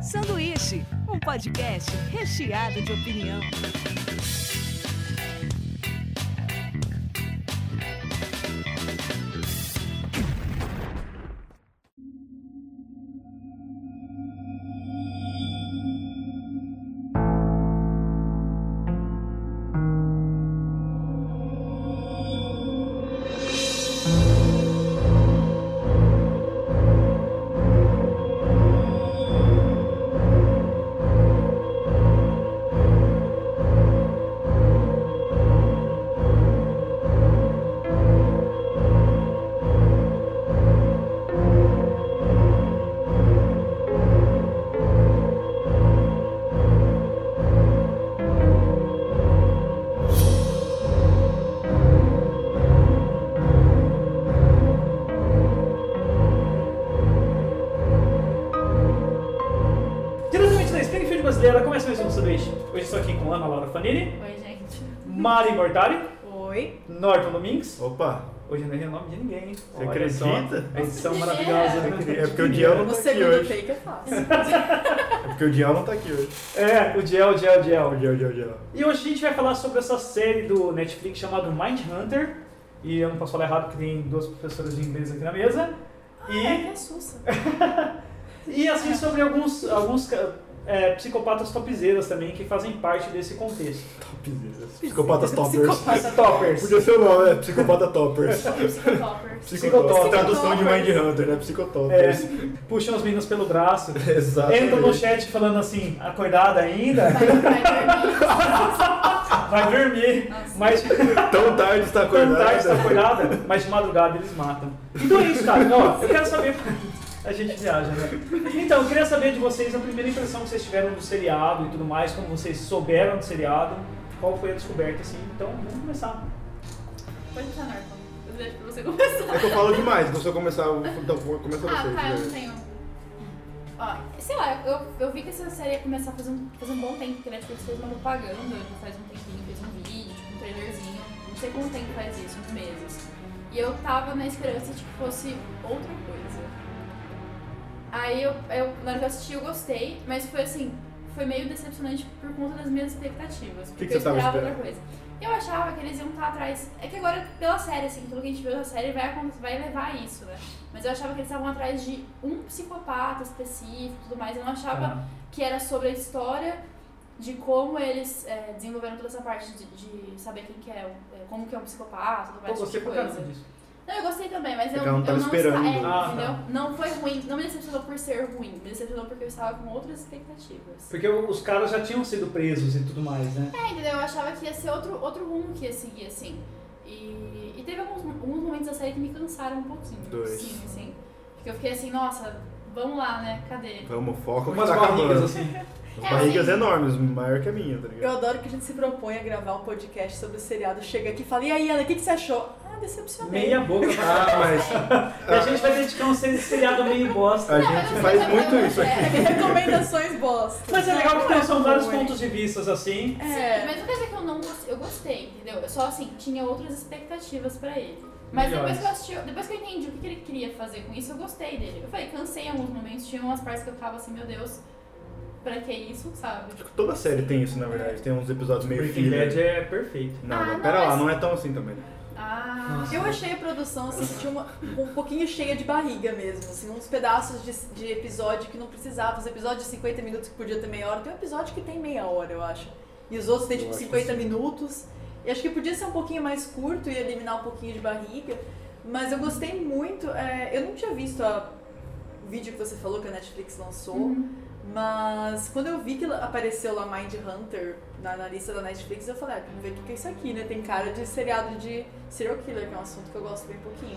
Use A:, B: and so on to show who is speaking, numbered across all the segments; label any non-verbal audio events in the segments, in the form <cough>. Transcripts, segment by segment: A: Sanduíche, um podcast recheado de opinião.
B: Diretamente da Springfield Brasileira, começa mais um sanduíche. Hoje estou aqui com Ana Laura Fanini,
C: Oi, gente.
B: Mari Mortari,
C: Oi.
B: Norton Domingues.
D: Opa,
B: Hoje eu não errei o nome de ninguém, hein?
D: Você
B: Olha
D: acredita?
B: só, A edição maravilhosa.
D: é que- é porque o Diel não
C: O
D: tá aqui
C: segundo
D: hoje.
C: take é fácil.
D: É porque o Diel não tá aqui hoje.
B: É, o Diel, o Diel, o
D: O
B: Diel.
D: Diel, Diel, Diel.
B: E hoje a gente vai falar sobre essa série do Netflix chamada Mindhunter. E eu não posso falar errado porque tem duas professoras de inglês aqui na mesa.
C: É
B: E,
C: que é sussa.
B: e assim sobre alguns, alguns é, psicopatas topzeiras também que fazem parte desse contexto.
D: Topzeiras. Psicopatas toppers.
C: Psicopata.
B: Toppers.
D: Podia ser o nome, é Psicopata toppers.
C: é Psicotoppers.
D: Psicotop.
B: Psicotoppers.
D: Tradução de Mind Hunter, né? Psicotopers.
B: É, puxam os meninos pelo braço.
D: Exato.
B: Entra no chat falando assim, acordada ainda?
C: Vai,
B: Vai
C: vai dormir.
B: dormir.
C: Nossa.
B: Mas
D: Tão tarde está
B: quando tá
D: acordado.
B: tarde está acordada, mas de madrugada eles matam. Então é isso, cara. Ó, eu quero saber. <laughs> A gente viaja, né? Então, eu queria saber de vocês a primeira impressão que vocês tiveram do seriado e tudo mais, como vocês souberam do seriado, qual foi a descoberta, assim. Então, vamos começar.
C: Pode estar, Norton. Eu deixo pra você começar.
D: É que eu falo demais, então se eu começar, eu vou- então começa
C: Ah,
D: você.
C: tá, eu não
D: Diel.
C: tenho. Ó, sei lá, eu, eu vi que essa série ia começar a fazer um, faz um bom tempo, porque a Netflix fez uma propaganda já faz um tempinho, fez um vídeo, tipo um trailerzinho. Não sei quanto tempo faz isso, uns meses. E eu tava na esperança de que fosse outra coisa. Aí eu, eu na hora que eu assisti, eu gostei, mas foi assim, foi meio decepcionante por conta das minhas expectativas. Porque
D: que
C: eu
D: você tava
C: esperava outra coisa. Eu achava que eles iam estar atrás. É que agora, pela série, assim, tudo que a gente viu da série vai, acon- vai levar a isso, né? Mas eu achava que eles estavam atrás de um psicopata específico e tudo mais. Eu não
B: Tá.
C: achava que era sobre a história de como eles é, desenvolveram toda essa parte de, de saber quem que é, o- é, como que é um psicopata, tudo
B: Eu
C: mais,
B: gostei
C: tipo
B: pra
C: de coisa.
B: caramba disso.
C: Não, eu gostei também, mas eu,
D: É que ela não tava
C: eu não
D: esperando.
C: esta- é,
B: Ah,
C: entendeu?
B: tá.
C: Não foi ruim, não me decepcionou por ser ruim, me decepcionou porque eu estava com outras expectativas.
B: Porque os caras já tinham sido presos e tudo mais, né?
C: É, entendeu? Eu achava que ia ser outro, outro rumo que ia seguir, assim. E, e teve alguns, alguns momentos da série que me cansaram um pouquinho.
D: Dois.
C: Sim, assim. Porque eu fiquei assim, nossa, vamos lá, né? Cadê?
D: Vamos, foco que
B: Umas
D: tá
B: barrigas,
D: acabando.
B: assim.
D: As
C: É,
D: barrigas
C: assim.
D: enormes, maior que a minha, tá
E: Eu
D: ligado?
E: adoro que a gente se propõe a gravar um podcast sobre o seriado. Chega aqui e fala, e aí, Ana, o que, que você achou? Ah, decepcionei.
B: Meia boca pra
D: <laughs> Ah, mas
B: E a gente vai dedicar um seriado meio bosta.
D: a gente faz muito
C: é.
D: isso aqui.
E: <laughs> Recomendações bosta.
B: Mas é legal que tem, são vários
E: Foi.
B: pontos de vistas assim.
E: É.
C: Mas não quer dizer que eu não gostei, eu gostei, entendeu? Eu só, assim, tinha outras expectativas pra ele. Mas
B: Melhores.
C: depois que, eu assisti, depois que eu entendi o que que ele queria fazer com isso, eu gostei dele. Eu falei, cansei em alguns momentos, tinha umas partes que eu ficava assim, meu Deus, pra que isso, sabe?
D: Tipo, Toda série tem isso, na verdade. Tem uns episódios meio
B: Breaking
D: filler.
B: Bad é perfeito.
D: Não,
C: Ah,
D: mas
C: não,
D: pera lá,
C: mas-
D: não é tão assim também. né?
C: Ah,
B: Nossa.
E: Eu achei a produção assim, tinha uma, um pouquinho cheia de barriga mesmo, assim, uns pedaços de, de episódio que não precisava, os episódios de 50 minutos que podia ter meia hora, tem um episódio que tem meia hora, eu acho. E os outros tem
D: Eu
E: tipo
D: acho
E: 50
D: que sim.
E: minutos. E acho que podia ser um pouquinho mais curto e eliminar um pouquinho de barriga. Mas eu gostei muito. é, eu não tinha visto a- o vídeo que você falou que a Netflix lançou.
D: Uhum.
E: Mas quando eu vi que apareceu lá Mind Hunter na, na lista da Netflix, eu falei, ah, vamos ver o que que é isso aqui, né? Tem cara de seriado de serial killer, que é um assunto que eu gosto bem pouquinho.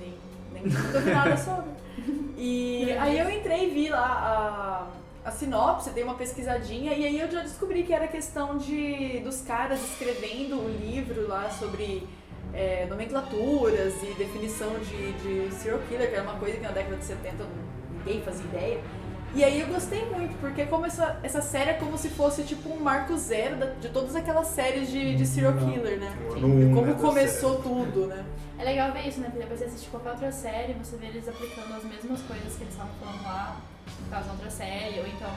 E: Nem, nem nunca vi nada sobre. E aí eu entrei e vi lá a, a sinopse, dei uma pesquisadinha, e aí eu já descobri que era questão de dos caras escrevendo o livro lá sobre é, nomenclaturas e definição de, de serial killer, que era uma coisa que na década de 70 ninguém fazia ideia. E aí eu gostei muito, porque como essa, essa série é como se fosse tipo um marco zero da- de todas aquelas séries de, de serial killer, né?
D: No
E: Sim.
D: ano um,
E: Como
F: é
D: né, da
E: começou tudo, né?
C: É legal ver isso, né? Porque depois você assiste qualquer outra série, você vê eles aplicando as mesmas coisas que eles estavam falando lá, no caso, na outra série, ou então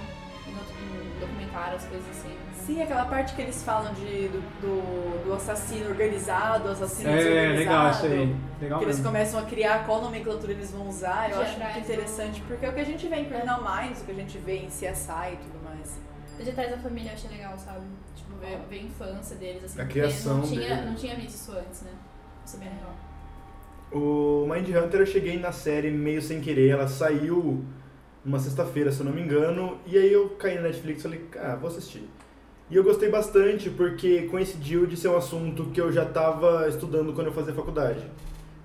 C: em outro em um documentário, as coisas assim.
E: Sim, aquela parte que eles falam de, do, do, do assassino organizado, assassino
F: É,
E: desorganizado.
F: legal isso aí. Legal
E: Que eles
F: mesmo.
E: começam a criar qual nomenclatura eles vão usar, eu
C: De
E: acho muito
C: atrás do-
E: interessante, porque é o que a gente vê em Criminal Minds, o que a gente vê em CSI e tudo mais.
C: Desde atrás da família eu achei legal, sabe? Tipo, ver, ver a infância deles, assim.
D: A
C: porque eles
D: criação
C: não tinha,
D: deles.
C: não tinha visto isso antes, né? Isso é bem legal.
D: O Mindhunter eu cheguei na série meio sem querer, ela saiu uma sexta-feira, se eu não me engano, e aí eu caí na Netflix e falei, ah, vou assistir. E eu gostei bastante porque coincidiu de ser um assunto que eu já estava estudando quando eu fazia faculdade.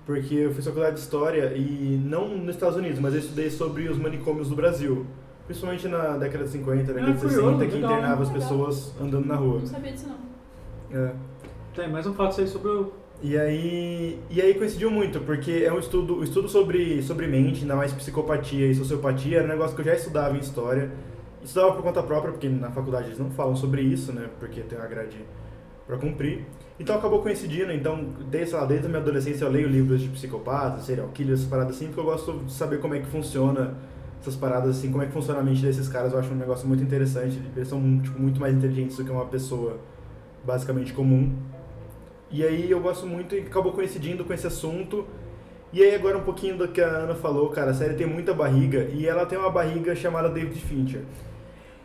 D: Porque eu fiz faculdade de História e não nos Estados Unidos, mas eu estudei sobre os manicômios do Brasil. Principalmente na década de 50, década
F: Ah,
D: de
F: curioso,
D: 60, que
F: legal,
D: internava as
C: legal.
D: pessoas andando na rua.
C: Não sabia disso, não.
D: É.
F: Tem mais um fato aí sobre o.
D: E aí, e aí coincidiu muito, porque é um estudo, o estudo sobre, sobre mente, ainda mais psicopatia e sociopatia, era um negócio que eu já estudava em história. Estudava por conta própria, porque na faculdade eles não falam sobre isso, né? Porque tem uma grade pra cumprir. Então acabou coincidindo, então desde, sei lá, desde a minha adolescência eu leio livros de psicopatas, serial killers, essas paradas assim, porque eu gosto de saber como é que funciona essas paradas assim, como é que funciona a mente desses caras, eu acho um negócio muito interessante. Eles são tipo, muito mais inteligentes do que uma pessoa basicamente comum. E aí eu gosto muito e acabou coincidindo com esse assunto. E aí agora um pouquinho do que a Ana falou, cara, a série tem muita barriga e ela tem uma barriga chamada David Fincher.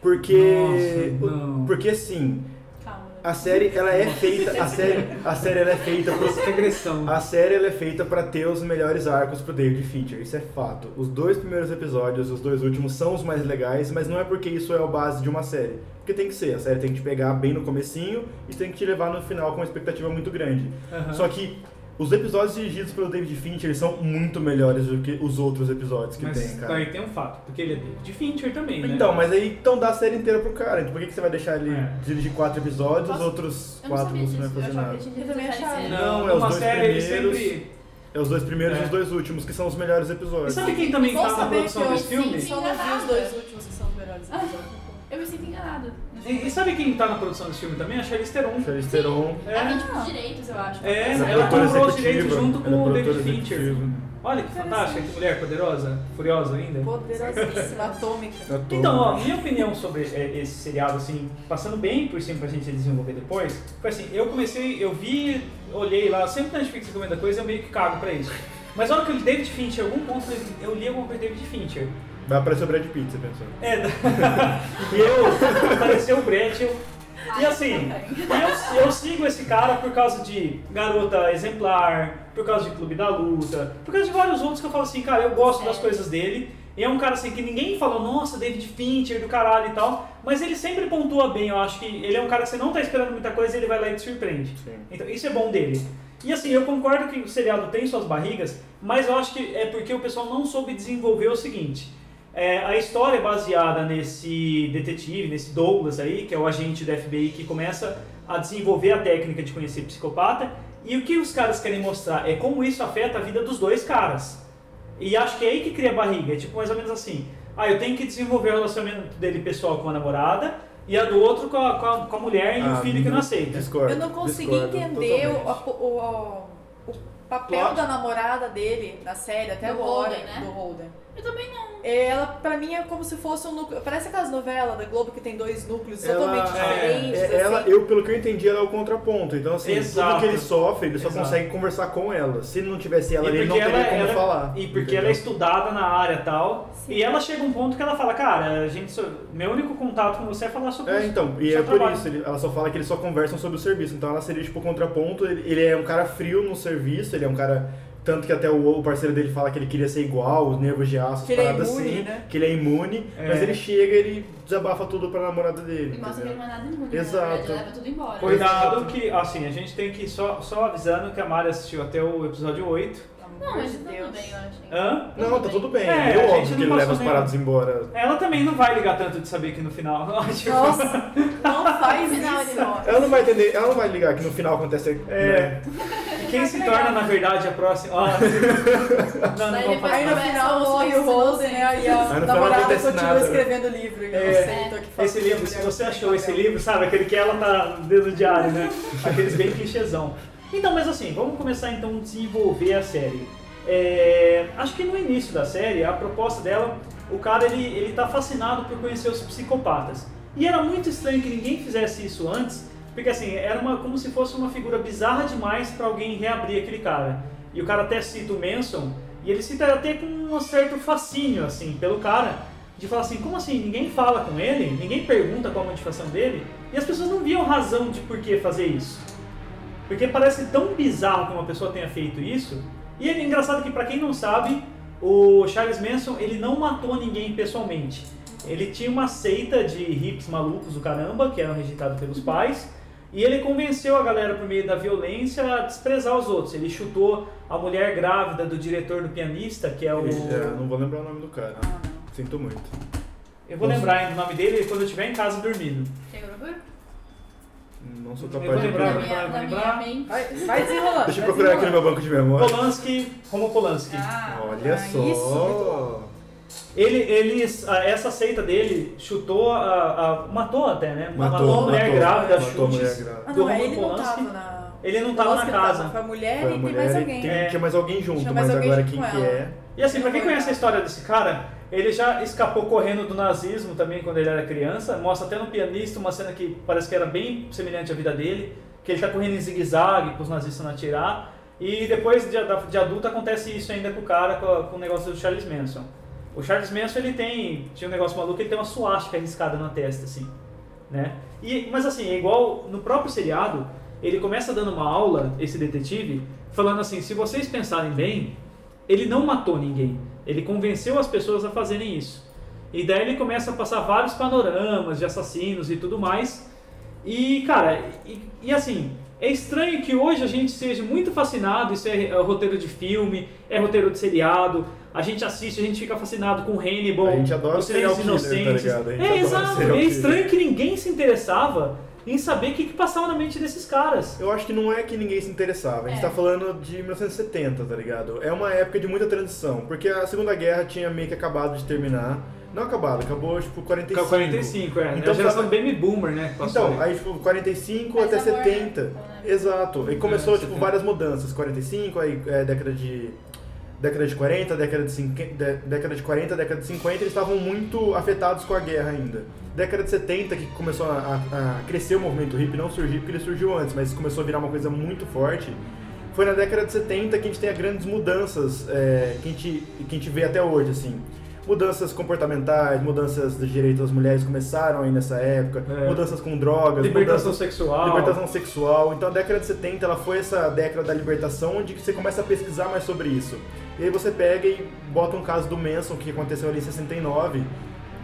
D: Porque
F: Nossa, não.
D: porque assim,
C: Calma. né?
D: a série ela é feita, a série, a série ela é feita pro,
F: Nossa, que agressão.
D: a série ela é feita para ter os melhores arcos pro David Fincher, isso é fato. Os dois primeiros episódios, os dois últimos são os mais legais, mas não é porque isso é a base de uma série. Porque tem que ser, a série tem que te pegar bem no comecinho e tem que te levar no final com uma expectativa muito grande.
F: Aham.
D: Só que os episódios dirigidos pelo David Fincher eles são muito melhores do que os outros episódios que
F: Mas
D: tem, cara.
F: aí tem um fato, porque ele é de Fincher também, né?
D: Então, mas aí então dá a série inteira pro cara. Então por que, que você vai deixar ele
F: É.
D: dirigir quatro episódios, os
C: Nossa,
D: outros
C: Eu não
D: quatro
C: sabia
D: você
C: disso,
D: não vai
C: eu
D: fazer
C: achava
D: nada?
C: que
E: Eu
C: tinha
E: também achava.
F: Não,
D: Não, é os
F: uma
D: dois
F: série ele
D: primeiros.
F: sempre.
D: É os dois primeiros
F: É.
D: e os dois últimos, que são os melhores
F: E
D: episódios.
F: sabe quem também
E: Bom
F: tá na
E: saber
F: produção
E: que eu- Ah.
F: desse filme?
E: Só não vi os dois últimos que são os melhores episódios.
C: Eu me sinto enganada.
F: E, e sabe quem tá na produção desse filme também? A Charlize Theron.
D: Charlize Theron.
F: É.
C: Ela tem tipo de direitos, eu acho.
F: É,
D: Ela é
F: ela comprou
D: produtora
F: os
D: executiva,
F: direitos junto
D: ela é
F: com o David
D: produtora
F: Fincher.
D: executiva.
F: Olha que fantástica, que mulher poderosa, furiosa ainda.
E: <laughs> Poderosíssima, atômica.
D: é Ator.
B: Então, ó, minha opinião sobre é, esse seriado, assim, passando bem por cima pra gente desenvolver depois, foi assim, eu comecei, eu vi, olhei lá, sempre na Netflix recomenda coisa, eu meio que cago pra isso. Mas na hora que o David Fincher, em algum ponto, eu li alguma coisa do David Fincher.
D: Vai aparecer o Brad Pitt, você pensou.
B: É, e <laughs> eu, apareceu o Gretchen, e assim, e eu, eu sigo esse cara por causa de Garota Exemplar, por causa de Clube da Luta, por causa de vários outros que eu falo assim, cara, eu gosto das coisas dele. E é um cara assim que ninguém fala, nossa, David Fincher do caralho e tal, mas ele sempre pontua bem, eu acho que ele é um cara que você não tá esperando muita coisa e ele vai lá e te surpreende.
D: Sim.
B: Então isso é bom dele. E assim, eu concordo que o seriado tem suas barrigas, mas eu acho que é porque o pessoal não soube desenvolver o seguinte. É, a história é baseada nesse detetive, nesse Douglas aí, que é o agente da FBI que começa a desenvolver a técnica de conhecer psicopata. E o que os caras querem mostrar é como isso afeta a vida dos dois caras. E acho que é aí que cria a barriga. É tipo mais ou menos assim: ah, eu tenho que desenvolver o relacionamento dele pessoal com a namorada e a do outro com a, com a- com a mulher e o
D: Ah,
B: filho que não aceita.
D: Discordo,
E: Eu não consegui
D: discordo
E: entender o,
D: totalmente.
E: o- o- o papel
D: Plot.
E: da namorada dele na série até
C: Do
E: agora,
C: Holden, né?
E: do Holden.
C: Eu também não.
E: Ela, pra mim, é como se fosse um núcleo. Parece aquelas novelas da Globo que tem dois núcleos totalmente
D: é,
E: diferentes.
D: é, ela,
E: assim.
D: eu, pelo que eu entendi, ela é o contraponto. Então, assim,
B: Exato.
D: tudo que ele sofre, ele só
B: Exato.
D: consegue conversar com ela. Se não tivesse ela,
B: E
D: ele não
B: porque
D: teria
B: ela-
D: como
B: ela-
D: falar.
B: E porque ela é
D: entendeu?
B: estudada na área e tal.
E: Sim.
B: E ela chega a um ponto que ela fala, cara, a gente, só- meu único contato com você é falar sobre
D: É,
B: isso.
D: então, e
B: Só
D: é por
B: trabalho.
D: isso, ele- ela só fala que eles só conversam sobre o serviço. Então ela seria tipo o contraponto, ele, ele é um cara frio no serviço, ele é um cara. Tanto que até o, o parceiro dele fala que ele queria ser igual, os nervos de aço,
E: Que
D: as
E: ele é
D: paradas
E: imune,
D: assim,
E: né?
D: que ele é imune,
B: É.
D: mas ele chega e ele desabafa tudo pra namorada dele.
C: E mostra que ele
D: entendeu?
C: não é nada imune.
D: Exato.
C: Né? Ele leva tudo embora.
B: Cuidado que, assim, a gente tem que, só, só avisando que a Mari assistiu até o episódio 8.
E: Pelo
C: Não,
E: amor
C: mas
E: de
C: tá tudo
E: Deus.
C: bem, eu acho.
B: Hã?
D: Não, tá tudo bem.
B: É,
D: É,
B: a gente
D: óbvio
B: não
D: que ele
B: passou
D: leva as
B: nenhum.
D: paradas embora.
B: Ela também não vai ligar tanto de saber que no final. <laughs> Não, tipo,
E: Nossa, não faz
C: Não, ele
E: isso.
C: não.
D: Ela não vai entender, ela não vai ligar que no final acontece.
B: É.
D: né?
B: Quem se torna, na verdade, a próxima.
E: <laughs>
B: Ó, não, não
C: Daí
B: vou
C: depois
B: falar.
E: Aí no
C: Começa
E: final
C: os
E: morre o Rose,
C: inocentes.
E: né? Aí a
D: Aí no final não
E: namorada
D: acontece
E: continua
D: nada, né?
E: escrevendo o livro. e Eu
B: É,
E: sei, tô aqui falando.
B: Esse livro, se
E: Mulher
B: você
E: com
B: achou esse
E: papel.
B: livro, sabe? Aquele que ela tá no dedo diário, né? Aqueles bem clichêzão. Então, mas assim, vamos começar então a desenvolver a série. É, acho que no início da série, a proposta dela, o cara ele, ele tá fascinado por conhecer os psicopatas. E era muito estranho que ninguém fizesse isso antes, porque assim, era uma, como se fosse uma figura bizarra demais para alguém reabrir aquele cara. E o cara até cita o Manson, e ele cita até com um certo fascínio, assim, pelo cara, de falar assim, como assim, ninguém fala com ele, ninguém pergunta qual a motivação dele, e as pessoas não viam razão de por que fazer isso. Porque parece tão bizarro que uma pessoa tenha feito isso. E é engraçado que, pra quem não sabe, o Charles Manson, ele não matou ninguém pessoalmente. Ele tinha uma seita de hippies malucos do caramba, que eram rejeitados pelos pais. E ele convenceu a galera, por meio da violência, a desprezar os outros. Ele chutou a mulher grávida do diretor do pianista, que é o...
D: É, não vou lembrar o nome do cara.
C: Ah,
D: Sinto muito.
B: Eu vou lembrar ainda o nome dele quando eu estiver em casa dormindo.
C: Tem Urubu?
D: Não sou
B: Eu
D: capaz de
B: vou lembrar.
C: Na
D: lembrar.
C: minha, na minha
B: Lembrar?
C: mente.
E: Vai, vai desenrolando.
D: Deixa eu
E: vai
D: procurar aqui no
E: desenrolando.
D: meu banco de memória.
B: Polanski, Romo Polanski.
C: Ah,
D: Olha
C: ah,
D: só.
C: Isso, muito bom.
B: Ele, ele, a- essa seita dele chutou, a, a- matou até, né?
D: Matou,
B: a mulher
D: matou,
B: grávida,
D: matou a
B: chutes.
D: mulher grávida.
E: Ah,
B: do
E: não, é,
B: Roman
E: ele não
B: Polanski.
E: tava na.
B: Ele não tava
E: Polanski
B: na
E: tava,
B: casa.
E: Foi a mulher
D: Foi a
E: e tem
D: mulher
E: mais
D: e
E: alguém. né?
D: Tem,
B: É.
D: tinha mais alguém junto,
E: Tinha mais
D: mas
E: alguém
D: agora
E: junto
D: quem
E: com
D: que
E: ela.
D: é?
B: E assim, pra quem conhece a história desse cara, ele já escapou correndo do nazismo também quando ele era criança. Mostra até no pianista uma cena que parece que era bem semelhante à vida dele, que ele tá correndo em zigue-zague pros nazistas não atirar. E depois de, ad- de adulto acontece isso ainda com o cara, com, a- com o negócio do Charles Manson. O Charles Manson, ele tem, tinha um negócio maluco, ele tem uma suástica arriscada na testa, assim, né? E, mas assim, é igual no próprio seriado, ele começa dando uma aula, esse detetive, falando assim, se vocês pensarem bem, ele não matou ninguém. Ele convenceu as pessoas a fazerem isso. E daí ele começa a passar vários panoramas de assassinos e tudo mais. E, cara, e, e assim, é estranho que hoje a gente seja muito fascinado. Isso é, é roteiro de filme, é roteiro de seriado. A gente assiste, a gente fica fascinado com Hannibal,
D: A gente adora
B: os
D: serial
B: Três
D: killer, tá
B: Inocentes.
D: ligado? A gente
B: é,
D: adora
B: exato.
D: serial
B: É
D: killer.
B: estranho que ninguém se interessava em saber o que, que passava na mente desses caras.
D: Eu acho que não é que ninguém se interessava. A gente
C: É.
D: tá falando de 1970, tá ligado? É uma época de muita transição, porque a Segunda Guerra tinha meio que acabado de terminar. Não acabado, acabou tipo 45.
F: 45,
B: né?
F: é.
D: Então,
F: Então, a geração baby boomer, né? que passou
D: Então,
F: aí.
D: aí tipo 45
C: Mas
D: até
C: agora,
D: 70.
C: né?
D: Exato. E começou
F: É,
D: tipo
F: 70.
D: várias mudanças, 45, aí é, década de década de 40, década de 50, dé- década de 40, década de 50, eles estavam muito afetados com a guerra ainda. Década de 70 que começou a, a- a crescer o movimento hippie, não surgiu porque ele surgiu antes, mas começou a virar uma coisa muito forte. Foi na década de 70 que a gente tem as grandes mudanças é, que, a gente, que a gente vê até hoje, assim. Mudanças comportamentais, mudanças de direitos das mulheres começaram aí nessa época,
F: É.
D: mudanças com drogas, mudanças
F: Libertação sexual.
D: Libertação sexual. Então a década de 70 ela foi essa década da libertação onde você começa a pesquisar mais sobre isso. E aí você pega e bota um caso do Manson que aconteceu ali em 69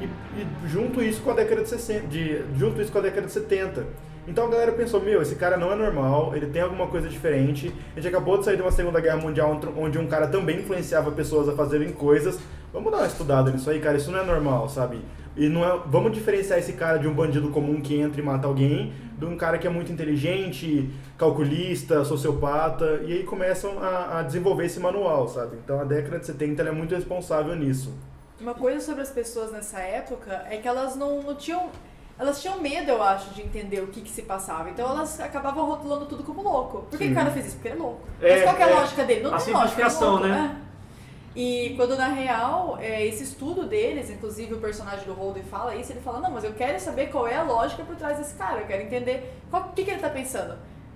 D: e, e junto isso com a década de 60, de- junto isso com a década de 70. Então a galera pensou, meu, esse cara não é normal, ele tem alguma coisa diferente. A gente acabou de sair de uma Segunda Guerra Mundial onde- onde um cara também influenciava pessoas a fazerem coisas. Vamos dar uma estudada nisso aí, cara, isso não é normal, sabe? E não é, vamos diferenciar esse cara de um bandido comum que entra e mata alguém, de um cara que é muito inteligente, calculista, sociopata, e aí começam a, a desenvolver esse manual, sabe? Então a década de 70 ela é muito responsável nisso.
E: Uma coisa sobre as pessoas nessa época é que elas não, não tinham. Elas tinham medo, eu acho, de entender o que, que se passava. Então elas acabavam rotulando tudo como louco. Por que,
D: Sim.
E: que o cara fez isso? Porque ele é louco.
B: É,
E: Mas qual que é a
B: é.
E: lógica dele? Não
B: A
E: tem lógica. ele é
B: simplificação,
E: louco,
B: né?
E: é. E quando na real, é, esse estudo deles, inclusive o personagem do Holden fala isso, ele fala: Não, mas eu quero saber qual é a lógica por trás desse cara. Eu quero entender qual- o que, que ele tá pensando.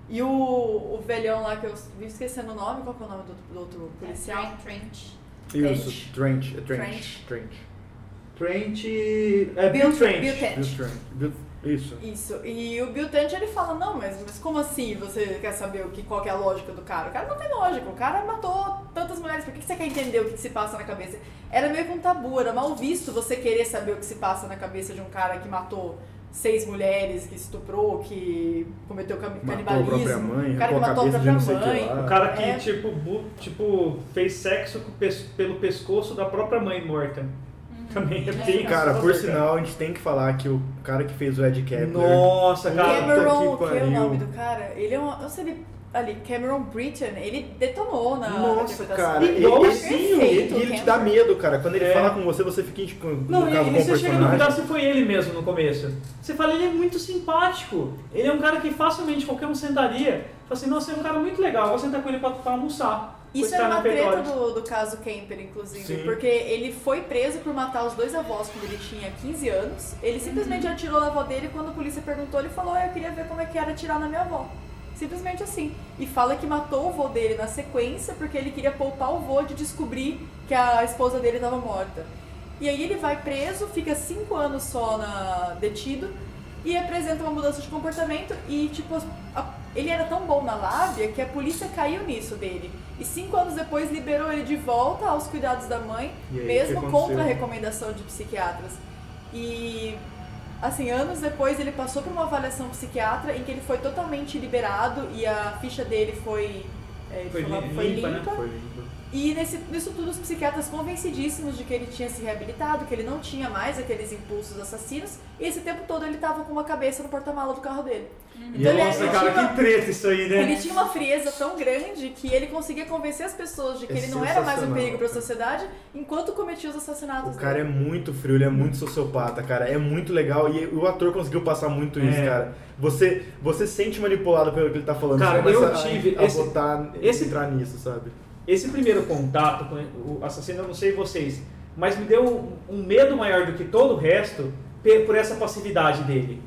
E: E o, o velhão lá, que eu vi esquecendo o nome, qual que é o nome do, do outro policial?
C: Trench, Trench.
E: Isso,
D: Trench,
E: Trench,
D: Trench.
B: Trent... É, Bill
E: Bill
B: Trent.
E: Trench.
D: Isso.
E: Isso, e o Bill Tante ele fala, não, mas, mas como assim você quer saber o que, qual que é a lógica do cara? O cara não tem lógica, o cara matou tantas mulheres, por que, que você quer entender o que, que se passa na cabeça? Era meio que um tabu, era mal visto você querer saber o que se passa na cabeça de um cara que matou seis mulheres, que estuprou, que cometeu cam-
D: Matou a própria
E: canibalismo.
D: mãe,
E: o cara que
D: arrancou a
E: matou a
D: cabeça de não sei
E: própria
D: o que
E: mãe.
D: lá.
B: O cara que,
E: É.
B: tipo, bu- tipo, fez sexo com o pes- pelo pescoço da própria mãe morta.
E: Uhum.
B: Também é bem
D: Cara, por
B: assustador,
D: sinal, a gente tem que falar que o cara que fez o Ed Kepler...
B: Nossa, cara.
D: Puta que
E: Cameron, que, é o
D: pariu.
E: nome do cara, ele é um, eu não sei, ele ali, Cameron Britton, ele detonou na
D: Nossa,
E: interpretação.
D: cara. Ele, é
B: Igualzinho.
D: ele,
E: assim. Perfeito,
D: ele te
E: Cameron.
D: dá medo, cara. Quando ele
B: É.
D: fala com você, você fica em- com, no
B: Não, e,
D: caso,
B: e
D: com o
B: você chega a duvidar
D: personagem.
B: se foi ele mesmo no começo. Você fala, ele é muito simpático. Ele é um cara que facilmente qualquer um sentaria. Fala assim, nossa, é um cara muito legal, vou sentar com ele pra, pra almoçar.
E: Isso
B: Coitado
E: era uma
B: do Pedrotti.
E: treta do, do caso Kemper, inclusive,
D: Sim.
E: porque ele foi preso por matar os dois avós quando ele tinha 15 anos. Ele simplesmente atirou na avó dele e quando a polícia perguntou, ele falou: Eu queria ver como é que era atirar na minha avó. Simplesmente assim. E fala que matou o vô dele na sequência porque ele queria poupar o vô de descobrir que a esposa dele estava morta. E aí ele vai preso, fica cinco anos só na- detido e apresenta uma mudança de comportamento e tipo a- ele era tão bom na lábia que a polícia caiu nisso dele. E cinco anos depois liberou ele de volta aos cuidados da mãe,
D: E aí, o
E: mesmo
D: que aconteceu?
E: contra a recomendação de psiquiatras. E assim, anos depois ele passou por uma avaliação psiquiatra em que ele foi totalmente liberado e a ficha dele foi, é,
B: Foi
E: foi,
B: limpa,
E: foi
B: né?
E: limpa.
D: Foi lindo.
E: E nesse, nisso tudo, os psiquiatras convencidíssimos de que ele tinha se reabilitado, que ele não tinha mais aqueles impulsos assassinos, e esse tempo todo ele tava com uma cabeça no porta-mala do carro dele. Então ele,
F: é Nossa,
E: ele
F: cara,
E: tinha
F: que treta isso aí, né?
E: uma, ele tinha uma frieza tão grande que ele conseguia convencer as pessoas de que
D: É
E: ele não era mais um
D: sensacional,
E: perigo para a
D: cara.
E: sociedade enquanto cometia os assassinatos
D: O cara é muito frio, ele é muito sociopata, cara. É muito legal e o ator conseguiu passar muito isso,
F: É.
D: cara. Você, você sente manipulado pelo que ele tá falando.
B: Cara,
D: você
B: eu
D: começa a-
B: tive
D: a,
B: esse-
D: botar,
B: esse-
D: entrar nisso, sabe?
B: Esse primeiro contato com o assassino, eu não sei vocês, mas me deu um- um medo maior do que todo o resto pe- por essa passividade dele.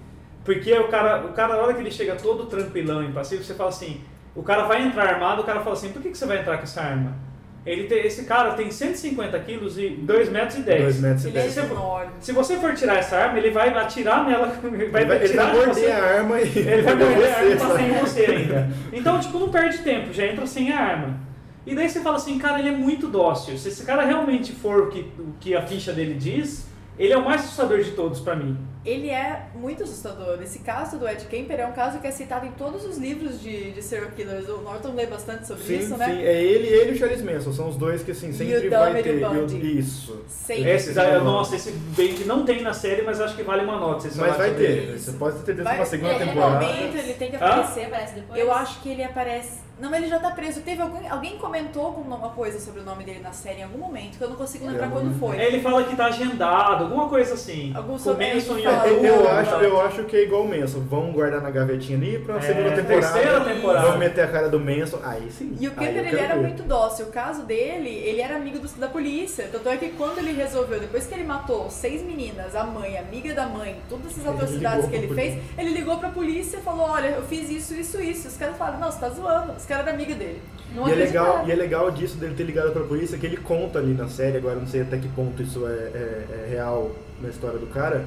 B: Porque o cara, o cara, na hora que ele chega todo tranquilão e passivo, você fala assim, o cara vai entrar armado, o cara fala assim, por que, que você vai entrar com essa arma? Ele tem- esse cara tem 150 quilos e 2 metros e 10.
D: 2 metros e
E: dele. Ele
D: 10.
E: é enorme.
B: Se você for tirar essa arma, ele vai atirar nela, <laughs> ele vai,
D: Ele vai, ele
B: tirar
D: vai
B: de
D: morder
B: você.
D: a arma e.
B: Ele
D: <laughs>
B: vai
D: morder
B: morder a arma e passar
D: sabe?
B: em você ainda. Então, tipo, não perde tempo, já entra sem a arma. E daí você fala assim, cara, ele é muito dócil. Se esse cara realmente for o que, o que a ficha dele diz, ele é o mais assustador de todos pra mim.
E: Ele é muito assustador. Esse caso do Ed Kemper é um caso que é citado em todos os livros de, de serial killers. O Norton lê bastante sobre
D: Sim,
E: isso,
D: sim.
E: né?
D: É ele, ele e o Charles Manson. São os dois que, assim, sempre
E: o
D: vai
E: Dahmer
D: ter.
E: e o Bundy.
D: eu- isso.
E: Sempre.
B: Esse, daí, nossa, esse Bend não tem na série, mas acho que vale uma nota. Vocês
D: Mas vai
B: sobre
D: ter.
B: ele.
D: Você pode ter certeza
E: Vai-
D: que uma segunda
E: é, ele
D: temporada.
E: aumenta, ele tem que
B: Hã?
E: aparecer.
C: parece depois.
E: Eu acho que ele aparece. Não, ele já tá preso. Teve alguém. Alguém comentou alguma coisa sobre o nome dele na série em algum momento, que eu não consigo lembrar
D: Eu
E: quando
D: não-
E: foi.
B: Ele fala que tá agendado, alguma coisa assim.
E: Algum sobre-
B: Começo em
E: ele fala-
D: Eu,
B: outubro.
D: eu acho, eu acho que é igual o Manson. Vamos guardar na gavetinha ali pra uma segunda temporada.
B: É, Terceira temporada.
D: Vamos meter a cara do Manson. Aí sim.
E: E o
D: Aí Ah, eu
E: Kemper, ele
D: quero
E: era
D: ver.
E: muito dócil. O caso dele, ele era amigo do- da polícia. Tanto é que quando ele resolveu, depois que ele matou seis meninas, a mãe, a amiga da mãe, todas essas
D: Ele
E: atrocidades
D: ligou
E: que ele
D: pra
E: fez, ele ligou pra polícia e falou: Olha, eu fiz isso, isso, isso. Os caras falaram: Não, você tá zoando. Os caras eram amiga dele. Não
D: E é, legal,
E: acreditaram.
D: e é legal disso dele ter ligado pra polícia, que ele conta ali na série, agora eu não sei até que ponto isso é, é- é real na história do cara,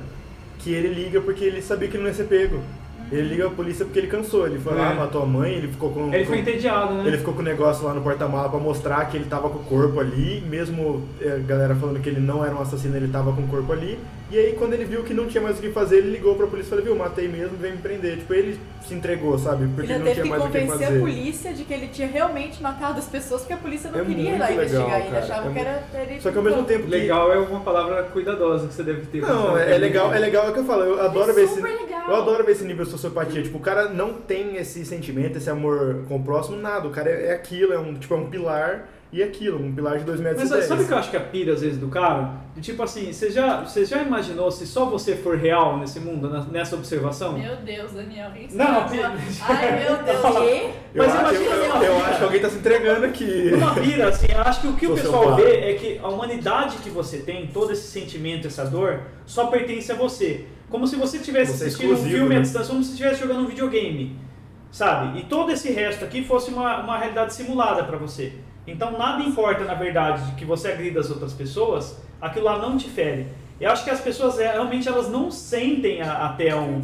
D: que ele liga porque ele sabia que ele não ia ser pego. Ele
E: Uhum.
D: liga a polícia porque ele cansou, ele foi lá,
B: É.
D: matou a mãe, ele ficou com.
B: Ele foi
D: com-
B: entediado, né?
D: ele ficou com o negócio lá no porta-mala pra mostrar que ele tava com o corpo ali, mesmo é, a galera falando que ele não era um assassino, ele tava com o corpo ali. E aí quando ele viu que não tinha mais o que fazer, ele ligou pra polícia e falou, viu, matei mesmo, vem me prender. Tipo, ele se entregou, sabe? Porque
E: ele
D: não
E: teve
D: tinha
E: que
D: mais o que
E: convencer a
D: fazer.
E: polícia de que ele tinha realmente matado as pessoas, porque a polícia não
D: É
E: queria ir
D: muito
E: lá
D: legal,
E: investigar ele.
D: cara.
E: Achava
D: É
E: que era. Ele
D: Só que ao mesmo tempo que
F: Legal é uma palavra cuidadosa que você deve ter.
D: Não, é, é legal, é legal é o que eu falo. Eu adoro ver esse.
C: super legal.
D: Eu adoro ver esse nível de sociopatia. Tipo, o cara não tem esse sentimento, esse amor com o próximo, nada. O cara é, é aquilo, é um, tipo, é um pilar e aquilo, um pilar de dois metros
B: Mas
D: e dez.
B: sabe o que eu acho que é a pira às vezes do cara? Do Tipo assim, você já, você já imaginou se só você for real nesse mundo, na- nessa observação?
C: Meu Deus, Daniel. quem que
B: Não,
C: você tá
B: pi-
C: falando? Ai, meu Deus.
B: Fala.
E: que.
D: Eu
B: Mas
D: acho,
B: imagina-
D: eu- eu acho que alguém tá se entregando aqui. <laughs>
B: Uma pira, assim, eu acho que o que o
D: Sou seu
B: pessoal
D: pai.
B: vê é que a humanidade que você tem, todo esse sentimento, essa dor, só pertence a você. Como se você estivesse
D: Você é
B: assistindo um
D: exclusivo,
B: filme à
D: né?
B: distância, como se estivesse jogando um videogame. Sabe? E todo esse resto aqui fosse uma, uma realidade simulada pra você. Então nada importa, na verdade, de que você agrida as outras pessoas, aquilo lá não te fere. Eu acho que as pessoas é, realmente elas não sentem a- até um,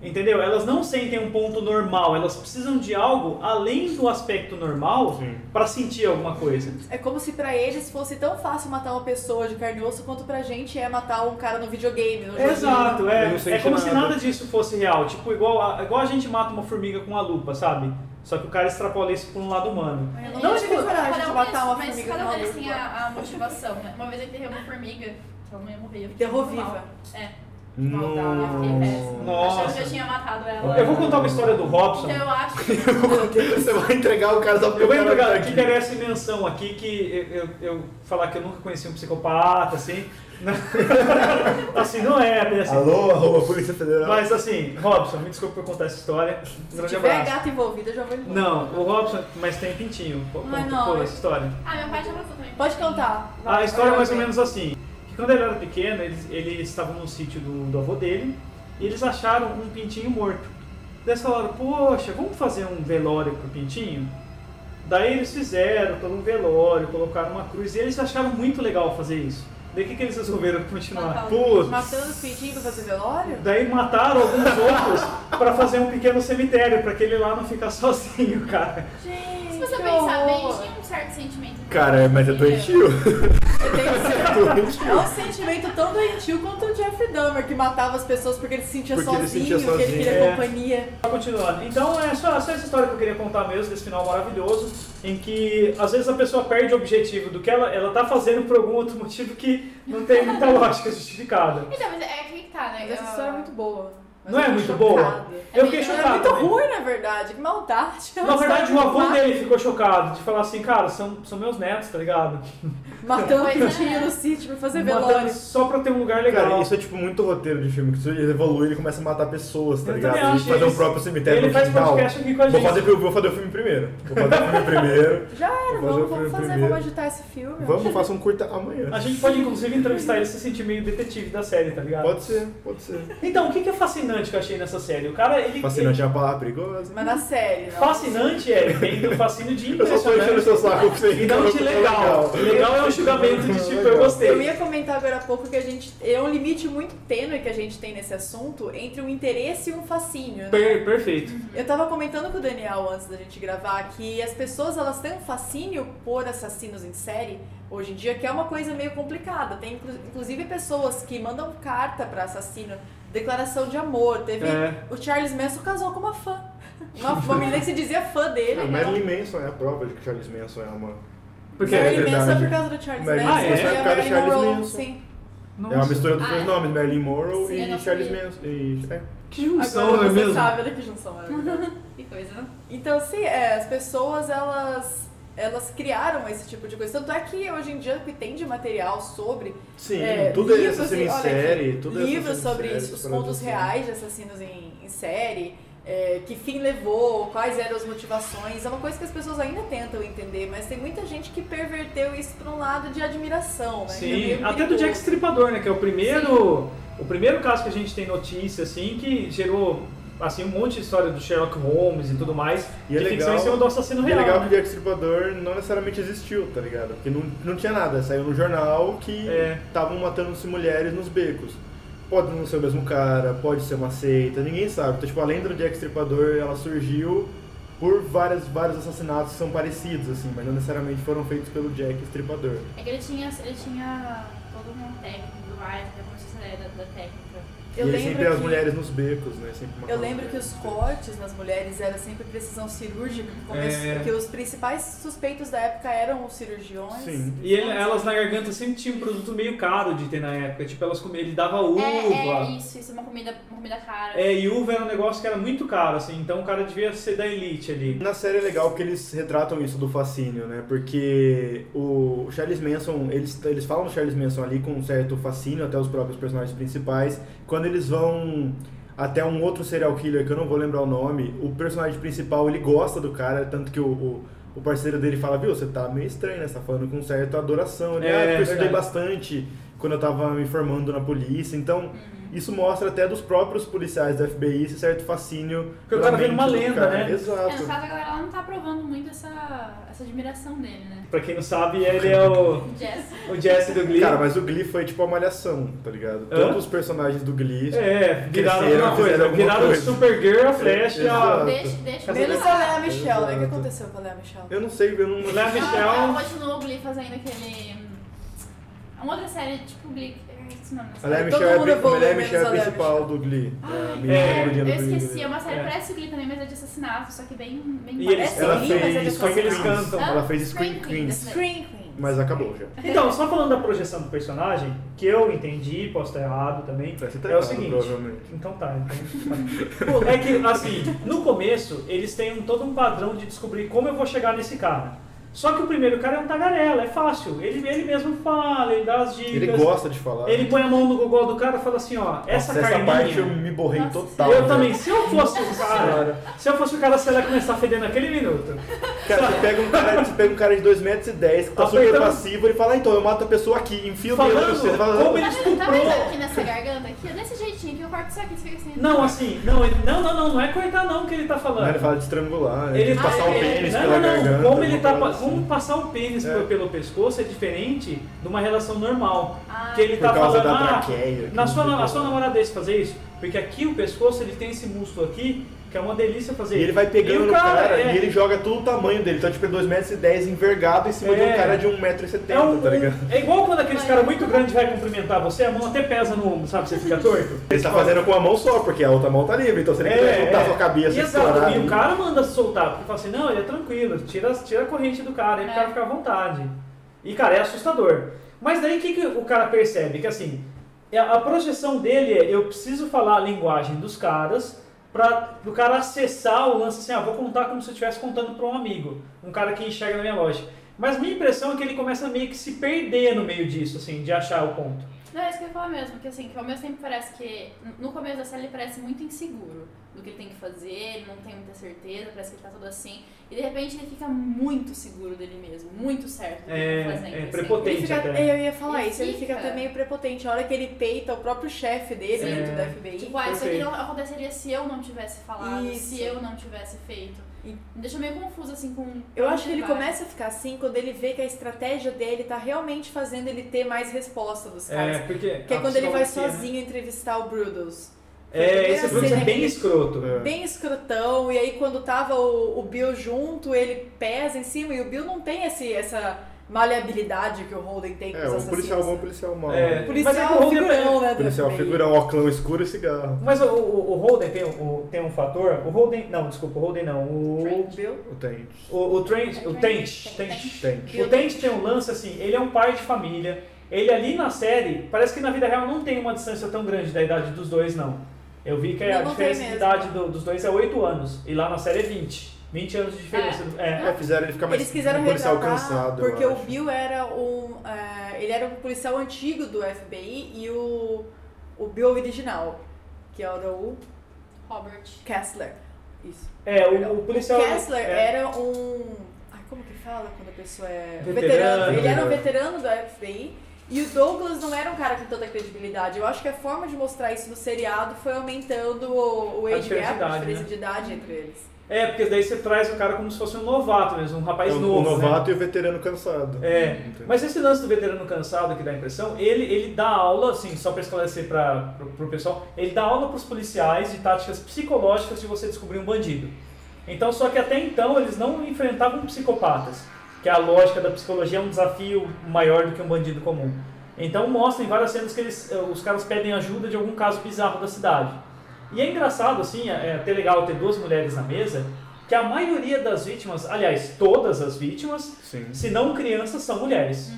B: Entendeu? Elas não sentem um ponto normal, elas precisam de algo além do aspecto normal
D: Sim.
B: pra sentir alguma coisa.
E: É como se pra eles fosse tão fácil matar uma pessoa de carne e osso quanto pra gente é matar um cara no videogame. No joguinho.
B: Exato,
D: Eu
B: é.
D: não senti
B: É como se
D: nada.
B: nada disso fosse real. Tipo, igual a, igual a gente mata uma formiga com uma lupa, sabe? Só que o cara extrapola isso pra um lado humano.
E: Eu
C: Eu
E: não
C: acho
E: tive
B: tipo,
C: que
E: coragem
C: cada
E: de
C: um
E: matar uma
C: tem- mas
E: formiga
C: cada
E: numa
C: um tem, assim,
E: lupa.
C: a, a motivação, né? Uma vez eu enterrei uma formiga, que ela não ia morrer. eu fiquei
E: Enterrou
C: muito mal.
E: viva.
C: É.
E: tá,
C: Maldade, eu fiquei péssima.
B: Nossa.
C: É. Achando que eu tinha matado ela.
B: Eu vou contar uma história do Robson.
C: Então eu acho que.
D: Você vai entregar o cara só porque
B: Eu vou
D: o cara
B: entregar
D: tá
B: aqui,
D: aqui.
B: merece menção aqui, que eu, eu, eu falar que eu nunca conheci um psicopata, assim. <laughs> assim, não é, bem assim.
D: Alô, arroba Polícia Federal.
B: Mas assim, Robson, me desculpa por contar essa história. Um
E: Se
B: Grande
E: tiver
B: abraço.
E: gato envolvida, eu já vou embora.
B: Não, o Robson, mas tem pintinho. Pô,
E: Ai,
B: pô,
E: não.
B: pô, essa história.
C: <laughs> Ah, meu pai já passou também.
E: Pode contar.
B: A
E: Vai.
B: história é mais ou
E: Vai.
B: menos assim. Que quando ele era pequeno, eles, eles estavam num sítio do, do avô dele e eles acharam um pintinho morto. Daí eles falaram, poxa, vamos fazer um velório pro pintinho? Daí eles fizeram todo um velório, colocaram uma cruz e eles acharam muito legal fazer isso. Daí o que, que eles resolveram continuar?
C: Matar o-
B: Putz!
E: Matando os pintinhos pra fazer velório?
B: Daí mataram alguns outros pra fazer um pequeno cemitério, pra que ele lá não ficar <laughs> sozinho, cara.
E: Gente,
C: Se você
E: que
C: pensar bem,
E: horror.
C: tinha um certo sentimento.
D: Cara, mas é doentio.
E: Eu tenho
B: <laughs>
E: certeza. É
D: doentio.
E: um sentimento tão doentio quanto o Jeffrey Dahmer, que matava as pessoas porque ele se sentia
D: Porque ele
E: sozinho,
D: se sentia
E: que ele
D: sozinho,
E: queria
B: é.
E: companhia.
B: Continuando. Então é só, só essa história que eu queria contar mesmo, desse final maravilhoso, em que às vezes a pessoa perde o objetivo do que ela, ela tá fazendo por algum outro motivo que não tem muita lógica justificada.
C: Então, mas é aqui que tá, né?
E: Mas essa
C: Eu-
E: história é muito boa. Mas
B: Não
E: eu
B: é
E: tô
B: muito
E: chocada.
B: boa? Eu fiquei
E: Ela
B: chocado.
E: é muito
B: também.
E: ruim, na verdade. Que maldade. É uma
B: Na verdade, o
E: história
B: avô
E: de
B: dele ficou chocado de falar assim, cara, são, são meus netos, tá ligado?
E: ma- Matando
C: Pois é.
E: pintinho no sítio pra fazer
B: Matando
E: velório.
B: só pra ter um lugar <laughs> legal.
D: Cara, isso é tipo muito roteiro de filme, que se ele evolui, ele começa a matar pessoas, tá
B: Eu
D: ligado?
B: também
D: Ele
B: acho
D: fazer
B: isso.
D: um próprio cemitério
B: Ele
D: no
B: faz
D: quintal.
B: podcast aqui com a
D: Vou fazer,
B: gente.
D: vou fazer o filme primeiro. Vou
B: <laughs>
D: fazer o filme primeiro.
E: Já
D: Vou fazer
E: era,
D: o
E: vamos, vamos
D: filme
E: fazer,
D: primeiro.
E: vamos agitar esse filme.
D: Vamos, faça um curta amanhã.
B: A gente pode inclusive entrevistar ele e se sentir meio detetive da série, tá ligado?
D: Pode ser, pode ser.
B: Então, o que que é fascinante que eu achei nessa série? O cara, ele.
D: Fascinante é uma palavra perigosa.
E: Mas na série,
B: ele-
E: não.
B: Fascinante é, vem do fascínio de
D: Eu só tô enchendo
B: impressionante.
D: o seu saco pra você
B: E não de um legal. Legal é um julgamento de tipo, eu
E: Eu
B: gostei.
E: ia comentar agora há pouco que a gente. É um limite muito tênue que a gente tem nesse assunto entre um interesse e um fascínio, né?
B: Per- perfeito.
E: Eu tava comentando com o Daniel antes da gente gravar que as pessoas elas têm um fascínio por assassinos em série hoje em dia, que é uma coisa meio complicada. Tem inclu- inclusive pessoas que mandam carta pra assassino, declaração de amor. Teve
B: É.
E: o Charles Manson casou com uma fã. Uma, uma menina que se dizia fã dele. né?
D: É, Marilyn Manson é a prova de que Charles Manson é uma.
B: Porque
D: é
E: Marilyn Manson é
D: verdade.
E: por causa do Charles
D: Marilyn
E: Manson.
B: Manson
E: e
B: é
E: a
D: por causa do
E: Marilyn
D: Charles
E: Monroe,
D: Manson.
E: sim.
D: É uma mistura dos
C: Ah,
D: dois nomes, Marilyn Monroe
C: sim, eu
D: e
C: não
D: Charles
C: sabia.
D: Manson. E, é.
B: Que
E: Agora
B: junção, não é
E: você
B: mesmo?
E: sabe, olha que junção maravilhosa.
C: Que coisa, né?
E: Então, sim, é, as pessoas, elas, elas criaram esse tipo de coisa. Tanto é que hoje em dia o que tem de material sobre...
D: Sim,
E: é,
D: tudo é
E: livros,
D: essa
E: assim, olha
D: série,
E: aqui,
D: tudo é essa
E: Livros sobre
D: série,
E: os
D: essa produção.
E: contos reais de assassinos em, em série, é, que fim levou, quais eram as motivações. É uma coisa que as pessoas ainda tentam entender, mas tem muita gente que perverteu isso para um lado de admiração, né? Que é
B: Sim,
E: meio
B: até do
E: perigoso.
B: Jack Stripador, né? Que é o primeiro. O primeiro caso que a gente tem notícia, assim, que gerou assim, um monte de história do Sherlock Holmes e tudo mais.
D: E é
B: de ficção
D: legal-
B: em cima do assassino
D: E é
B: real.
D: legal
B: né?
D: que o Jack Stripador não necessariamente existiu, tá ligado? Porque não, não tinha nada, saiu no jornal que
B: É.
D: estavam matando-se mulheres nos becos. Pode não ser o mesmo cara, pode ser uma seita, ninguém sabe. Então, tipo, a lenda do Jack Stripador, ela surgiu por várias, vários assassinatos que são parecidos, assim, mas não necessariamente foram feitos pelo Jack Stripador.
C: É que ele tinha, ele tinha todo um técnico do ar, da consciência né, da, da técnica.
E: Eu
D: e aí
E: lembro
D: sempre as
E: que-
D: mulheres nos becos, né? Sempre
E: Eu
D: matando
E: lembro que
D: mulheres.
E: os cortes nas mulheres era sempre precisão cirúrgica, que, come-
B: É.
E: que os principais suspeitos da época eram os cirurgiões.
D: Sim.
B: E ele- elas na garganta sempre tinham um produto meio caro de ter na época. Tipo, elas comiam, ele dava uva.
C: É, é isso, isso é uma comida, uma comida cara.
B: É, e uva era um negócio que era muito caro, assim, então o cara devia ser da elite ali.
D: Na série é legal que eles retratam isso do fascínio, né? Porque o Charles Manson, eles, eles falam do Charles Manson ali com um certo fascínio, até os próprios personagens principais. Quando eles vão até um outro serial killer, que eu não vou lembrar o nome, o personagem principal, ele gosta do cara, tanto que o, o, o parceiro dele fala, viu, você tá meio estranho, né? Você tá falando com certa adoração. Ele,
B: É,
D: ah, porque eu
B: verdade.
D: estudei bastante quando eu tava me formando na polícia, então... Isso mostra até dos próprios policiais da FBI esse certo fascínio.
B: Porque o
D: pela
B: cara vira uma
D: mente do
B: lenda, né?
D: Exato.
C: É, no caso, a galera ela não tá aprovando muito essa, essa admiração dele, né?
B: Pra quem não sabe, ele é o, <laughs>
C: Jess.
B: o Jesse do Glee.
D: Cara, mas o Glee foi tipo a malhação, tá ligado?
B: Hã?
D: Todos os personagens do Glee. tipo,
B: É, viraram
D: Cresceram,
B: alguma coisa.
D: fizeram alguma
B: viraram
D: coisa.
B: Supergirl, a Flash e a.
D: Exato.
C: Deixa, deixa.
E: Menos a Léa Michel, né? O que
D: Exato.
E: aconteceu com a Léa Michel?
D: Eu não sei, eu não.
B: Léa
C: Ela
B: Michel.
C: continua o Glee fazendo aquele. hum, Uma outra série, tipo Glee. que- é esse nome,
D: A
C: essa
D: Léa
E: Todo
D: Michel, é,
E: mundo
D: a pri-
E: evolui
D: a Léa
E: menos
D: Michel é
E: a
D: a
E: Léa
D: principal
E: Michel.
D: do Glee.
C: Ai,
D: a
B: é,
D: menina do
C: Eu
D: Glee.
C: esqueci, é uma série
B: É.
C: parece Glee também, mas é de assassinato, só que bem. bem
B: E
C: parecido.
B: eles,
E: Parece
B: ela
E: Glee, mas é de
B: fez. Só que eles
E: assassinato.
B: cantam.
C: Hã?
D: Ela fez Scream
C: Queen,
D: Queens.
C: dessa daí.
E: Scream Queen.
D: mas acabou já.
B: Então, só falando da projeção do personagem, que eu entendi, posso estar errado também,
D: Você tá
B: é o
D: errado,
B: seguinte.
D: provavelmente.
B: Então tá, então. É que, assim, no começo, eles têm um- todo um padrão de descobrir como eu vou chegar nesse cara. Só que o primeiro cara é um tagarela, é fácil. Ele, ele mesmo fala, ele dá as dicas.
D: Ele gosta de falar.
B: Ele põe a mão no gogol do cara e fala assim, ó, essa
D: Nossa,
B: carninha...
D: essa parte eu me borrei
C: Nossa
D: total.
B: Eu
D: né?
B: também, se eu fosse o cara,
D: Cara,
B: se eu fosse o cara, você ia começar fedendo naquele minuto.
D: cara, você pega um cara, você pega um cara de 2,10 metros que tá super
B: Apertando-
D: passivo e fala, "Ah, então eu mato a pessoa aqui, enfio o dedo na
B: Falando
D: pessoa. Ele fala, "Ah."
B: como ele
C: Tá vendo, tá vendo aqui
B: estuprou.
C: nessa garganta aqui? É Desse jeitinho que eu corto isso aqui, você fica assim.
B: Não, assim, não, ele, não, não, não, não é cortar não que ele tá falando.
D: Não, ele fala de estrangular, né?
B: Ele
D: de
B: tá-
D: passar o
B: ele-
D: pênis
B: não,
D: pela
B: não, não.
D: garganta.
B: Como ele tá,
D: alguma
B: pa-
D: coisa
B: como
D: assim.
B: passar o pênis
D: É.
B: pelo- pelo pescoço é diferente de uma relação normal.
C: Ah.
B: que ele
D: Por
B: tá
D: causa
B: falando,
D: da
B: "Ah,
D: traqueia,
B: na
D: que
B: sua,
D: não sei
B: na sua
D: o que lá."
B: namorada deixa fazer isso, porque aqui o pescoço ele tem esse músculo aqui, que é uma delícia fazer.
D: E ele vai pegando
B: E o
D: no cara,
B: é-
D: e ele joga todo o tamanho dele. Então, tipo, é 2,10m envergado em cima de um
B: É.
D: cara de 1,70m,
B: É, um-
D: tá ligado?
B: é igual quando aqueles caras muito grandes vai cumprimentar você, a mão até pesa no ombro, sabe? Você fica torto.
D: Ele tá fazendo com uma mão só, porque a outra mão tá livre. Então, se ele quiser soltar sua cabeça e
B: Exato,
D: estourar...
B: É, e o
D: ali-
B: cara manda se soltar, porque fala assim, não, ele é tranquilo, tira, tira a corrente do cara, aí
C: É.
B: o cara fica à vontade. E, cara, é assustador. Mas daí o que, que o cara percebe? Que assim, é- a projeção dele é, eu preciso falar a linguagem dos caras para o cara acessar o lance assim, ah, vou contar como se eu estivesse contando para um amigo, um cara que enxerga na minha lógica. Mas minha impressão é que ele começa meio que se perder no meio disso, assim, de achar o ponto.
C: Não, é isso que eu ia falar mesmo, que assim, que ao mesmo tempo parece que. No começo da série ele parece muito inseguro do que ele tem que fazer, ele não tem muita certeza, parece que ele tá todo assim. E de repente ele fica muito seguro dele mesmo, muito certo do que ele tá
B: É,
C: fazendo.
B: é
C: assim.
B: prepotente.
E: Ele fica,
B: até.
E: eu ia falar
C: Ele
E: isso, ele fica
C: fica.
E: até meio prepotente. A hora que ele peita o próprio chefe dele
B: Sim.
E: dentro da
C: Ele-
E: FBI.
C: Tipo, ah, isso aqui
B: Perfeito.
C: não aconteceria se eu não tivesse falado,
E: Isso.
C: se eu não tivesse feito.
E: E-
C: Me deixa meio confuso assim com.
E: Eu acho que ele
C: vai.
E: começa a ficar assim quando ele vê que a estratégia dele tá realmente fazendo ele ter mais resposta dos
B: É,
E: caras.
B: porque
E: Que é
B: a
E: quando ele vai
B: psicologia, né?
E: sozinho entrevistar o Brudos.
B: É, esse
E: Primeira
B: Brooks é
E: cena
B: bem
E: que-
B: escroto.
E: Bem escrotão, e aí quando tava o, o Bill junto, ele pesa em cima, e o Bill não tem esse, essa maleabilidade que o Holden tem com
D: É,
E: os
D: um
E: assassinos.
D: policial bom, um policial mau.
B: É.
E: O
D: né?
B: Mas é
E: Policial
B: que o Holden-
E: figurão, né?
D: Policial
E: também.
D: figurão, óculos escuro e cigarro.
B: Mas o, o- o Holden tem, um- o- tem um fator. O Holden. Não, desculpa, o Holden não. O,
E: O Bill.
D: O Tent.
B: o, o Trent. O Tench.
C: Tench.
B: Tench.
D: Tent.
B: O Tench tem um lance assim, ele é um pai de família. Ele ali na série, parece que na vida real não tem uma distância tão grande da idade dos dois, não. Eu vi que a
E: Não, não tem
B: diferença de
E: mesmo.
B: idade do- dos dois é 8 anos. E lá na série é 20. 20 anos de diferença. É.
D: É, fizeram ele ficar mais
E: Eles quiseram
D: um policial
E: retratar
D: cansado. eu
E: porque o
D: acho.
E: Bill era um, ah, ele era um policial antigo do FBI e o o Bill original, que era o
C: Robert.
E: Kessler. Isso.
B: É, o, o policial.
E: Kessler
B: é,
E: era um, ai, como que fala quando a pessoa é
B: Veterano.
E: Ele era um veterano do FBI. E o Douglas não era um cara com tanta credibilidade. Eu acho que a forma de mostrar isso no seriado foi aumentando o, o
B: A
E: age
B: diferença de
E: gap, a
B: idade,
E: diferença
B: né?
E: de idade entre eles.
B: é, porque daí você traz o cara como se fosse um novato mesmo, um rapaz
D: É o,
B: novo.
D: o
B: né?
D: novato e o veterano cansado.
B: É,
D: Entendeu?
B: mas esse lance do veterano cansado que dá a impressão, ele, ele dá aula, assim, só pra esclarecer pra, pro, pro pessoal, ele dá aula pros policiais de táticas psicológicas de você descobrir um bandido. Então, só que até então eles não enfrentavam psicopatas, que a lógica da psicologia é um desafio maior do que um bandido comum. Então mostra em várias cenas que eles, eh, os caras pedem ajuda de algum caso bizarro da cidade. E é engraçado, assim, é é até legal ter duas mulheres na mesa, que a maioria das vítimas, aliás, todas as vítimas,
D: Sim.
B: se não crianças, são mulheres.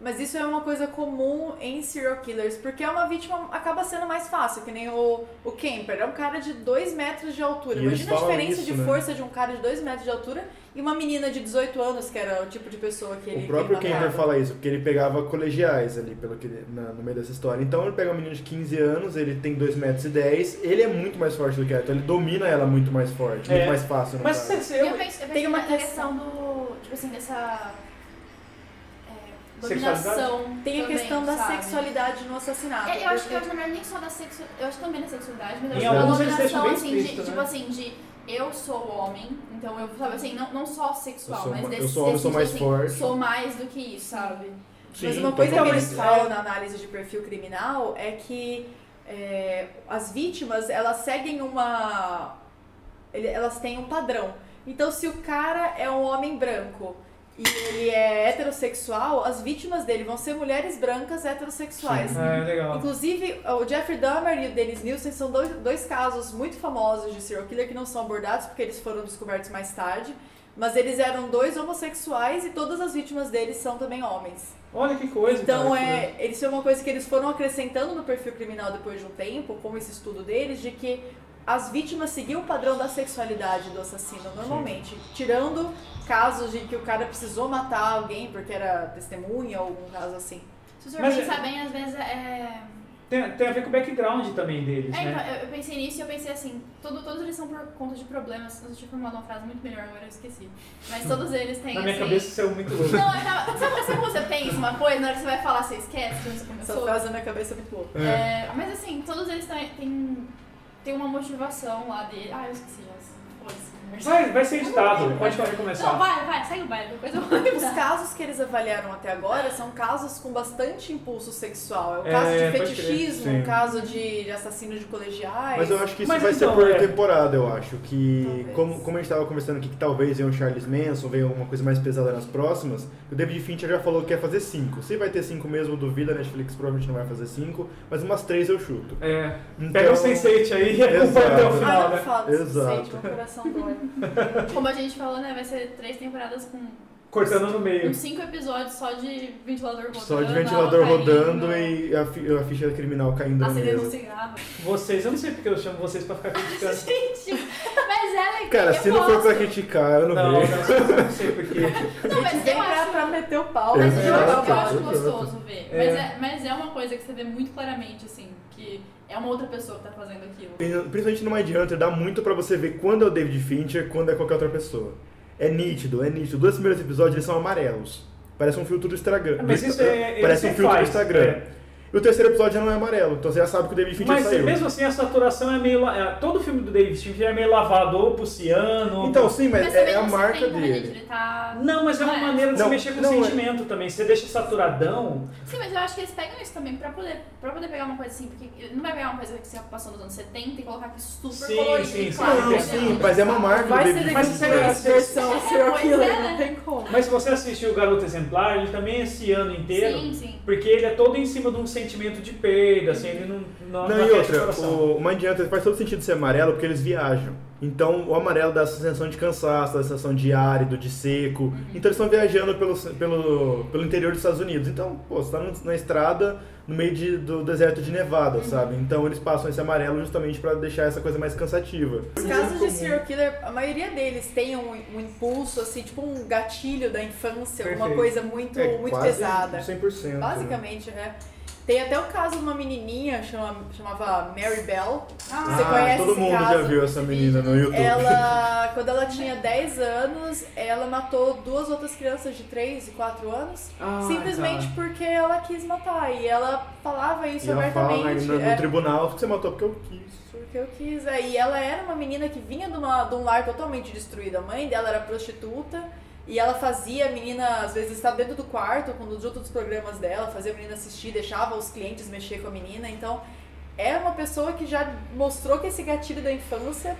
E: Mas isso é uma coisa comum em serial killers, porque é uma vítima acaba sendo mais fácil, que nem o, o Kemper. É um cara de 2 metros de altura.
D: E eles
E: Imagina a
D: falam
E: diferença
D: isso,
E: de
D: né?
E: força de um cara de 2 metros de altura e uma menina de 18 anos, que era o tipo de pessoa que ele
D: O próprio
E: ele matava.
D: Kemper fala isso, porque ele pegava colegiais ali pelo que, na- no meio dessa história. Então ele pega um menino de 15 anos, ele tem 2,10 metros, ele é muito mais forte do que ela, então ele domina ela muito mais forte,
B: É.
D: muito mais fácil. no
B: Mas
D: caso.
B: você, você-
C: Eu,
B: eu-
C: penso, eu
E: Tem
C: tem
E: uma
C: uma questão do. Tipo assim, dessa. É, dominação.
B: Sexualidade?
E: Tem a
C: também,
E: questão da
C: sabe?
E: sexualidade no assassinato.
C: É, eu acho que
E: porque-
C: eu, na verdade, nem só da sexualidade. Eu acho também da sexualidade, mas eu
D: Em
C: acho que da
D: alguns
B: eles deixam
C: dominação,
B: bem
C: assim, de,
B: explícito,
C: tipo
B: né?
C: assim, de eu sou homem, então eu, sabe assim, não, não só sexual,
D: Eu sou
C: mas
D: ma- eu
C: desse
D: sou homem, sou
C: sentido,
D: mais
C: assim,
D: forte.
C: sou mais do que isso, sabe?
E: Mas
D: Sim,
E: uma coisa que
D: totalmente.
E: eles falam na análise de perfil criminal é que é, as vítimas, elas seguem uma... ele- Elas têm um padrão. Então, se o cara é um homem branco e ele é heterossexual, as vítimas dele vão ser mulheres brancas heterossexuais.
B: É, legal.
E: Inclusive, o Jeffrey Dahmer e o Dennis Nielsen são dois, dois casos muito famosos de serial killer que não são abordados porque eles foram descobertos mais tarde. Mas eles eram dois homossexuais e todas as vítimas deles são também homens.
F: Olha que coisa.
E: Então
F: cara, que
E: é, eles foi uma coisa que eles foram acrescentando no perfil criminal depois de um tempo, com esse estudo deles, de que as vítimas seguiam o padrão da sexualidade do assassino normalmente, tirando casos de que o cara precisou matar alguém porque era testemunha ou algum caso assim.
C: Se você
B: Mas-
C: pensar bem, às vezes é.
B: Tem, tem a ver com o background também deles,
C: É,
B: né?
C: então, eu, eu pensei nisso e eu pensei assim, todo- todos eles são por conta de problemas. Eu tinha formulado uma frase muito melhor, agora eu esqueci. Mas todos eles têm
B: <laughs> Na minha
C: assim.
B: cabeça isso é muito louco.
C: Não, eu tava, sabe, sabe quando você pensa uma coisa, na hora que você vai falar, você esquece quando você
E: Essa
C: começou?
E: frase na minha cabeça é muito boa.
C: É, mas assim, todos eles têm, têm, têm uma motivação lá dele. Ah, eu esqueci, já. Foda-se.
B: Vai, vai ser editado, pode começar.
C: Não, vai, vai, segue o baile, depois eu vou <laughs>
E: Os
C: lembrar.
E: casos que eles avaliaram até agora são casos com bastante impulso sexual. É o
F: É,
E: caso de
F: pode crer.
E: fetichismo,
D: Sim.
E: o caso de, de assassino de colegiais. Ah,
D: Mas eu acho que isso
B: Mas
D: vai
B: então,
D: ser por
B: é.
D: temporada, eu acho. Que
E: Talvez.
D: como, como a gente tava conversando aqui, que talvez venha um Charles Manson, venha alguma coisa mais pesada nas próximas, o David Fincher já falou que quer fazer cinco. Se vai ter cinco mesmo, duvida, a Netflix provavelmente não vai fazer cinco, mas umas três eu chuto.
B: É,
D: Então,
B: pega o Sense8 aí e acompanha até o
D: Exato.
E: Ah,
B: final,
E: não
B: né?
E: fala desse
D: Exato.
E: jeito, meu coração dói.
C: Como a gente falou, né? Vai ser três temporadas com
B: Cortando no meio.
C: uns cinco episódios só de ventilador rodando.
D: Só de
B: tá
D: ventilador
C: aula caindo,
D: rodando e a, fi- a ficha criminal caindo na
C: Acendendo um
D: mesa.
C: cigarro.
B: Vocês, eu não sei porque eu chamo vocês pra ficar criticando.
C: Gente, mas é legal.
D: Cara,
C: eu
D: se não for pra
C: gosto.
D: criticar, eu não,
B: Não, não,
D: vejo.
B: não sei porquê.
C: Não,
E: A gente
C: mas
E: vem
C: eu
E: pra,
C: acho.
E: pra meter o pau.
D: né?
C: Mas eu,
D: Exato,
C: acho, eu acho
D: exato.
C: gostoso ver.
B: É.
C: Mas, é, mas é uma coisa que você vê muito claramente, assim, que é uma outra pessoa que tá fazendo aquilo.
D: Principalmente no Mind Hunter, dá muito pra você ver quando é o David Fincher, quando é qualquer outra pessoa. É nítido, é nítido. Os dois primeiros episódios eles são amarelos. Parece um filtro do Instagram.
B: Mas
D: do
B: isso
D: Insta-
B: é-
D: Parece
B: isso
D: um filtro
B: faz,
D: do Instagram.
B: é.
D: E o terceiro episódio já não é amarelo, então você já sabe que o David Fincher
B: Mas
D: saiu.
B: mesmo assim a saturação é meio. la- é, todo filme do David Fincher é meio lavador, prussiano.
D: Então, sim, mas, é,
C: também
D: é a
C: não se
D: marca
C: tem como ele,
D: dele.
C: Ele tá...
B: Não, mas é uma
C: Não é.
B: maneira de você
D: Não,
B: mexer com o
D: não é.
B: sentimento também. Você deixa saturadão.
C: Sim, mas eu acho que eles pegam isso também pra poder, pra poder pegar uma coisa assim, porque não vai pegar uma coisa que você passou nos anos 70 e colocar aqui super
B: Sim,
C: colorido
B: sim,
C: e
B: sim.
C: claro.
D: Não,
C: entendeu?
D: sim, mas é uma marca
E: Vai
D: do
E: ser
D: David
B: Mas
E: daqui
B: você
D: Fincher.
B: vai-
E: a versão serial
C: pois é,
E: killer,
C: né?
E: não tem como.
B: Mas se você assistiu o Garoto Exemplar, ele também é esse ano inteiro.
C: Sim, sim.
B: Porque ele é todo em cima de um sentimento de perda, assim, ele não. Não,
D: Não,
B: não
D: e
B: fecha
D: outra,
B: coração.
D: o Mind Hunter faz todo sentido ser amarelo porque eles viajam. Então o amarelo dá essa sensação de cansaço, dá essa sensação de árido, de seco.
E: Uhum.
D: Então eles estão viajando pelo, pelo, pelo interior dos Estados Unidos. Então, pô, você tá no- na estrada no meio de- do deserto de Nevada,
E: Uhum.
D: sabe? Então eles passam esse amarelo justamente pra deixar essa coisa mais cansativa.
E: Os casos de serial killer, a maioria deles tem um, um impulso, assim, tipo um gatilho da infância, alguma
B: Perfeito.
E: coisa muito, muito
D: É, quase
E: pesada.
D: 100%.
E: Basicamente, né? Tem até o caso de uma menininha, chama, chamava Mary Bell.
C: Ah,
E: Você
D: Ah,
E: conhece
D: todo
E: esse
D: mundo
E: caso?
D: já viu essa menina no YouTube.
E: Ela, quando ela tinha 10 anos, ela matou duas outras crianças de 3 e 4 anos,
D: Ah,
F: Ai,
C: Ah, tá.
E: simplesmente porque ela quis matar. E ela falava
D: <laughs>
E: isso
D: tá. E ela fala na-
E: abertamente.
D: no, no
E: é,
D: tribunal que você matou porque eu quis.
E: porque eu quis. é. E ela era uma menina que vinha de, uma- de um lar totalmente destruído. A mãe dela era prostituta. E ela fazia a menina, às vezes, estar dentro do quarto, com os outros programas dela, fazia a menina assistir, deixava os clientes mexer com a menina. Então, é uma pessoa que já mostrou que esse gatilho da infância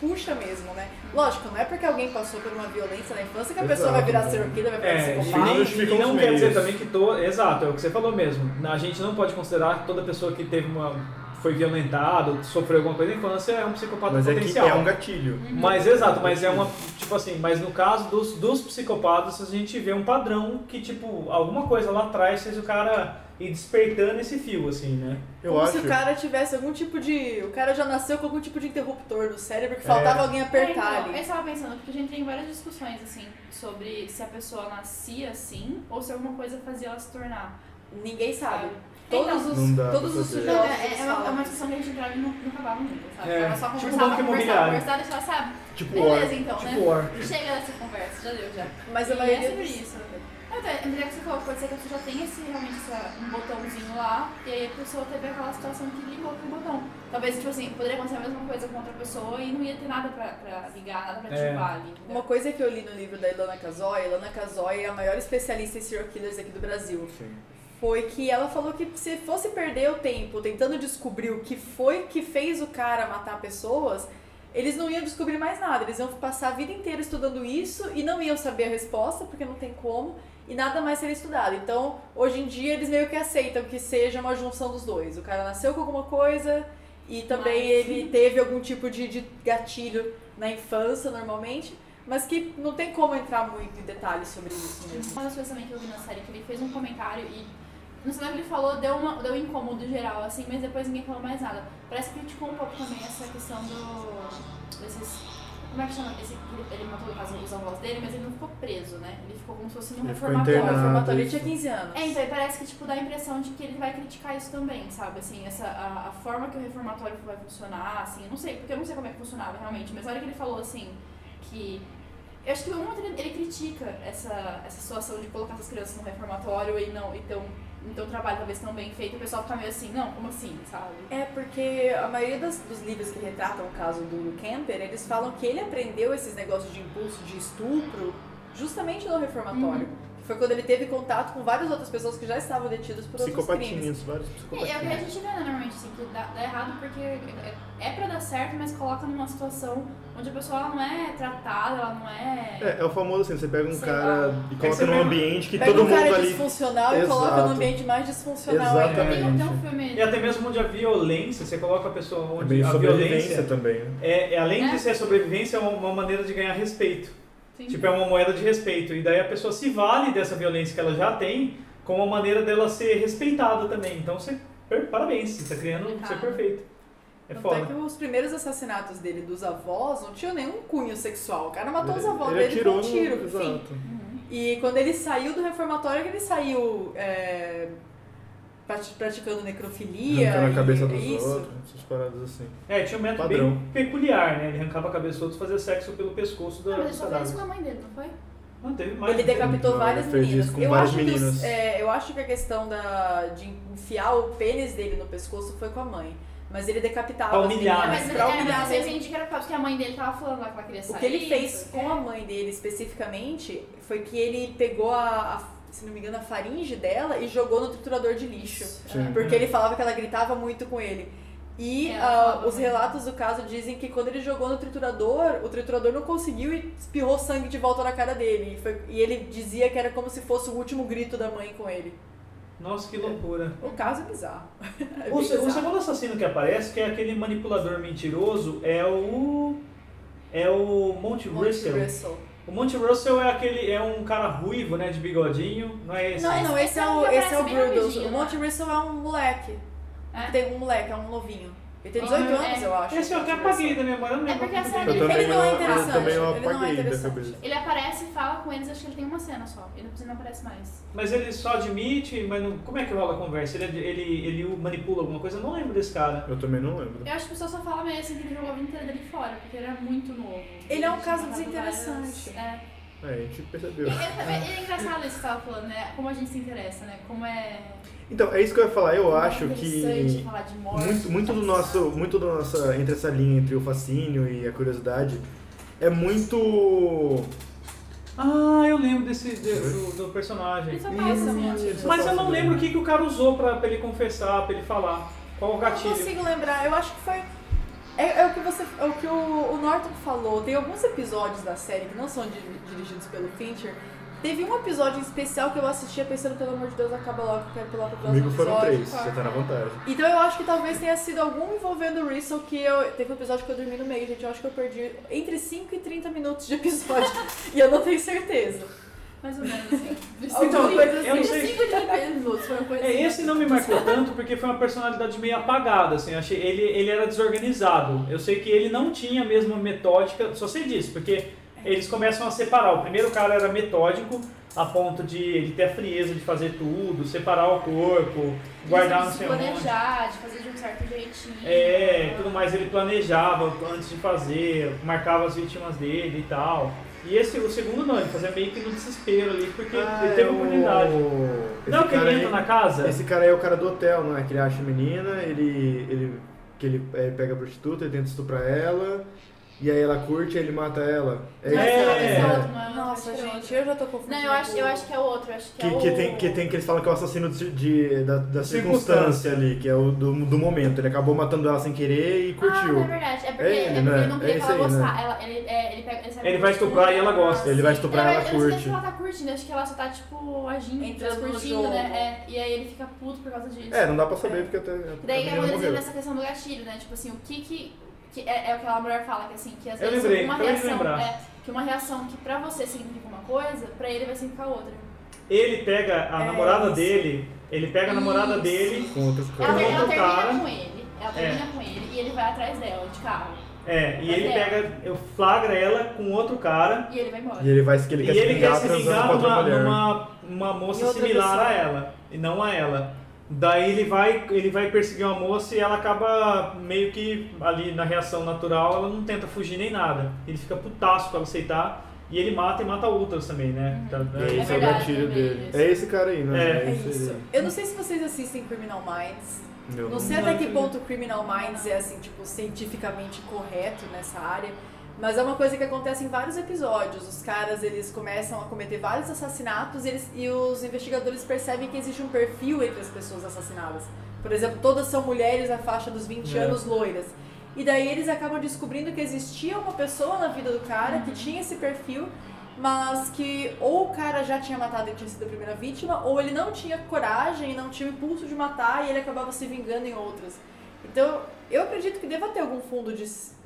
E: puxa mesmo, né? Lógico, não é porque alguém passou por uma violência na infância que a pessoa
D: Exato.
E: vai virar serial killer, vai virar
B: É, e
D: nem
E: psicopata.
B: nem-
D: justificam
B: e não
D: os
B: quer dizer
D: meios.
B: também que to... Exato, é o que você falou mesmo. A gente não pode considerar que toda pessoa que teve uma foi violentada, ou sofreu alguma coisa na infância é um psicopata
D: Mas é que
B: potencial.
D: é um Uhum. gatilho.
B: Mas exato, mas é uma tipo assim, mas no caso dos, dos psicopatas a gente vê um padrão que tipo alguma coisa lá atrás fez o cara ir despertando esse fio assim, né?
D: Eu
E: Como
D: acho.
E: se o cara tivesse algum tipo de. O cara já nasceu com algum tipo de interruptor no cérebro que faltava alguém
C: É,
E: apertar
C: então,
E: ali.
C: eu estava pensando, porque a gente tem várias discussões, assim, sobre se a pessoa nascia assim ou se alguma coisa fazia ela se tornar.
E: Ninguém sabe.
C: Sabe?
E: Todos
C: é- Então,
D: Não
E: os,
D: dá
E: todos
D: pra
E: os
D: saber.
C: Não,
E: sujeitos.
C: é, é uma, é uma discussão que a gente entrava e não, não acabava nunca, sabe?
B: É,
C: Ela só
B: tipo
C: conversava,
B: banco
C: conversava,
B: imobiliário.
C: conversava, e só sabe.
D: Tipo
C: Beleza,
D: War.
C: então,
B: tipo
C: né?
B: or.
C: Chega dessa conversa, já deu já.
E: Mas a
C: e é
E: maioria.
C: sobre isso. Então, é melhor que você falou, pode ser que a pessoa já tenha esse, realmente essa- um botãozinho lá, e aí a pessoa teve aquela situação que ligou com o botão. Talvez, tipo assim, poderia acontecer a mesma coisa com outra pessoa e não ia ter nada pra, pra ligar, nada pra
B: É.
C: ativar ali. entendeu?
E: Uma coisa que eu li no livro da Ilana Casoy, Ilana Casoy é a maior especialista em serial killers aqui do Brasil.
D: Sim.
E: Foi que ela falou que se fosse perder o tempo tentando descobrir o que foi que fez o cara matar pessoas, eles não iam descobrir mais nada. Eles iam passar a vida inteira estudando isso e não iam saber a resposta, porque não tem como, e nada mais seria estudado. Então, hoje em dia, eles meio que aceitam que seja uma junção dos dois. O cara nasceu com alguma coisa e também
C: Mas-
E: ele teve algum tipo de, de gatilho na infância, normalmente. Mas que não tem como entrar muito em detalhes sobre isso mesmo.
C: Uma das coisas também que eu vi na série que ele fez um comentário e não sei o que ele falou, deu, uma, deu um incômodo geral, assim, mas depois ninguém falou mais nada. Parece que criticou um pouco também essa questão do. desses. Como é que chama? Esse, ele matou as, os avós dele, mas ele não ficou preso, né? Ele ficou como se fosse num
D: Ele ficou
C: reformatório.
E: O
D: internado.
E: reformatório ele
D: isso.
E: tinha 15 anos.
C: É, então, e parece que, tipo, dá a impressão de que ele vai criticar isso também, sabe? Assim, essa, a, a forma que o reformatório vai funcionar, assim, eu não sei, porque eu não sei como é que funcionava realmente, mas na hora que ele falou, assim, que... Eu acho que um outro ele critica essa, essa situação de colocar essas crianças no reformatório e não, e tão, não ter um trabalho talvez tão bem feito, e o pessoal fica meio assim, não, como assim, sabe?
E: É, porque a maioria das- dos livros que retratam o caso do Kemper, eles falam que ele aprendeu esses negócios de impulso, de estupro, justamente no reformatório.
D: Uhum.
E: Que foi quando ele teve contato com várias outras pessoas que já estavam detidas por outros crimes.
D: Psicopatias, vários
C: É, é o que a
D: psicopatinhas.
C: gente vê, né, normalmente, assim, que dá, dá errado porque é, é pra dar certo, mas coloca numa situação onde a pessoa ela não é tratada, ela não
D: É, é o famoso assim, você pega um
C: Sei
D: cara
C: lá.
D: e
B: Aí você
D: coloca num
B: pega-
D: ambiente que
E: Pega
D: todo
E: um cara
D: mundo ali.
E: disfuncional e
D: Exato.
E: coloca num ambiente mais disfuncional ainda.
D: Exatamente.
C: Tem, tem um filme...
B: E até mesmo onde a violência, você coloca a pessoa
D: É
B: onde
D: meio
B: a
D: sobrevivência
B: violência.
D: também, né?
B: É, é, além
C: É.
B: de ser sobrevivência, é uma, uma maneira de ganhar respeito.
C: Sim.
B: Tipo, é uma moeda de respeito. E daí a pessoa se vale dessa violência que ela já tem como uma maneira dela ser respeitada também. Então, você, per- parabéns, você tá criando um ser
C: Complicado.
B: perfeito.
C: Então,
B: É
C: tá
E: Tanto é
B: foda.
E: que os primeiros assassinatos dele dos avós não tinham nenhum cunho sexual. O cara matou os avós
D: Ele
E: dele com
D: atirou
E: um
D: no-
E: tiro, enfim.
D: Exato.
E: E quando ele saiu do reformatório, que ele saiu é, prati- praticando necrofilia.
D: Arrancando a cabeça
E: e- é
D: dos
E: isso.
D: outros, essas paradas assim.
B: É, tinha um método
D: Padrão.
B: bem peculiar, né? Ele arrancava a cabeça dos outros e fazia sexo pelo pescoço da
C: Não, Ah, mas ele só
B: da
C: fez isso com
B: dada.
C: a mãe dele, não foi?
B: Não teve mais.
E: Ele
B: não teve.
E: decapitou
D: Não,
E: várias
D: ele fez
E: meninas.
D: isso com
E: eu,
D: várias
E: acho Que os-
D: meninas.
E: é, eu acho que a questão da, de enfiar o pênis dele no pescoço foi com a mãe. Mas ele decapitava
B: Pra
E: as
B: humilhar, né?
E: meninas
C: mas ele
E: Ah, pra
C: é,
E: humilhar
C: mas eu
E: mesmo.
C: entendi que era por causa que a mãe dele tava falando lá que ela queria sair.
E: O que ele fez
C: isso.
E: com a mãe dele especificamente foi que ele pegou a, a- se não me engano, a faringe dela e jogou no triturador de lixo.
D: Sim.
E: Porque ele falava que ela gritava muito com ele. E
C: É,
E: ah,
C: ela falava
E: os
C: muito.
E: relatos do caso dizem que quando ele jogou no triturador, o triturador não conseguiu e espirrou sangue de volta na cara dele. E, foi- e ele dizia que era como se fosse o último grito da mãe com ele.
B: Nossa, que loucura.
E: O caso é bizarro. <laughs> É
B: O,
E: bem
B: se- o
E: bizarro.
B: segundo assassino que aparece, que é aquele manipulador mentiroso, é o. É o Monte
E: Monte
B: Russell.
E: Russell.
B: O Monte Russell é aquele. é um cara ruivo, né? De bigodinho. Não é esse.
E: Não, não, esse é o,
C: Esse é um que
E: esse é o
C: aparece bem
E: Brutus.
C: rapidinho,
E: O Monte Russell é um moleque.
C: É?
E: Tem um moleque, é um novinho. Ele tem
C: Ah,
E: 18
C: é.
E: anos, eu acho.
B: Esse eu até apaguei da memória, eu não
C: É
B: lembro.
C: porque a
B: quanto
C: série
B: tempo.
D: Eu
E: Ele
D: também
E: não é
D: eu- eu também eu
E: interessante, ele não é
D: apaguei da
E: interessante.
D: cabeça.
C: Ele aparece e fala com eles, acho que ele tem uma cena só. Ele depois não aparece mais.
B: Mas ele só admite, mas não- como é que rola a conversa? Ele, ele, ele o manipula alguma coisa? Eu não lembro desse cara.
D: Eu também não lembro.
C: Eu acho que o pessoal só fala meio assim que ele jogou a vida inteira dele fora, porque ele era muito novo.
E: Ele é um
C: tinha
E: caso
C: matado
E: desinteressante.
C: várias- É.
D: É, a gente percebeu.
C: É, é, é engraçado isso que você tava falando, né? Como a gente se interessa, né? Como é.
D: Então, é isso que eu ia falar. Eu
C: como é
D: acho
C: interessante
D: que
C: falar de morte.
D: muito, muito do nosso, muito da nossa entre essa linha entre o fascínio e a curiosidade é muito
B: Ah, eu lembro desse de- do, do personagem.
C: Ele só fala
D: Isso,
C: assim, ó.
D: isso.
B: Mas eu não lembro o que, que o cara usou pra, pra ele confessar, pra ele falar. Qual o
C: né?
E: Eu não
B: gatilho?
E: consigo lembrar, eu acho que foi. É, é o que você. É o que o, o Norton falou. Tem alguns episódios da série que não são di- dirigidos pelo Fincher. Teve um episódio em especial que eu assistia pensando, pelo amor de Deus, acaba logo, quero pular pro próximo
D: comigo foram
E: episódio.
D: três. Você tá na vantagem.
E: Então eu acho que talvez tenha sido algum envolvendo o Russell que eu. Teve um episódio que eu dormi no meio, gente. Eu acho que eu perdi entre 5 e 30 minutos
B: <laughs>
E: de episódio. e eu não tenho certeza.
C: Mais ou menos assim.
E: Alguma coisa
B: Então, eu não
E: assim.
B: sei-
C: 5 e 30 minutos, foi uma coisa
B: É,
C: assim.
B: esse não me marcou tanto porque foi uma personalidade meio apagada, assim, eu achei ele, ele era desorganizado. Eu sei que ele não tinha a mesma metódica, só sei disso, porque eles começam a separar. O primeiro cara era metódico, a ponto de ele ter a frieza de fazer tudo, separar o corpo, guardar
C: de
D: um
B: no
C: se
B: seu onde.
C: planejar, de fazer de um certo jeitinho.
B: É, tudo mais ele planejava antes de fazer, marcava as vítimas dele e tal. E esse, o segundo não, ele fazia meio que no desespero ali, porque ele teve
D: é o-
B: oportunidade.
D: Esse
B: Não, que
D: cara
B: ele
D: aí-
B: entra na casa?
D: Esse cara aí é o cara do hotel, não é? Que ele acha a menina, ele, ele, que ele é, pega a prostituta, ele tenta estuprar ela, e aí ela curte e ele mata ela. É,
C: Não,
D: esse cara,
C: esse
B: é
C: outro, não, tá eu
E: Nossa,
C: acho que é
E: gente,
C: outro.
E: eu já tô confundindo.
C: Não, eu acho, eu acho que é outro, eu acho que, é
D: Que,
C: o...
D: que, tem, que tem que eles falam que é o assassino de, de- da, da
B: Circunstância.
D: circunstância ali, que é o do, do momento. Ele acabou matando ela sem querer e
C: Ah,
D: curtiu.
C: não é verdade, é porque,
D: É
C: é
D: ele,
C: porque
D: né?
C: ele não queria
D: É
C: que
D: esse
C: ela
D: aí, né?
C: gostasse. Ela, ele, é, ele, pega, ele, sabe
B: Ele vai
C: que
B: estuprar
C: não
B: e ela
C: gosta.
B: gosta.
D: Ele vai estuprar
C: Ela-
D: e ela
C: Eu não sei se
D: curte.
C: ela tá curtindo, acho que ela só tá, tipo, agindo,
E: Entrando no
C: curtindo,
E: jogo.
C: né? É, e aí ele fica puto por causa disso.
D: É, não dá pra saber porque até.
C: Daí
D: até
C: eu
D: a
C: vou
D: menina
C: dizer
D: morreu.
C: nessa questão do gatilho, né? Tipo assim, o que que, o Que é, é o que a mulher fala, que assim, que às
B: Eu
C: vezes
B: lembrei,
C: uma
B: acabei de
C: reação.
B: lembrar.
C: É, que uma reação que pra você significa uma coisa, pra ele vai significar outra.
B: Ele pega a
E: É
B: namorada
E: isso.
B: dele, ele pega a namorada
C: Isso.
B: dele,
D: com outro
C: Ela,
D: cara.
B: Ela
C: ela
B: volta o cara.
C: termina com ele. Ela termina com ele e ele vai atrás dela de carro.
B: é, e
C: Mas
B: ele
C: é.
B: pega, eu flagra ela com outro cara,
C: E ele vai embora.
D: E ele vai que ele
B: e
D: quer se
B: ele quer
D: vingar
B: se
D: transando com
B: vingar
D: outra
B: numa,
D: mulher.
B: numa uma moça
E: Em outra
B: similar
E: pessoa.
B: a ela, e não a ela. Daí ele vai, ele vai perseguir uma moça e ela acaba meio que ali na reação natural, ela não tenta fugir nem nada. Ele fica putaço pra aceitar e ele mata e mata outras também,
E: Uhum.
B: né? Tá-
D: É
B: é
D: esse é o
C: verdade,
D: gatilho
C: também,
D: dele.
C: isso.
D: É esse cara aí, né?
B: É.
E: É
D: esse aí.
E: isso. Eu não sei se vocês assistem Criminal Minds.
D: Meu
E: Não
D: Deus.
E: sei
B: Não
E: até que
B: entendi.
E: ponto Criminal Minds é assim, tipo, cientificamente correto nessa área, mas é uma coisa que acontece em vários episódios. Os caras, eles começam a cometer vários assassinatos e, eles- e os investigadores percebem que existe um perfil entre as pessoas assassinadas. Por exemplo, todas são mulheres na faixa dos 20
B: É.
E: anos loiras. E daí eles acabam descobrindo que existia uma pessoa na vida do cara que tinha esse perfil, mas que ou o cara já tinha matado e tinha sido a primeira vítima, ou ele não tinha coragem, não tinha o impulso de matar e ele acabava se vingando em outras. Então, eu acredito que deva ter algum fundo de,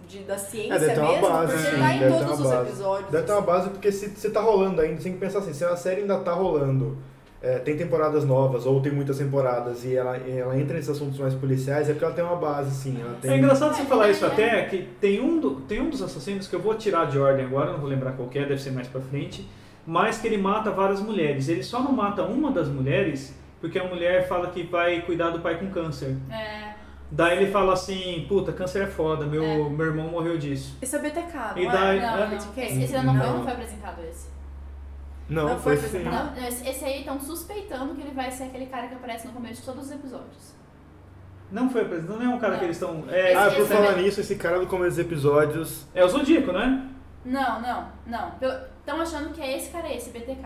E: de- da ciência
D: É, deve ter uma
E: mesmo,
D: base,
E: porque
D: sim,
E: tá em
D: deve ter
E: todos
D: uma
E: os
D: base.
E: episódios.
D: Deve ter uma base porque se, se tá rolando ainda, você tem que pensar assim, se a série ainda tá rolando, é, tem temporadas novas ou tem muitas temporadas e ela, e ela entra nesses assuntos mais policiais, é porque ela tem uma base, sim. Ela tem...
B: É engraçado você falar isso até, que tem um, do- tem um dos assassinos que eu vou tirar de ordem agora, não vou lembrar qual que é, deve ser mais pra frente, mas que ele mata várias mulheres. Ele só não mata uma das mulheres porque a mulher fala que vai cuidar do pai com câncer.
C: É,
B: Daí ele fala assim, puta, câncer é foda, meu, meu irmão morreu disso.
E: Esse é BTK, não
B: E
E: é?
B: daí-
C: não,
B: é?
C: não.
E: It's okay.
C: Esse, esse não, Foi,
D: Não.
C: não foi apresentado esse.
D: Não,
E: Não
D: foi
E: foi
D: sim.
E: apresentado.
C: Não, esse esse aí estão suspeitando que ele vai ser aquele cara que aparece no começo de todos os episódios.
B: Não foi apresentado, não é um cara que eles estão... É,
D: Ah,
C: Esse-
D: por
C: esse
D: falar
C: também.
D: nisso, esse cara do começo dos episódios.
B: é o Zodíaco, né?
C: Não, não, não. Estão achando que é esse cara, esse BTK.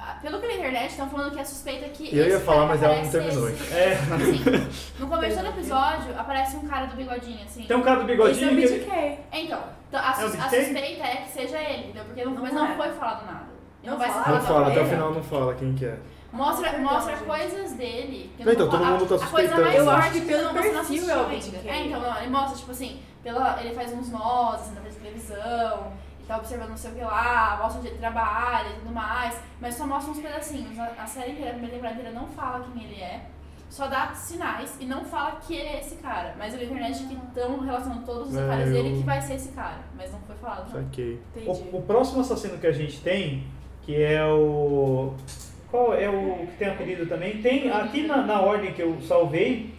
C: Ah, Pelo que na internet estão falando que é suspeita que.
D: Eu ia
C: esse cara
D: falar, mas ela não
C: aparece
D: terminou.
C: esse-
B: É.
C: Assim, no
D: <laughs>
C: começo do episódio aparece um cara do bigodinho, assim.
D: Então-
B: Tem um cara do
E: Esse é
B: bigodinho
E: o
B: que... ele-
E: BTK.
C: Então, t- a,
B: É o
C: sus- a
B: BTK?
C: suspeita é que seja ele, entendeu? Porque não,
E: Não
C: mas não
E: é.
C: foi falado nada. E Não,
E: Não
C: vai ser
E: falaram.
D: Não
C: falado
D: fala, até o
C: nada.
D: final não fala quem que é.
C: Mostra,
E: Verdade,
C: mostra
E: gente.
C: coisas dele. que
D: Não, então,
C: vou
D: todo
C: falar.
D: mundo tá
C: A coisa
D: suspeitando.
C: mais
D: Eu
E: acho
C: forte
E: que pelo
C: não, você não
E: perfil
C: assistiu
E: é o
C: ainda.
E: BTK.
C: É, então, não, ele mostra, tipo assim, pela, ele faz uns nós, assim, na frente da televisão, ele tá observando não sei o que lá, mostra onde ele trabalha e tudo mais, mas só mostra uns pedacinhos. A, a série inteira, a primeira temporada inteira, não fala quem ele é, só dá sinais e não fala que ele é esse cara. Mas na internet que estão relacionando todos os
D: É,
C: detalhes dele
D: eu-
C: que vai ser esse cara, mas não foi falado. não.
D: Saquei.
E: Entendi.
B: O, o próximo assassino que a gente tem, que é o. Qual é o que tem apelido também? Tem aqui na, na ordem que eu salvei,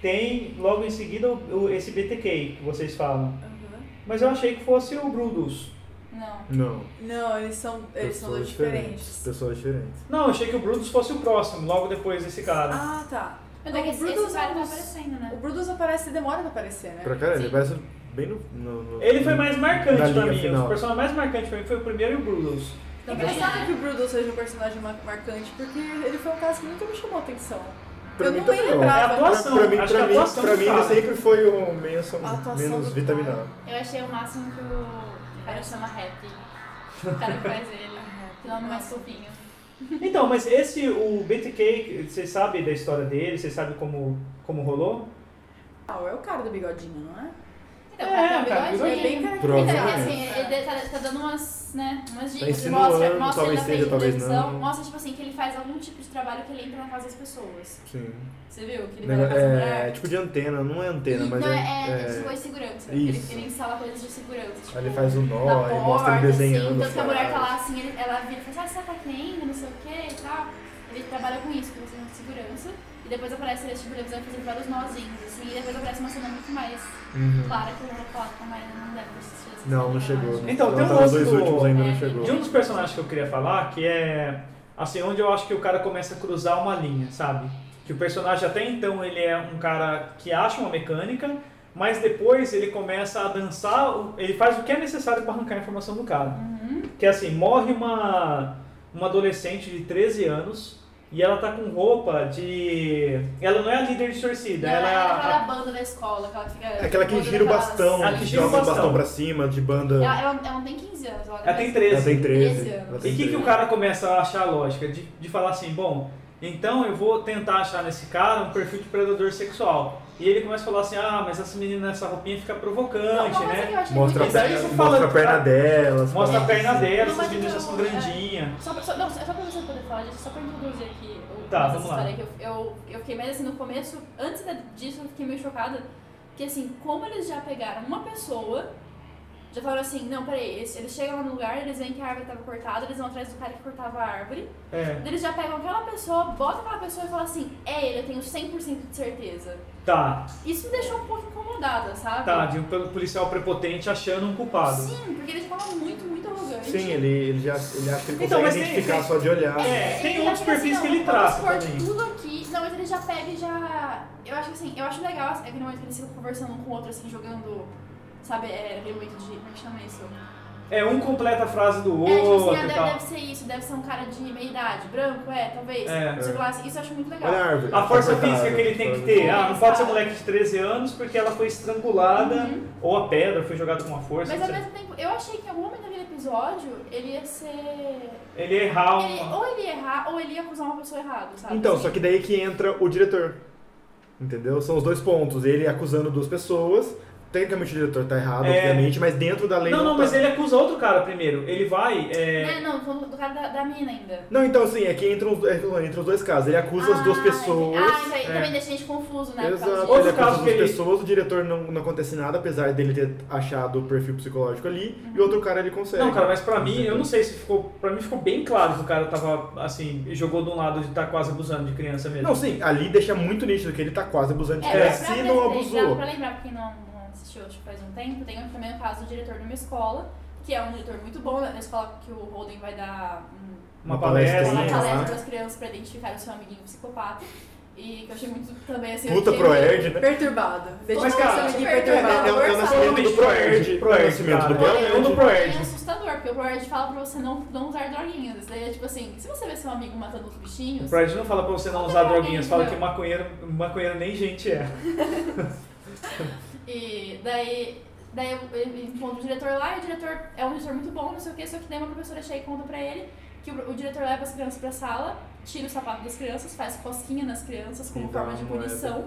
B: tem logo em seguida o, o- esse BTK que vocês falam.
E: Uhum.
B: Mas eu achei que fosse o Brutus.
C: Não.
D: Não.
E: Não, eles são, eles são dois diferentes.
D: Pessoas diferentes.
B: Não, eu achei que o Brutus fosse o próximo, logo depois desse cara.
E: Ah, tá.
C: Mas é que
E: O
C: esse,
E: Brutus
C: esse cara tá
E: Alves-
C: aparecendo,
E: O
C: né?
E: Brutus aparece, demora pra aparecer, né?
D: Pra caralho,
C: Sim.
D: ele parece bem no. no- no-
B: Ele foi mais marcante
D: Na
B: pra
D: linha
B: mim.
D: final.
B: O personagem mais marcante pra mim foi o primeiro e o Brutus.
E: É engraçado que o Brutus seja um personagem mar- marcante, porque ele foi um caso que nunca me chamou atenção.
D: Pra
E: eu
D: mim
E: não
D: também não.
E: lembrava.
B: É a tua-
D: Pra, pra mim,
B: Acho que
D: pra
B: a
D: mim,
B: atuação
D: pra mim
B: do
D: ele
B: cara.
D: sempre foi o menos,
E: A atuação
D: menos
E: do
D: vitaminado.
C: Eu achei o máximo que o cara chama Happy. O cara que faz
B: <laughs>
C: ele. Que nome mais fofinho.
B: Então, mas esse, o BTK, vocês sabem da história dele? Vocês sabem como, como rolou?
E: Ah, é o cara do bigodinho, não é?
C: Então,
B: É,
C: o cara
B: o cara
C: tem um
E: É bem
C: bigodinho.
D: Provavelmente.
B: né?
C: Então, assim, ele tá, tá dando umas, né, umas dicas. Ele
D: Tá insinuando,
C: mostra, mostra
D: talvez
C: ele na frente
D: seja,
C: da
D: talvez
C: televisão,
D: não.
C: Mostra, tipo assim, que ele faz algum tipo de trabalho que ele entra na casa das pessoas.
D: Sim.
C: Você viu? Que ele vai na
D: Negócio-
C: casa da
D: É,
C: mulher.
D: tipo de antena, não é antena, mas
C: não,
D: é.
C: é, é,
D: é-
C: tipo, é segurança.
D: Isso.
C: Ele, ele instala coisas de segurança. Tipo,
D: Aí ele faz o
C: na
D: nó, aí
C: porta,
D: mostra ele
C: assim,
D: desenhando.
C: tanto que a
D: fora.
C: mulher tá lá assim, ele- ela vira e fala, ah, você tá aqui ainda, não sei o que e tal. Ele trabalha com isso, com essa segurança. E depois aparece ele tipo, televisão fazendo vários nozinhos, assim, e depois aparece uma cena muito mais
D: Uhum.
C: clara que eu não vou falar com a Marina, não deve assistir essa
D: Não, não
C: cena,
D: chegou.
C: eu
D: né?
C: acho.
B: Então,
D: Ela
B: tem um
D: tá nos
B: lance
D: dois
B: do-
D: últimos ainda não
C: É,
B: De
D: chegou.
B: um dos personagens que eu queria falar, que é assim, onde eu acho que o cara começa a cruzar uma linha, sabe? Que o personagem até então ele é um cara que acha uma mecânica, mas depois ele começa a dançar, o- ele faz o que é necessário para arrancar a informação do cara.
C: Uhum.
B: Que é assim, morre uma, uma adolescente de 13 anos e ela tá com roupa de. Ela não é a líder distorcida,
C: Não,
B: ela
C: ela
B: é
C: é aquela
B: a.
C: banda da escola, aquela que fica.
D: É aquela que gira o bastão,
B: Aquela
D: que
B: Ah, que
D: joga
B: gira
D: o
B: o
D: bastão.
B: bastão
D: pra cima, de banda.
C: Ela, É, ela, ela não tem 15 anos, olha.
B: Ela tem
C: mas-
B: 13.
D: Ela tem 13.
C: Treze
D: ela
C: anos.
B: E
D: tem
B: o que, que o
D: 13.
B: cara começa a achar lógica? De, de falar assim, bom, Então eu vou tentar achar nesse cara um perfil de predador sexual. E ele começa a falar assim, ah, mas essa menina nessa roupinha fica
C: Não,
B: provocante,
C: uma coisa que
B: né?
C: eu achei
D: Mostra, a
B: E
C: muito
B: daí
D: perna-
B: você
D: mostra
B: fala-
D: a perna dela. essas
B: Mostra a
D: paradas
B: perna
D: assim.
B: dela,
C: Não,
B: essas
C: mas
B: meninas já são
C: então, é.
B: grandinhas.
C: Só pra, só, não, só pra você poder falar disso, só pra introduzir aqui o,
B: Tá,
C: essa
B: vamos lá.
C: história que eu, eu, eu fiquei mais assim no começo, antes da- disso eu fiquei meio chocada, que assim, como eles já pegaram uma pessoa, já falaram assim, não, peraí, eles, eles chegam lá no lugar, eles veem que a árvore tava cortada, eles vão atrás do cara que cortava a árvore,
B: É,
C: daí eles já pegam aquela pessoa, botam aquela pessoa e falam assim, é ele, eu tenho 100% de certeza.
B: tá,
C: Isso me deixou um pouco incomodada, sabe?
B: tá, de um policial prepotente achando um culpado.
C: Sim, porque ele tava muito, muito arrogante.
D: Sim, ele, ele já ele acha que ele consegue
B: Então, mas tem-
D: identificar
B: tem-
D: só de olhar.
B: É, tem outros
C: fica
B: perfis
C: não,
B: que ele
C: vamos
B: traça
C: expor
B: também.
C: tudo aqui. Não, mas ele já pega e já. Eu acho assim, eu acho legal assim, aquele momento que eles ficam conversando um com o outro, assim, jogando. Sabe, é, aquele momento de. Como é que chama isso?
B: É, um completa a frase do
C: é, tipo assim,
B: outro
C: ah,
B: e
C: deve,
B: tal.
C: deve ser isso, deve ser um cara de meia idade, branco, é, talvez.
B: É,
C: não sei lá, assim, isso eu acho muito legal.
D: Olha a árvore.
B: A força
D: Tá cortada,
B: física que ele tem que
D: sabe?
B: ter. Ah, não pode ser moleque de 13 anos porque ela foi estrangulada ou a pedra foi jogada com uma força.
C: Uhum. Mas
B: não
C: ao
B: sei.
C: mesmo tempo, eu achei que em algum momento daquele episódio ele ia ser.
B: Ele ia errar
C: ele-
B: uma.
C: ou ele ia errar, ou ele ia acusar uma pessoa errada,
B: Tá,
C: sabe?
D: Então,
C: Assim,
D: só que daí que entra o diretor. Entendeu? São os dois pontos. Ele acusando duas pessoas. Tecnicamente o diretor tá errado,
B: É.
D: obviamente, mas dentro da lei
B: Não,
D: não,
B: não,
D: tá.
B: mas ele acusa outro cara primeiro. Ele vai. É...
C: Né? Não, falando do cara da, da mina ainda.
D: Não, então assim, é que entra os, é, entra os dois casos. Ele acusa as duas
C: Ah,
D: pessoas.
C: entendi. Ah, isso aí
B: É.
C: também deixa a gente confuso, né? por causa
D: Exato.
C: disso.
D: Ele
B: tá. Outro
D: acusa as
B: caso que
D: duas
B: ele-
D: pessoas, o diretor não, não acontece nada, apesar dele ter achado o perfil psicológico ali, e o outro cara ele consegue.
B: Não, cara, mas pra mim, eu não sei se ficou. Pra mim ficou bem claro que o cara tava assim, jogou de um lado de tá quase abusando de criança mesmo.
D: Não, sim, ali deixa muito nítido que ele tá quase abusando de
C: É,
D: criança.
C: pra,
D: Se
C: lembrar-
D: não
C: Pra,
D: abusou.
C: pra lembrar, pra quem não, não assistiu acho que faz um tempo, tem também o caso do diretor de uma escola, que é um diretor muito bom, na escola que o Holden vai dar hum,
B: Uma
D: Uma
B: palestra.
D: palestra,
C: uma
D: Sim,
C: palestra
D: né?
C: para as crianças pra identificar o seu amiguinho psicopata. E que eu achei muito também assim. eu
D: Puta
C: fiquei
D: pro
C: meio-
D: Erd, né?
E: Perturbado. Deixa
B: Mas,
E: eu
B: cara,
E: conseguir
C: é- é-
D: É, é,
E: perturbado.
D: é o- é o nascimento do
B: Totalmente
D: Proerd.
B: Proerd,
D: É o nascimento
B: cara.
D: do
B: É um do
D: Proerd.
B: Proerd.
C: É assustador, porque o Proerd fala pra você não, não usar droguinhas. Isso daí é tipo assim, se você vê seu amigo matando os bichinhos.
B: O Pride não fala pra você não usar droguinhas, fala que maconheiro, maconheiro nem gente é.
C: E daí, daí eu- ele encontra o diretor lá, e o diretor é um diretor muito bom, não sei o que, só que daí uma professora chega e conta pra ele que o, o diretor leva as crianças pra sala, tira o sapato das crianças, faz cosquinha nas crianças como
D: E dá
C: forma de
D: uma moeda.
C: punição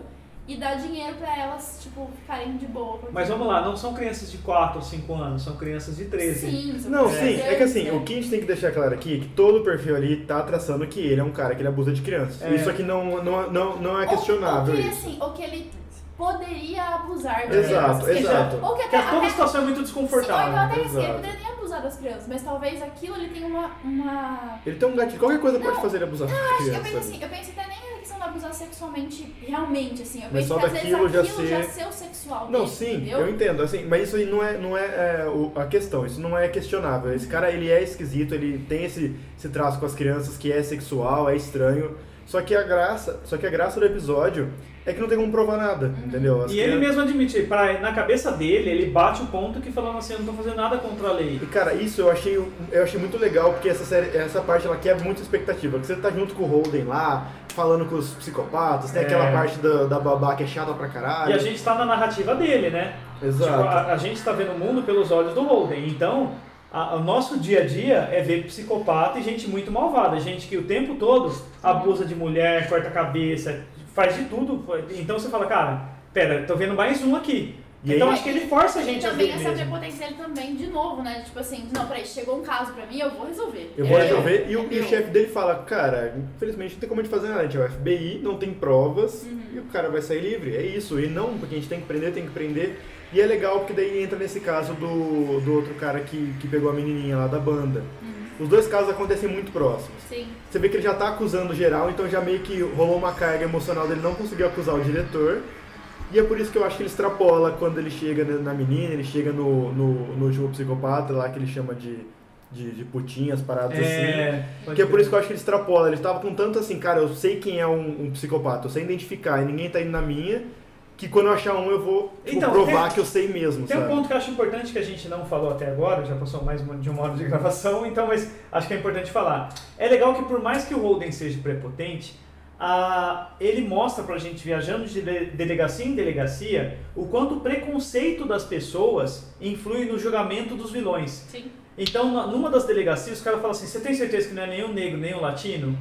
C: e dá dinheiro pra elas, tipo, ficarem de boa. porque-
B: Mas
D: é um
B: vamos lá, não são crianças de 4 ou 5 anos, são crianças de 13.
C: Sim, um são
D: Não,
C: crianças
D: sim, é que assim,
C: grandes,
D: o
C: né?
D: que a gente tem que deixar claro aqui é que todo o perfil ali tá traçando que ele é um cara que ele abusa de crianças.
B: É.
D: Isso aqui não, não, não, não é questionável.
C: Ou, ou que,
D: isso.
C: assim, ou que ele poderia abusar de
D: Exato,
C: crianças.
D: exato.
C: Ou que
B: Porque
C: até,
B: toda
C: até
B: situação é muito
C: Sim, ou então
B: desconfortável.
C: até assim, ele
D: Exato.
C: poderia nem abusar das crianças, mas talvez aquilo ele tenha uma- uma
D: Ele tem um gatilho, qualquer coisa pode
C: Não,
D: fazer ele abusar de
C: Eu acho que eu penso
D: criança.
C: assim, eu penso até nem na questão de abusar sexualmente, realmente, assim. Eu
D: Mas
C: penso
D: só
C: que às vezes
D: daquilo
C: aquilo
D: já
C: já,
D: ser-
C: ser o sexual.
D: Não,
C: dele,
D: sim,
C: entendeu?
D: eu entendo, assim, mas isso aí não é, não é, é, o- a questão, isso não é questionável. Esse cara, ele é esquisito, ele tem esse, esse traço com as crianças que é sexual, é estranho. Só que a graça, só que a graça do episódio é que não tem como provar nada,
C: Uhum.
D: entendeu? As
B: E ele
D: crianças-
B: mesmo admite, pra, na cabeça dele, ele bate o ponto que falando assim, eu não tô fazendo nada contra a lei.
D: E cara, isso eu achei, um, eu achei muito legal, porque essa série, essa parte ela quebra muita expectativa. Porque você tá junto com o Holden lá, falando com os psicopatas, tem
B: É.
D: aquela parte da, da babá que é chata pra caralho.
B: E a gente tá na narrativa dele, né?
D: Exato.
B: Tipo, a, a gente tá vendo o mundo pelos olhos do Holden. Então, a- o nosso dia a dia é ver psicopata e gente muito malvada. Gente que o tempo todo abusa de mulher, corta a cabeça, faz de tudo. Então você fala, cara, pera, tô vendo mais um aqui.
D: E
B: então
D: aí-
B: acho que ele força a gente a
C: também
B: ver
C: essa
B: mesmo.
C: prepotência dele também, de novo, né? Tipo assim, não, peraí, chegou um caso pra mim, eu vou resolver.
D: Eu vou
C: É
D: resolver.
C: meu,
D: E,
C: é
D: o, e o
C: meu.
D: chefe dele fala, cara, infelizmente não tem como a gente fazer nada. A gente é o FBI, não tem provas, e o cara vai sair livre. É isso. E não, porque a gente tem que prender, tem que prender. E é legal porque daí entra nesse caso do, do outro cara que, que pegou a menininha lá da banda. Os dois casos acontecem muito próximos.
C: Sim.
D: Você vê que ele já tá acusando geral, então já meio que rolou uma carga emocional dele não conseguir acusar o diretor. E é por isso que eu acho que ele extrapola quando ele chega na na menina, ele chega no, no, no último psicopata lá que ele chama de, de, de putinhas, paradas assim.
B: pode
D: Que é por
B: crer.
D: isso que eu acho que ele extrapola. Ele tava com tanto assim, cara, eu sei quem é um, um psicopata, eu sei identificar e ninguém tá indo na minha, que quando eu achar um eu vou tipo,
B: Então,
D: provar
B: tem-
D: que eu sei mesmo,
B: Tem um
D: sabe?
B: ponto que eu acho importante que a gente não falou até agora, já passou mais um, de uma hora de gravação, <laughs> então, mas acho que é importante falar. É legal que por mais que o Holden seja prepotente, a- ele mostra pra gente, viajando de de- delegacia em delegacia, o quanto o preconceito das pessoas influi no julgamento dos vilões.
C: Sim.
B: Então, na- numa das delegacias, o cara fala assim, você tem certeza que não é nenhum negro, nenhum latino?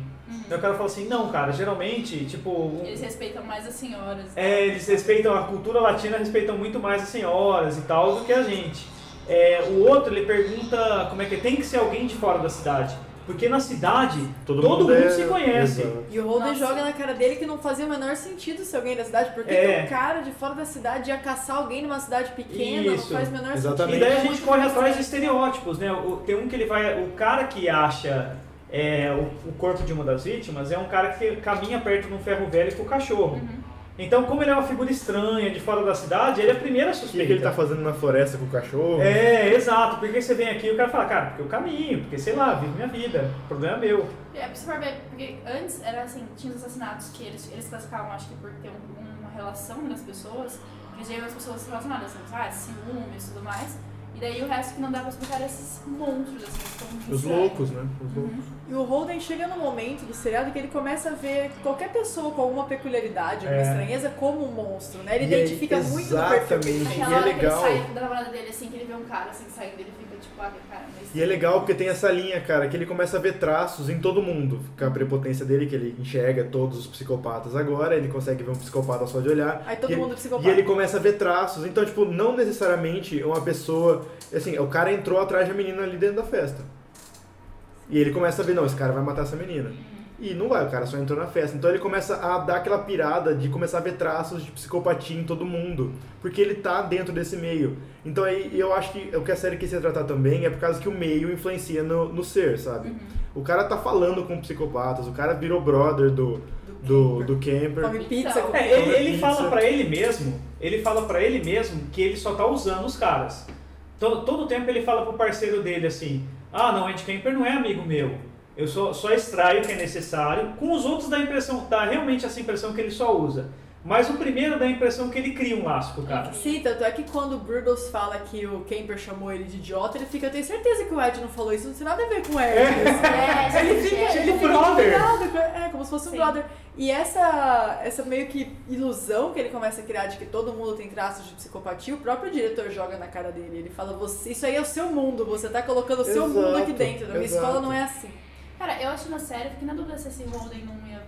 B: Daí o cara fala assim, não, cara, geralmente, tipo, um-
C: Uhum. Eles respeitam mais as senhoras.
B: é, eles respeitam a cultura latina, respeitam muito mais as senhoras e tal do que a gente. É, o outro ele pergunta como é que é, tem que ser alguém de fora da cidade, porque na cidade todo, mundo,
D: é-
B: se conhece.
D: Exato.
E: E o Holden
C: Nossa.
E: joga na cara dele que não fazia o menor sentido ser alguém da cidade, porque
B: É.
E: que um cara de fora da cidade ia caçar alguém numa cidade pequena,
B: Isso.
E: não faz o menor
D: Exatamente.
B: E
E: sentido.
B: daí a gente corre atrás de estereótipos, né? O- tem um que ele vai. O cara que acha é, o, o corpo de uma das vítimas é um cara que caminha perto de um ferro velho com o cachorro. Então, como ele é uma figura estranha de fora da cidade, ele é a primeira
D: O que,
B: suspeita.
D: que ele tá fazendo na floresta com o cachorro?
B: É, exato. Porque você vem aqui e o cara fala, cara, porque eu caminho, porque sei lá, vivo minha vida, o problema é meu.
C: É, pra você ver, porque antes era assim, tinha os assassinatos que eles, eles classificavam, acho que por ter um- uma relação das pessoas, que eles iam as pessoas relacionadas, assim, ah, ciúmes e tudo mais. E daí o resto que não dá pra explicar esses monstros, assim, que estão muito
D: Os
C: estranhos.
D: loucos, né? Os loucos.
E: E o Holden chega num momento do seriado que ele começa a ver qualquer pessoa com alguma peculiaridade,
B: É.
E: alguma estranheza, como um monstro, né? Ele
D: E aí,
E: identifica muito do perfil que ele
D: Exatamente.
E: tem.
C: Aquela
D: E é
C: hora
D: legal.
C: que ele sai da namorada dele, assim, que ele vê um cara assim saindo dele, fica tipo, ah, cara, mas.
D: E é legal porque tem essa linha, cara, que ele começa a ver traços em todo mundo. Com a prepotência dele, que ele enxerga todos os psicopatas agora, ele consegue ver um psicopata só de olhar.
E: Aí todo
D: e,
E: mundo é
D: E
E: psicopata.
D: ele começa a ver traços. Então, tipo, não necessariamente uma pessoa. Assim, o cara entrou atrás da menina ali dentro da festa. E ele começa a ver, não, esse cara vai matar essa menina. E não vai, o cara só entrou na festa. Então ele começa a dar aquela pirada de começar a ver traços de psicopatia em todo mundo. Porque ele tá dentro desse meio. Então aí eu acho que o que a série quis retratar também é por causa que o meio influencia no, no ser, sabe? O cara tá falando com psicopatas, o cara virou brother do, do, do camper.
E: Come pizza.
C: Então.
E: come-
B: É, ele,
D: Sobre
B: ele
D: pizza.
B: fala pra ele mesmo, ele fala para ele mesmo que ele só tá usando os caras. Todo, todo tempo ele fala pro parceiro dele assim: "Ah, não, Ed Kemper não é amigo meu. Eu só, só extraio o que é necessário". Com os outros dá a impressão, dá realmente essa impressão que ele só usa. Mas o primeiro dá a impressão que ele cria um laço com o cara.
E: Sim, tanto é que quando o Burgos fala que o Kemper chamou ele de idiota, ele fica, eu tenho certeza que o Ed não falou isso, não tem nada a ver com o
D: <laughs>
E: Ed.
C: É,
E: Ele fica,
C: é,
E: ele
B: um
E: fica
B: brother.
E: indignado, é, como se fosse um
C: Sim.
E: brother. E essa, essa meio que ilusão que ele começa a criar de que todo mundo tem traços de psicopatia, o próprio diretor joga na cara dele. Ele fala, "Você- isso aí é o seu mundo, você tá colocando o seu
D: Exato,
E: mundo aqui dentro. Na minha
D: exato.
E: escola não é assim.
C: Cara, eu acho na série, fiquei na dúvida se esse Holden não ia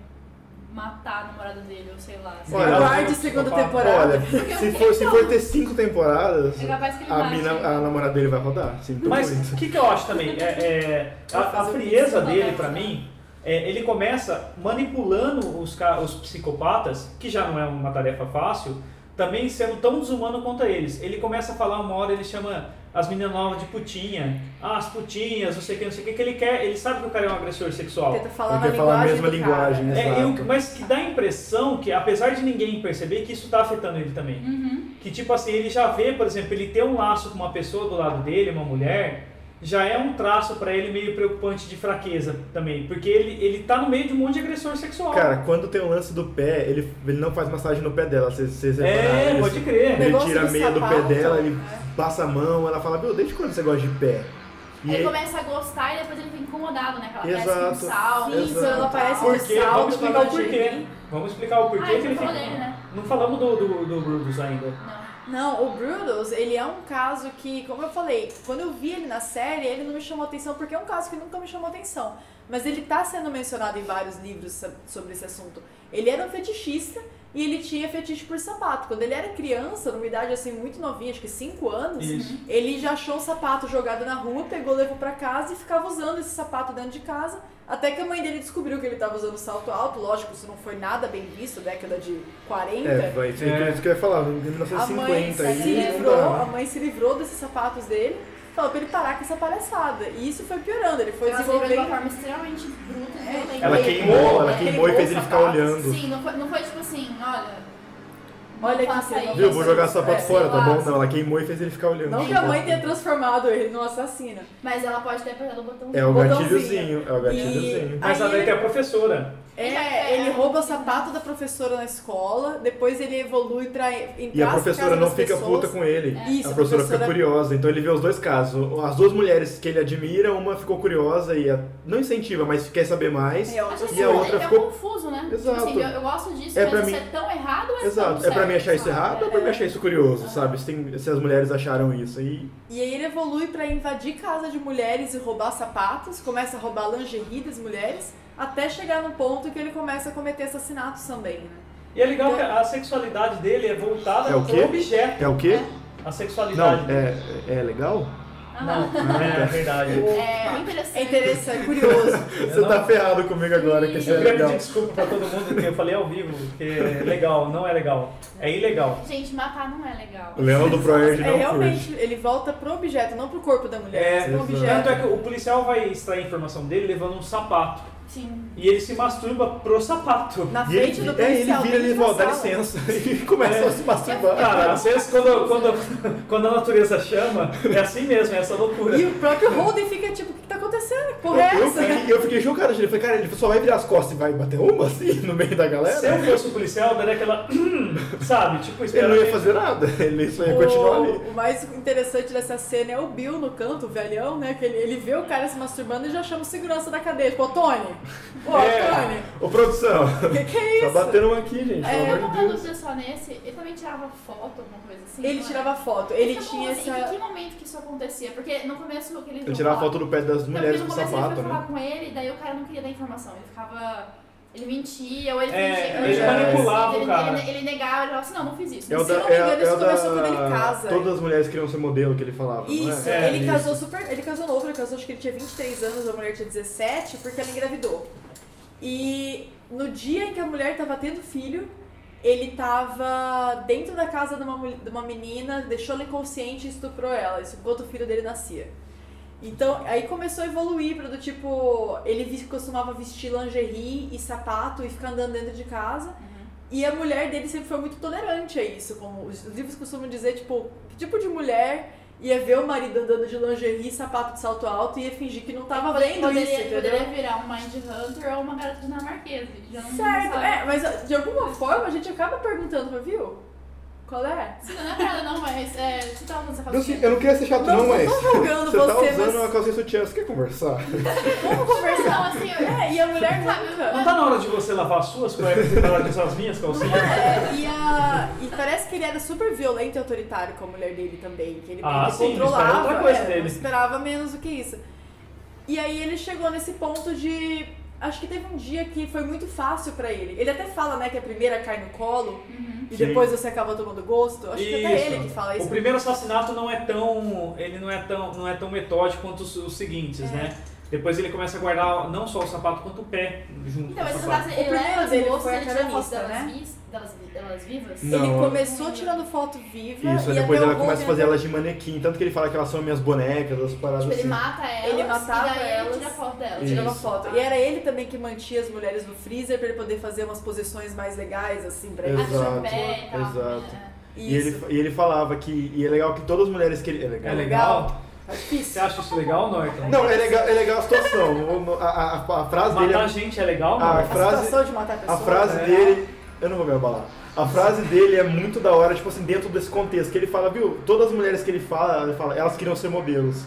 C: matar a namorada dele, ou sei lá. assim. sei
D: Olha,
C: lá.
E: Aguarde segunda
B: psicopata.
E: temporada.
D: Olha, se for, se for ter cinco temporadas,
C: É capaz que ele
D: a,
C: mate.
D: mina, a namorada dele vai rodar. Sinto
B: Mas
D: muito.
B: o que, que eu acho também? É, é, a, a frieza dele, pra mim, é, ele começa manipulando os, ca- os psicopatas, que já não é uma tarefa fácil, também sendo tão desumano quanto eles. Ele começa a falar uma hora, ele chama as meninas novas de putinha. Ah, as putinhas, não sei o que, não sei o que, que ele quer. Ele sabe que o cara é um agressor sexual.
E: Tenta falar
D: Ele
E: na
D: quer falar a
E: linguagem
D: mesma
E: do cara.
D: linguagem, né?
B: É, e o-
D: Exato.
B: mas que dá a impressão que, apesar de ninguém perceber, que isso tá afetando ele também. Que tipo assim, ele já vê, por exemplo, ele ter um laço com uma pessoa do lado dele, uma mulher, já é um traço pra ele meio preocupante de fraqueza também. Porque ele, ele tá no meio de um monte de agressor sexual.
D: Cara, quando tem o lance do pé, ele, ele não faz massagem no pé dela. Vocês vocês
B: é,
D: repararam isso?
B: pode crer.
E: O
D: Ele
E: negócio
D: tira a
E: do
D: meia do pé
E: sapato,
D: dela, ele
E: né?
D: passa a mão, ela fala, meu, desde quando você gosta de pé? E
C: Ele
D: é, ele-
C: começa a gostar e depois ele fica incomodado, né? Que ela
D: Exato.
C: parece com sal.
D: Sim,
C: com
D: quando ela
C: tal.
E: aparece
B: Por
E: do
B: quê?
E: sal,
B: Vamos
E: do
B: explicar o
E: bagulho de
B: porquê.
E: mim.
B: Vamos explicar o porquê
C: Ah,
B: que
C: ele
B: ele
C: não
B: fica.
C: falou dele, né?
B: Não falamos do, do, do Brutus ainda.
C: Não.
E: Não, o Brutus, ele é um caso que, como eu falei, quando eu vi ele na série, ele não me chamou atenção, porque é um caso que nunca me chamou atenção. Mas ele tá sendo mencionado em vários livros so- sobre esse assunto. Ele era um fetichista e ele tinha fetiche por sapato. Quando ele era criança, numa idade assim muito novinha, acho que 5 anos,
B: Isso.
E: ele já achou um sapato jogado na rua, pegou, levou pra casa e ficava usando esse sapato dentro de casa. Até que a mãe dele descobriu que ele tava usando salto alto. Lógico, isso não foi nada bem visto, década de 40.
D: É, vai, foi
B: É.
D: isso que eu ia falar, em
E: A mãe
D: 1950
E: se
D: aí. né? Tá. não
E: livrou,
D: dá.
E: a mãe se livrou desses sapatos dele, falou pra ele parar com essa palhaçada. E isso foi piorando, ele foi
C: Ela se livrou de uma
E: desenvolvendo.
C: forma extremamente bruta e violenta.
D: Ela
E: Ele
D: queimou, ela queimou e
E: queimou
D: fez
E: o
D: ele ficar
E: sapato.
D: olhando.
C: Sim, não foi, não foi tipo assim, olha. não
E: Olha que
C: faça
E: incrível.
C: isso.
D: Viu, vou jogar sapato
E: É,
D: fora,
C: sei
D: tá
C: lá.
D: bom? Não, ela queimou e fez ele ficar olhando.
E: Não que a mãe tenha transformado ele num assassino.
C: Mas ela pode ter apertado o botão.
D: É o
E: Botãozinho.
D: gatilhozinho, é o gatilhozinho.
B: Mas
E: Aí
B: a daí
E: ele-
B: tem a professora.
E: É, ele rouba o sapato da professora na escola, depois ele evolui pra entrar
D: E a
E: na
D: professora
E: casa
D: não
E: das
D: fica
E: pessoas.
D: puta com ele.
E: É. Isso,
D: a professora
E: a professora-
D: fica curiosa. Então ele vê os dois casos. As duas mulheres que ele admira, uma ficou curiosa e a- não incentiva, mas quer saber mais.
E: É, ó,
C: Acho
E: assim,
C: assim,
D: E a outra
C: é,
D: ficou-
C: é confuso, né?
D: Exato.
C: Tipo assim, eu, eu gosto disso,
D: É
C: mas
D: pra
C: isso
D: mim-
C: é tão errado ou é
D: Exato.
C: tão
D: É pra mim
C: certo,
D: achar isso
C: sabe?
D: errado ou pra mim achar isso curioso, sabe? Se, tem- se as mulheres acharam isso. E
E: E aí ele evolui pra invadir casa de mulheres e roubar sapatos, começa a roubar lingerie das mulheres, até chegar no ponto que ele começa a cometer assassinatos também, né?
B: E é legal que a sexualidade dele é voltada
D: É o
B: pro
D: quê?
B: objeto.
D: É o quê?
B: A sexualidade.
D: Não, é, é legal?
C: Ah,
B: <laughs> é verdade.
C: é interessante.
E: É interessante, é curioso.
D: Você tá ferrado comigo agora que isso é
B: Eu queria
D: legal.
B: pedir desculpa pra todo mundo que eu falei ao vivo, que é legal, não é legal. É ilegal.
C: Gente, matar não é legal.
D: O Leão do Proerd não
E: É,
D: curte.
E: realmente, ele volta pro objeto, não pro corpo da mulher.
B: É,
E: pro objeto.
B: Tanto é que o policial vai extrair a informação dele levando um sapato.
C: Sim.
B: E ele se masturba pro sapato.
E: Na
D: E ele,
E: frente do
D: é, ele
E: policial, É,
D: vira ali e
E: dentro da
D: fala, dá
E: sala.
D: licença. <laughs> E começa a se masturbar.
B: Cara, às vezes quando, quando, quando a natureza chama, é assim mesmo, é essa loucura.
E: E o próprio Holden fica tipo, o que que tá acontecendo? Que
D: Eu,
E: porra é
D: eu
E: essa?
D: fiquei, eu fiquei chocado. Ele falou, cara, ele só vai virar as costas e vai bater uma assim no meio da
B: Se eu
D: galera? né?
B: fosse o policial, eu daria aquela. <clears throat> "Hum", Sabe? Tipo,
D: Ele não
B: espera.
D: ia fazer nada. Ele só ia continuar
E: o,
D: É, ali.
E: o mais interessante dessa cena é o Bill no canto, o velhão, né? Que ele, ele vê o cara se masturbando e já chama o segurança da cadeia. Tipo, ô Tony! Ô,
D: É.
E: Tony!
D: Ô, produção.
E: O que, que é
D: Tá
E: isso?
D: batendo uma aqui, gente.
E: É,
D: Pelo
C: Eu
D: amor
C: não
D: de
C: tava
D: Deus.
C: usando só nesse, ele também tirava foto, alguma coisa assim.
E: Ele
C: não
E: tirava
C: era?
E: foto, ele
C: Então,
E: tinha
C: assim, Em
E: essa.
C: que momento que isso acontecia? Porque no começo que ele.
D: Eu tirar a foto do pé das mulheres
C: não,
D: com
C: porque no começo ele
D: sapato,
C: foi falar
D: né?
C: com ele, daí o cara não queria dar informação. Ele ficava. Ele mentia, ou ele
B: É,
C: fingia que não
D: ele
C: tinha acontecido,
B: manipulava o
C: ele,
B: cara.
C: Ele, ele negava, ele falava assim, não, não fiz isso.
D: É o
E: Se
D: da,
E: eu não me
D: é,
E: engano,
D: é
E: isso
D: o da...
E: começou quando ele casa.
D: Todas as mulheres queriam ser modelo, que ele falava. não é?
E: Isso,
B: É,
E: ele
D: isso.
E: casou super. Ele casou novo, ele casou acho que ele tinha 23 anos, a mulher tinha 17, porque ela engravidou. E no dia em que a mulher tava tendo filho, ele tava dentro da casa de uma, mul- de uma menina, deixou ela inconsciente e estuprou ela, isso enquanto o filho dele nascia. Então, aí começou a evoluir para do tipo, ele vis- costumava vestir lingerie e sapato e ficar andando dentro de casa.
C: Uhum.
E: E a mulher dele sempre foi muito tolerante a isso, como os os livros costumam dizer, tipo, que tipo de mulher ia ver o marido andando de lingerie e sapato de salto alto e ia fingir que não tava vendo
C: poderia,
E: isso, entendeu?
C: poderia virar um Mind Hunter ou uma garota dinamarquesa. ele Já não
E: Certo,
C: sabe.
E: é, mas ó, de alguma forma a gente acaba perguntando, mas, viu? Qual é?
C: Você não é cara, não, mas é, você tava usando essa
D: Eu, sei-
C: calcinha.
D: eu não queria ser chato,
E: Não,
D: não,
E: não
D: mas.
E: tô julgando
D: <laughs> Você tá
E: você,
D: usando uma
E: mas
D: calcinha sutiã, você quer conversar?
E: vamos
C: Não,
E: conversar.
C: assim, eu-
E: É, e a mulher
C: Sabe,
E: nunca.
B: Não tá na hora de você lavar as suas cuecas e parar de usar as minhas calcinhas?
E: É, e, a, e parece que ele era super violento e autoritário com a mulher dele também, que ele
B: Ah,
E: meio que
B: sim, não esperava
E: controlava,
B: outra coisa
E: é,
B: dele.
E: não esperava menos do que isso. E aí ele chegou nesse ponto de. Acho que teve um dia que foi muito fácil pra ele. Ele até fala, né, que a primeira cai no colo
C: Uhum.
E: e
B: Sim.
E: depois você acaba tomando gosto. Acho que até
B: Isso.
E: ele que fala isso.
B: O primeiro assassinato não é tão. ele não é tão, não é tão metódico quanto os, os seguintes, né? Depois ele começa a guardar não só o sapato quanto o pé junto
C: Então,
B: com o
C: esse
B: sapato.
C: caso,
E: O
C: ele
E: primeiro
C: leva as
E: dele
C: moças,
E: foi a
C: ele
E: Karen
C: tirou foto
E: Costa,
C: delas,
E: né?
C: vis- delas, vi- delas vivas.
D: Não.
E: Ele começou tirando foto viva
D: Isso,
E: e
D: aí depois
E: até
D: ela
E: o
D: começa a fazer
E: Golden-
D: elas de manequim. Tanto que ele fala que elas são minhas bonecas, as paradas
C: Tipo, ele
D: assim.
C: mata elas
E: Ele matava
C: e daí
E: elas.
C: ele tira foto delas.
D: Isso.
E: tirava foto. E era ele também que mantinha as mulheres no freezer pra ele poder fazer umas posições mais legais, assim, pra ele.
C: Acha o
D: Exato,
C: pé e tal.
D: exato.
C: É.
D: E ele,
E: Isso.
D: e ele falava que. E é legal que todas as mulheres que ele. É legal.
B: É legal?
E: Tá
B: Você
E: difícil.
B: acha isso legal, Norton?
D: Não, é legal, é legal a
E: <laughs>
D: situação. O- A, a, a- a frase dele.
B: Matar gente é legal,
D: Ah,
B: Norton?
E: A
D: frase-
E: situação de matar
D: A
E: pessoas.
D: frase
E: né?
D: dele. Eu não vou me abalar. A frase dele é muito da hora, tipo assim, dentro desse contexto. Que ele fala, viu? Todas as mulheres que ele fala, ele fala elas queriam ser modelos.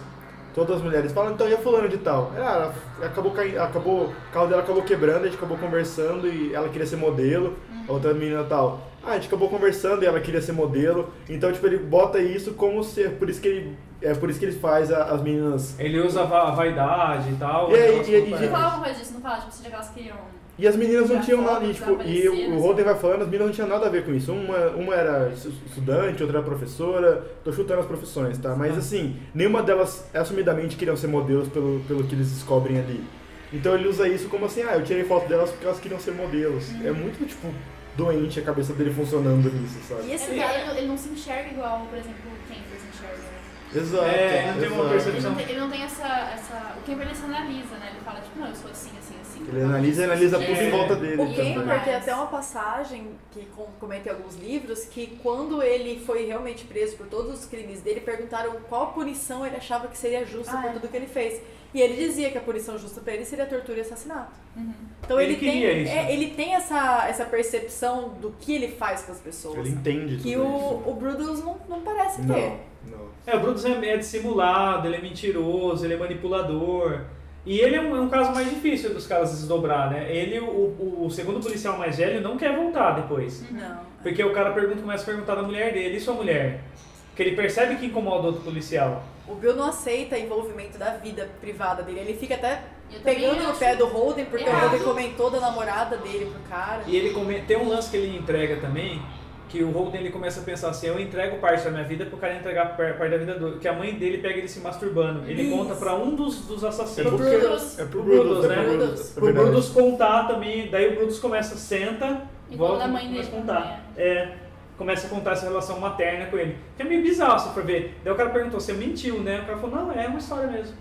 D: Todas as mulheres falam, então e a fulana de tal? Ah, Ela acabou caindo, acabou, o carro dela acabou quebrando, a gente acabou conversando e ela queria ser modelo. A outra menina tal. Ah, a gente acabou conversando e ela queria ser modelo. Então, tipo, ele bota isso como ser. Por isso que ele. É por isso que ele faz a- as meninas.
B: Ele usa a va- a vaidade e tal.
D: E aí,
B: o
D: e é aí,
B: negócio
D: e-
C: Não
B: com
C: fala
B: o pé.
C: alguma coisa disso, não fala, tipo, se aquelas queriam.
D: E as meninas não
C: Já
D: tinham
C: foram
D: nada, e, tipo, e o
C: desaparecidas,
D: Roden vai falando, as meninas não tinham nada a ver com isso. Uma, uma era estu- estudante, outra era professora, tô chutando as profissões, tá? Mas assim, nenhuma delas assumidamente queriam ser modelos pelo, pelo que eles descobrem ali. Então ele usa isso como assim, ah, eu tirei foto delas porque elas queriam ser modelos. É muito, tipo, doente a cabeça dele funcionando nisso,
E: E
D: sabe?
C: É
E: esse
C: porque
E: cara.
C: ele, não- ele não se enxerga igual, por exemplo, o Kemper se enxerga. né?
D: Exato.
B: É, não tem uma
D: exato.
B: percepção.
C: Ele não tem, ele não tem essa, essa. O Kemper ele se analisa, né? Ele fala, tipo, não, eu sou assim, assim, assim.
D: Ele analisa e analisa tudo em
B: É.
D: volta dele.
E: O
D: também.
E: Kemper tem até uma passagem que com- comenta em alguns livros que quando ele foi realmente preso por todos os crimes dele, perguntaram qual punição ele achava que seria justa
C: Ah,
E: por
C: é.
E: tudo que ele fez. E ele dizia que a punição justa pra ele seria tortura e assassinato.
C: Uhum.
E: Então
B: Ele
E: ele,
B: queria
E: tem,
B: isso.
E: é,
D: né?
E: ele tem essa, essa percepção do que ele faz com as pessoas.
D: Ele entende
E: Que
D: tudo
E: o, o Brutus não, não parece
D: isso.
E: ter.
D: Não, não.
B: É, o Brutus é, é dissimulado, ele é mentiroso, ele é manipulador. E ele é um, é um caso mais difícil dos caras desdobrar, né? Ele, o, o- o segundo policial mais velho, não quer voltar depois.
E: Não.
B: Porque o cara pergunta, começa a perguntar da mulher dele, e sua mulher? Porque ele percebe que incomoda outro policial.
E: O Bill não aceita envolvimento da vida privada dele. Ele fica até
C: E eu também
E: Pegando no
C: acho-
E: pé do Holden, porque o
C: errado.
E: Holden comentou da namorada dele pro cara.
B: E ele come- tem um lance que ele entrega também, que o Holden ele começa a pensar assim, eu entrego parte da minha vida pro cara entregar par- parte da vida do... Que a mãe dele pega ele se masturbando. Ele
E: Isso.
B: conta pra um dos, dos
D: É
B: assassinos.
D: pro
C: Brutus.
D: Brutus, é pro
B: Pro Brutus,
D: Brutus, é
B: né?
D: pro Brutus.
E: Brutus.
D: é
B: Pro
D: verdade.
B: Brutus contar também, daí o Brutus começa, senta,
C: E
B: volta
C: conta a mãe né?
B: começa
C: dele
B: a contar. É, começa a contar essa relação materna com ele. Que é meio bizarro, se for ver. Daí o cara perguntou, você mentiu, né? O cara falou, não, é uma história mesmo.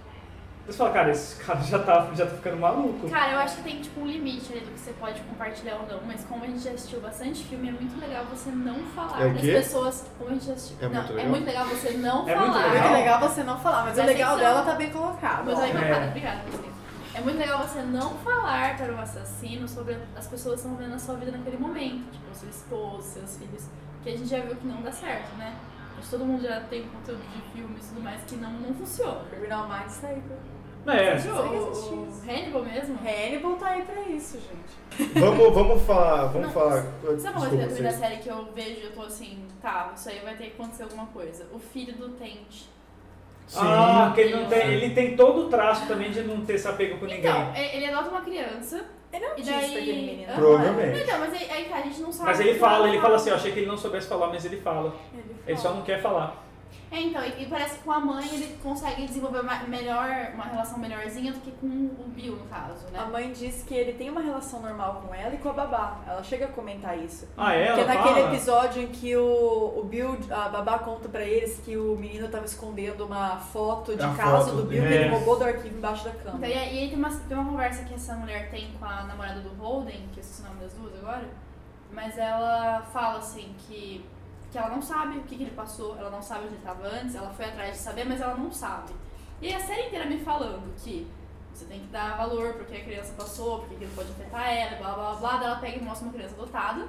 B: Você fala, cara, esse cara já tá, já tá ficando maluco.
C: Cara, eu acho que tem tipo um limite ali do que você pode compartilhar ou não, mas como a gente já assistiu bastante filme, é muito legal você não falar
D: É o
C: das
D: quê?
C: pessoas. Como a gente já assistiu.
D: É
C: não,
D: muito
C: é
D: legal.
C: muito legal você não
B: É
C: falar.
B: muito
E: É muito legal você não falar, mas o
C: Presta
E: legal
C: atenção.
E: dela tá bem colocado.
C: Ah, Mas
E: ó.
C: aí,
B: É.
C: obrigada, obrigada você. É muito legal você não falar para o assassino sobre as pessoas que estão vendo a sua vida naquele momento, tipo, seu esposo, seus filhos, que a gente já viu que não dá certo, né? Acho que todo mundo já tem conteúdo de filmes e tudo mais que não, não funciona.
E: Criminal Minds tá aí pra...
B: É,
C: Viu?
E: Você que
C: O,
E: assistiu
C: o
E: isso.
C: Hannibal mesmo?
E: Hannibal tá aí pra isso, gente.
D: Vamos, vamos falar, vamos
C: Não,
D: falar.
C: Sabe uma coisa da
D: Desculpa,
C: da
D: vocês.
C: série que eu vejo e eu tô assim, tá, isso aí vai ter que acontecer alguma coisa. O filho do Tente.
B: Ah, que ele, não tem,
C: Sim.
B: ele tem todo o traço também de não ter se apego com ninguém.
C: Então, é- ele adota uma criança.
E: Ele é
C: E
E: autista,
C: daí-
E: aquele menino. é?
C: Hã?
D: Provavelmente.
C: Então, mas aí, aí tá, a gente não sabe.
B: mas
C: o
B: ele
C: que
B: fala, ele
C: vai
B: fala
C: falar.
B: assim, eu achei que ele não soubesse falar, mas ele fala.
E: né?
B: Ele só não quer falar.
C: É, então, e, e parece que com a mãe ele consegue desenvolver uma, melhor, uma relação melhorzinha do que com o Bill, no caso,
E: A
C: né?
E: mãe diz que ele tem uma relação normal com ela e com a babá. Ela chega a comentar isso.
B: Ah, é?
E: Porque
B: Ela
E: é naquele
B: fala?
E: episódio em que o, o Bill, a babá conta pra eles que o menino tava escondendo uma foto de
D: A
E: casa
D: foto,
E: do Bill que ele
B: é.
E: roubou do arquivo embaixo da cama.
C: Então, e, aí e aí tem uma, tem uma conversa que essa mulher tem com a namorada do Holden, que eu esqueci o nome das duas agora, mas ela fala assim que, que ela não sabe o que, que ele passou, ela não sabe onde ele tava antes, ela foi atrás de saber, mas ela não sabe. E aí a série inteira me falando que você tem que dar valor porque a criança passou, porque aquilo pode afetar ela, blá blá blá, blá. Daí ela pega e mostra uma criança adotada,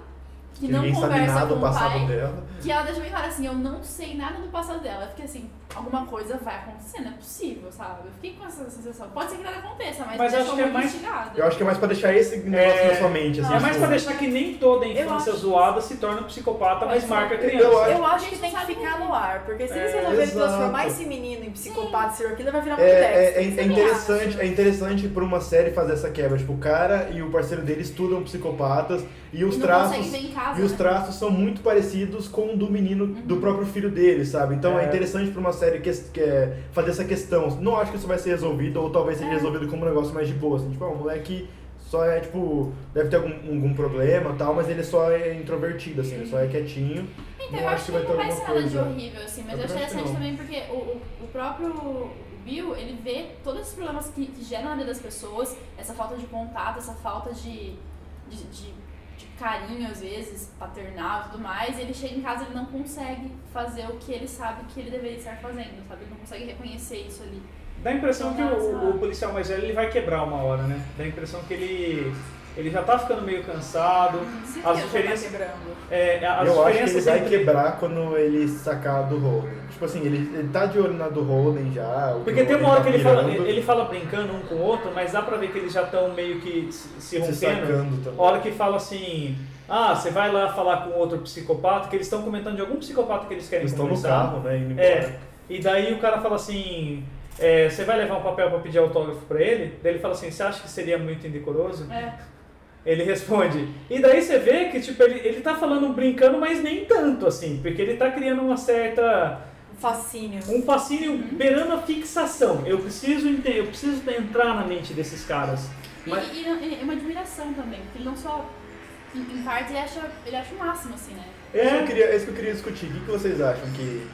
C: que,
D: Que
C: não
D: ninguém sabe
C: conversa
D: nada
C: com
D: do
C: o pai.
D: passado dela.
C: Que ela deixa bem claro assim, eu não sei nada do passado dela. Eu fiquei assim, alguma coisa vai acontecer, não é possível, sabe? Eu fiquei com essa sensação. Pode ser que nada aconteça, mas,
B: Mas
C: me
B: acho
C: deixou
B: que é
C: muito
B: mais-
C: instigada.
D: Eu acho que é mais pra deixar esse negócio
B: É.
D: na sua mente. Assim,
B: É mais pra
D: tipo,
B: deixar que nem toda infância
E: acho-
B: zoada se torna um psicopata, mas
E: Eu
B: marca a
D: acho-
B: criança.
E: Eu acho que
C: Gente,
E: tem que
C: sabe
E: ficar
C: como-
E: no ar, porque se eles
B: É,
E: resolverem
D: exato.
E: transformar esse menino em psicopata, serial killer, vai
D: É,
E: virar muito
D: é, é,
E: Dexter.
D: é
C: assim.
D: interessante, é interessante pra uma série fazer essa quebra. Tipo, o cara e o parceiro dele estudam psicopatas e os
C: e não consegue
D: traços.
C: ver em casa.
D: E os
C: né?
D: traços são muito parecidos com o do menino, do próprio filho dele, sabe? Então é,
B: Uhum. É.
D: interessante pra uma série que, que é, fazer essa questão. Não acho que isso vai ser resolvido, ou talvez
B: É.
D: seja resolvido como um negócio mais de boa. Assim, tipo, ah, o moleque só é, tipo, deve ter algum, algum problema e tal, mas ele só é introvertido, assim, ele só é quietinho.
C: Então,
D: não
C: eu acho que
D: vai
C: não
D: ter
C: vai ser
D: alguma
C: nada de
D: coisa.
C: horrível, assim, mas
D: Eu
C: eu achei
D: também acho que
C: interessante
D: não.
C: também porque o, o, o próprio Bill, ele vê todos esses problemas que, que geram na vida das pessoas, essa falta de contato, essa falta de, de, de- de carinho, às vezes, paternal e tudo mais, e ele chega em casa ele não consegue fazer o que ele sabe que ele deveria estar fazendo, sabe? Ele não consegue reconhecer isso ali.
B: Dá a impressão que o, o policial mais velho ele vai quebrar uma hora, né? Dá a impressão que ele, ele já tá ficando meio cansado.
E: Certeza
B: As
E: vai
B: diferenças,
E: quebrando.
B: é, as
D: eu acho que ele
B: diferenças
D: vai
B: entre-
D: quebrar quando ele sacar do Holden. Tipo assim, ele, ele tá de olho na do Holden já. o
B: Porque
D: o
B: tem uma
D: Holden
B: hora que
D: tá
B: ele fala,
D: mirando,
B: ele fala brincando um com o outro, mas dá pra ver que eles já estão meio que se se
D: se
B: rompendo.
D: sacando também.
B: A hora que fala assim, ah, você vai lá falar com outro psicopata, que eles estão comentando de algum psicopata que eles querem
D: Eles estão no
B: conversar.
D: carro, né? indo
B: É.
D: embora.
B: E daí o cara fala assim, é, você vai levar um papel pra pedir autógrafo pra ele? Daí ele fala assim, você acha que seria muito indecoroso?
C: É.
B: Ele responde. E daí você vê que, tipo, ele, ele tá falando brincando, mas nem tanto, assim. Porque ele tá criando uma certa
E: Um Fascínio.
B: um fascínio beirando a fixação. Eu preciso entender, eu preciso entrar na mente desses caras.
C: E,
B: Mas-
C: e- e- e uma admiração também, porque ele não só. Em, em partes ele acha, ele acha o máximo, assim, né?
D: Esse, É
B: É.
D: que eu queria, esse que eu queria discutir. O que, que vocês acham? Que,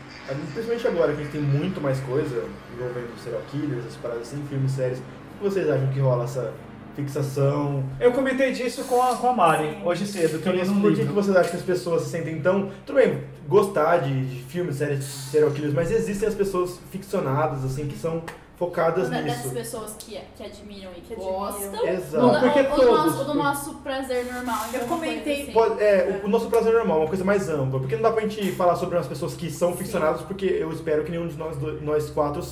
D: principalmente agora que a gente tem muito mais coisa envolvendo serial killers, essas paradas assim, filmes, séries. O que vocês acham que rola essa fixação?
B: Eu comentei disso com a, com a Mari
E: Sim.
B: hoje cedo, que eu li num
D: Por que, que
B: livro.
D: vocês acham que as pessoas se sentem tão. Tudo bem, gostar de, de filmes, séries, serial killers, mas existem as pessoas ficcionadas, assim, que são focadas
C: Da- dessas
D: nisso.
C: pessoas que, que admiram e que
E: Que
C: gostam.
E: admiram.
D: Exato.
C: Ou da-
B: porque
C: ou, ou do
B: todos,
C: nosso, ou do
B: porque-
C: nosso prazer normal. então,
E: Eu
C: uma coisa
E: comentei-
C: assim.
D: Pode- é, o, o nosso prazer normal, uma coisa mais ampla. Porque não dá pra gente falar sobre as pessoas que são ficcionadas, porque eu espero que nenhum de nós, do- nós quatro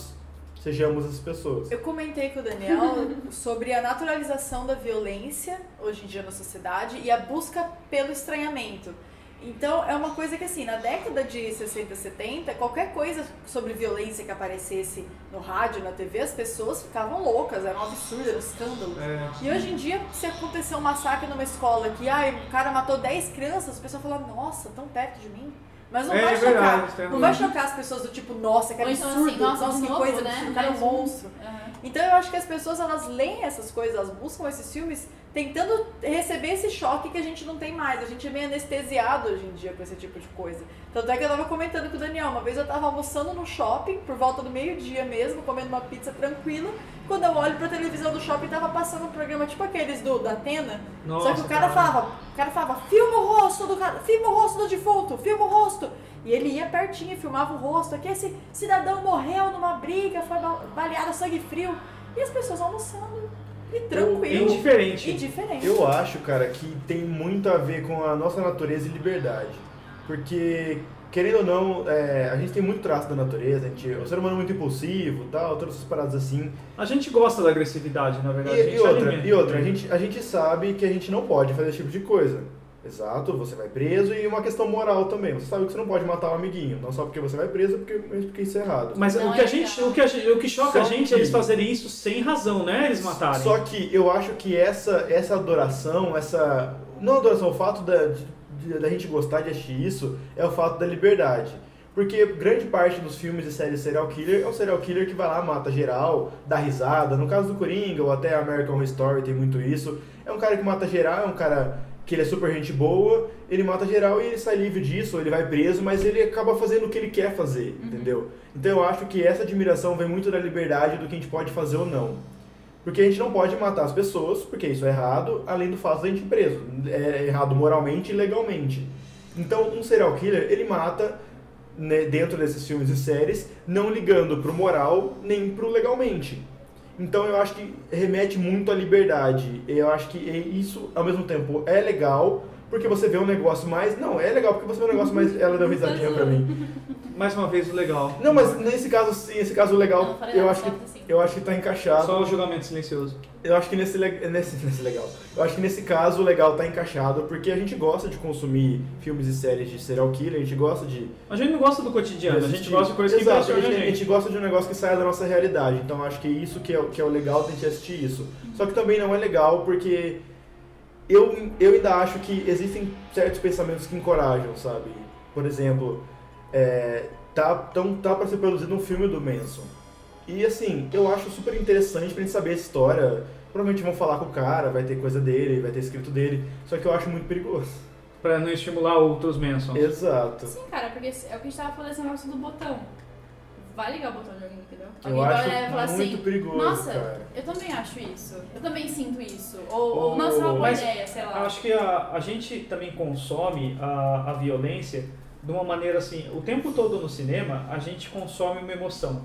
D: sejamos essas pessoas.
E: Eu comentei com o Daniel <laughs> sobre a naturalização da violência hoje em dia na sociedade e a busca pelo estranhamento. Então é uma coisa que assim, na década de 60, 70, qualquer coisa sobre violência que aparecesse no rádio, na TV, as pessoas ficavam loucas, era um absurdo, era um escândalo.
F: É.
E: E hoje em dia, se acontecer um massacre numa escola que ai, o cara matou 10 crianças, o pessoal fala, nossa, tão perto de mim. Mas não
F: É,
E: vai
F: é
E: chocar.
F: verdade, isso é
E: não
F: ruim.
E: vai chocar as pessoas do tipo, nossa, que
C: Ou então,
E: absurdo,
C: assim, nossa, de
E: que
C: novo,
E: coisa,
C: né?
E: absurda, o cara é um
C: Mais um.
E: monstro.
C: Aham.
E: Então eu acho que as pessoas elas leem essas coisas, elas buscam esses filmes tentando receber esse choque que a gente não tem mais. A gente é meio anestesiado hoje em dia com esse tipo de coisa. Tanto é que eu tava comentando com o Daniel, uma vez eu tava almoçando no shopping, por volta do meio-dia mesmo, comendo uma pizza tranquila, quando eu olho pra televisão do shopping tava passando um programa tipo aqueles do da Atena.
F: Nossa,
E: só que o cara, falava, o cara falava, filma o rosto do cara, filma o rosto do defunto, filma o rosto. E ele ia pertinho e filmava o rosto. Aqui esse cidadão morreu numa briga, foi ba- baleado a sangue frio. E as pessoas almoçando e tranquilo.
F: Indiferente.
E: e diferente.
D: Eu acho, cara, que tem muito a ver com a nossa natureza e liberdade. Porque, querendo ou não, é, a gente tem muito traço da natureza, a gente, o ser humano é muito impulsivo tal, todas essas paradas assim.
B: A gente gosta da agressividade, na
D: E,
B: É verdade. a gente
D: e outra,
B: alimenta. né?
D: e outra a, gente, a gente sabe que a gente não pode fazer esse tipo de coisa. Exato, você vai preso e uma questão moral também. Você sabe que você não pode matar um amiguinho, não só porque você vai preso, porque, mas porque isso é errado.
B: Mas
C: Não
B: o, que
C: é
B: a gente,
C: legal.
B: o, que a gente, o que choca
D: Só
B: a gente
D: que-
B: é eles fazerem isso sem razão, né? Eles matarem.
D: Só que eu acho que essa, essa adoração, essa. Não adoração, o fato da, de- da gente gostar de assistir isso é o fato da liberdade. Porque grande parte dos filmes e séries serial killer é um serial killer que vai lá, mata geral, dá risada. No caso do Coringa, ou até American Horror Story tem muito isso. É um cara que mata geral, é um cara que ele é super gente boa, ele mata geral e ele sai livre disso, ou ele vai preso, mas ele acaba fazendo o que ele quer fazer, entendeu? Então eu acho que essa admiração vem muito da liberdade do que a gente pode fazer ou não. Porque a gente não pode matar as pessoas, porque isso é errado, além do fato da gente ir preso. É errado moralmente e legalmente. Então, um serial killer, ele mata né, dentro desses filmes e séries, não ligando pro moral nem pro legalmente. Então, eu acho que remete muito à liberdade. Eu acho que é isso, ao mesmo tempo, é legal, porque você vê um negócio mais. Não, é legal porque você vê um negócio mais. Ela deu risadinha pra mim.
F: Mais uma vez, o legal.
D: Não, mas nesse caso, sim, esse caso
C: Não,
D: legal,
C: falei
D: eu
C: nada,
D: acho que.
C: só assim.
D: Eu acho que tá encaixado.
F: Só o julgamento silencioso.
D: Eu acho que nesse, le- nesse, nesse legal. Eu acho que nesse caso o legal tá encaixado, porque a gente gosta de consumir filmes e séries de serial killer, a gente gosta de.
B: A gente não gosta do cotidiano, a gente
D: assistir-
B: gosta de coisas que
D: Exato,
B: impressionam
D: a
B: a
D: gente, a gente
B: gente.
D: gosta de um negócio que saia da nossa realidade. Então acho que isso que é, o- que é o legal da gente assistir isso. Só que também não é legal, porque eu, eu ainda acho que existem certos pensamentos que encorajam, sabe? Por exemplo, é, tá, tão, tá pra ser produzido um filme do Manson. E assim, eu acho super interessante pra gente saber a história. Provavelmente vão falar com o cara, vai ter coisa dele, vai ter escrito dele. Só que eu acho muito perigoso.
B: Pra não estimular outros Manson.
D: Exato.
C: Sim, cara, porque é o que a gente tava falando esse negócio do botão. Vai ligar o botão de alguém, entendeu?
D: Eu
C: alguém vai
D: acho
C: olhar e falar
D: muito
C: assim.
D: perigoso,
C: Nossa,
D: cara.
C: eu também acho isso. Eu também sinto isso. Ou,
D: Ou-
C: ou nossa, é uma boa
B: Mas
C: ideia, sei lá.
B: Eu acho que a, a gente também consome a, a violência de uma maneira assim. O tempo todo no cinema, a gente consome uma emoção.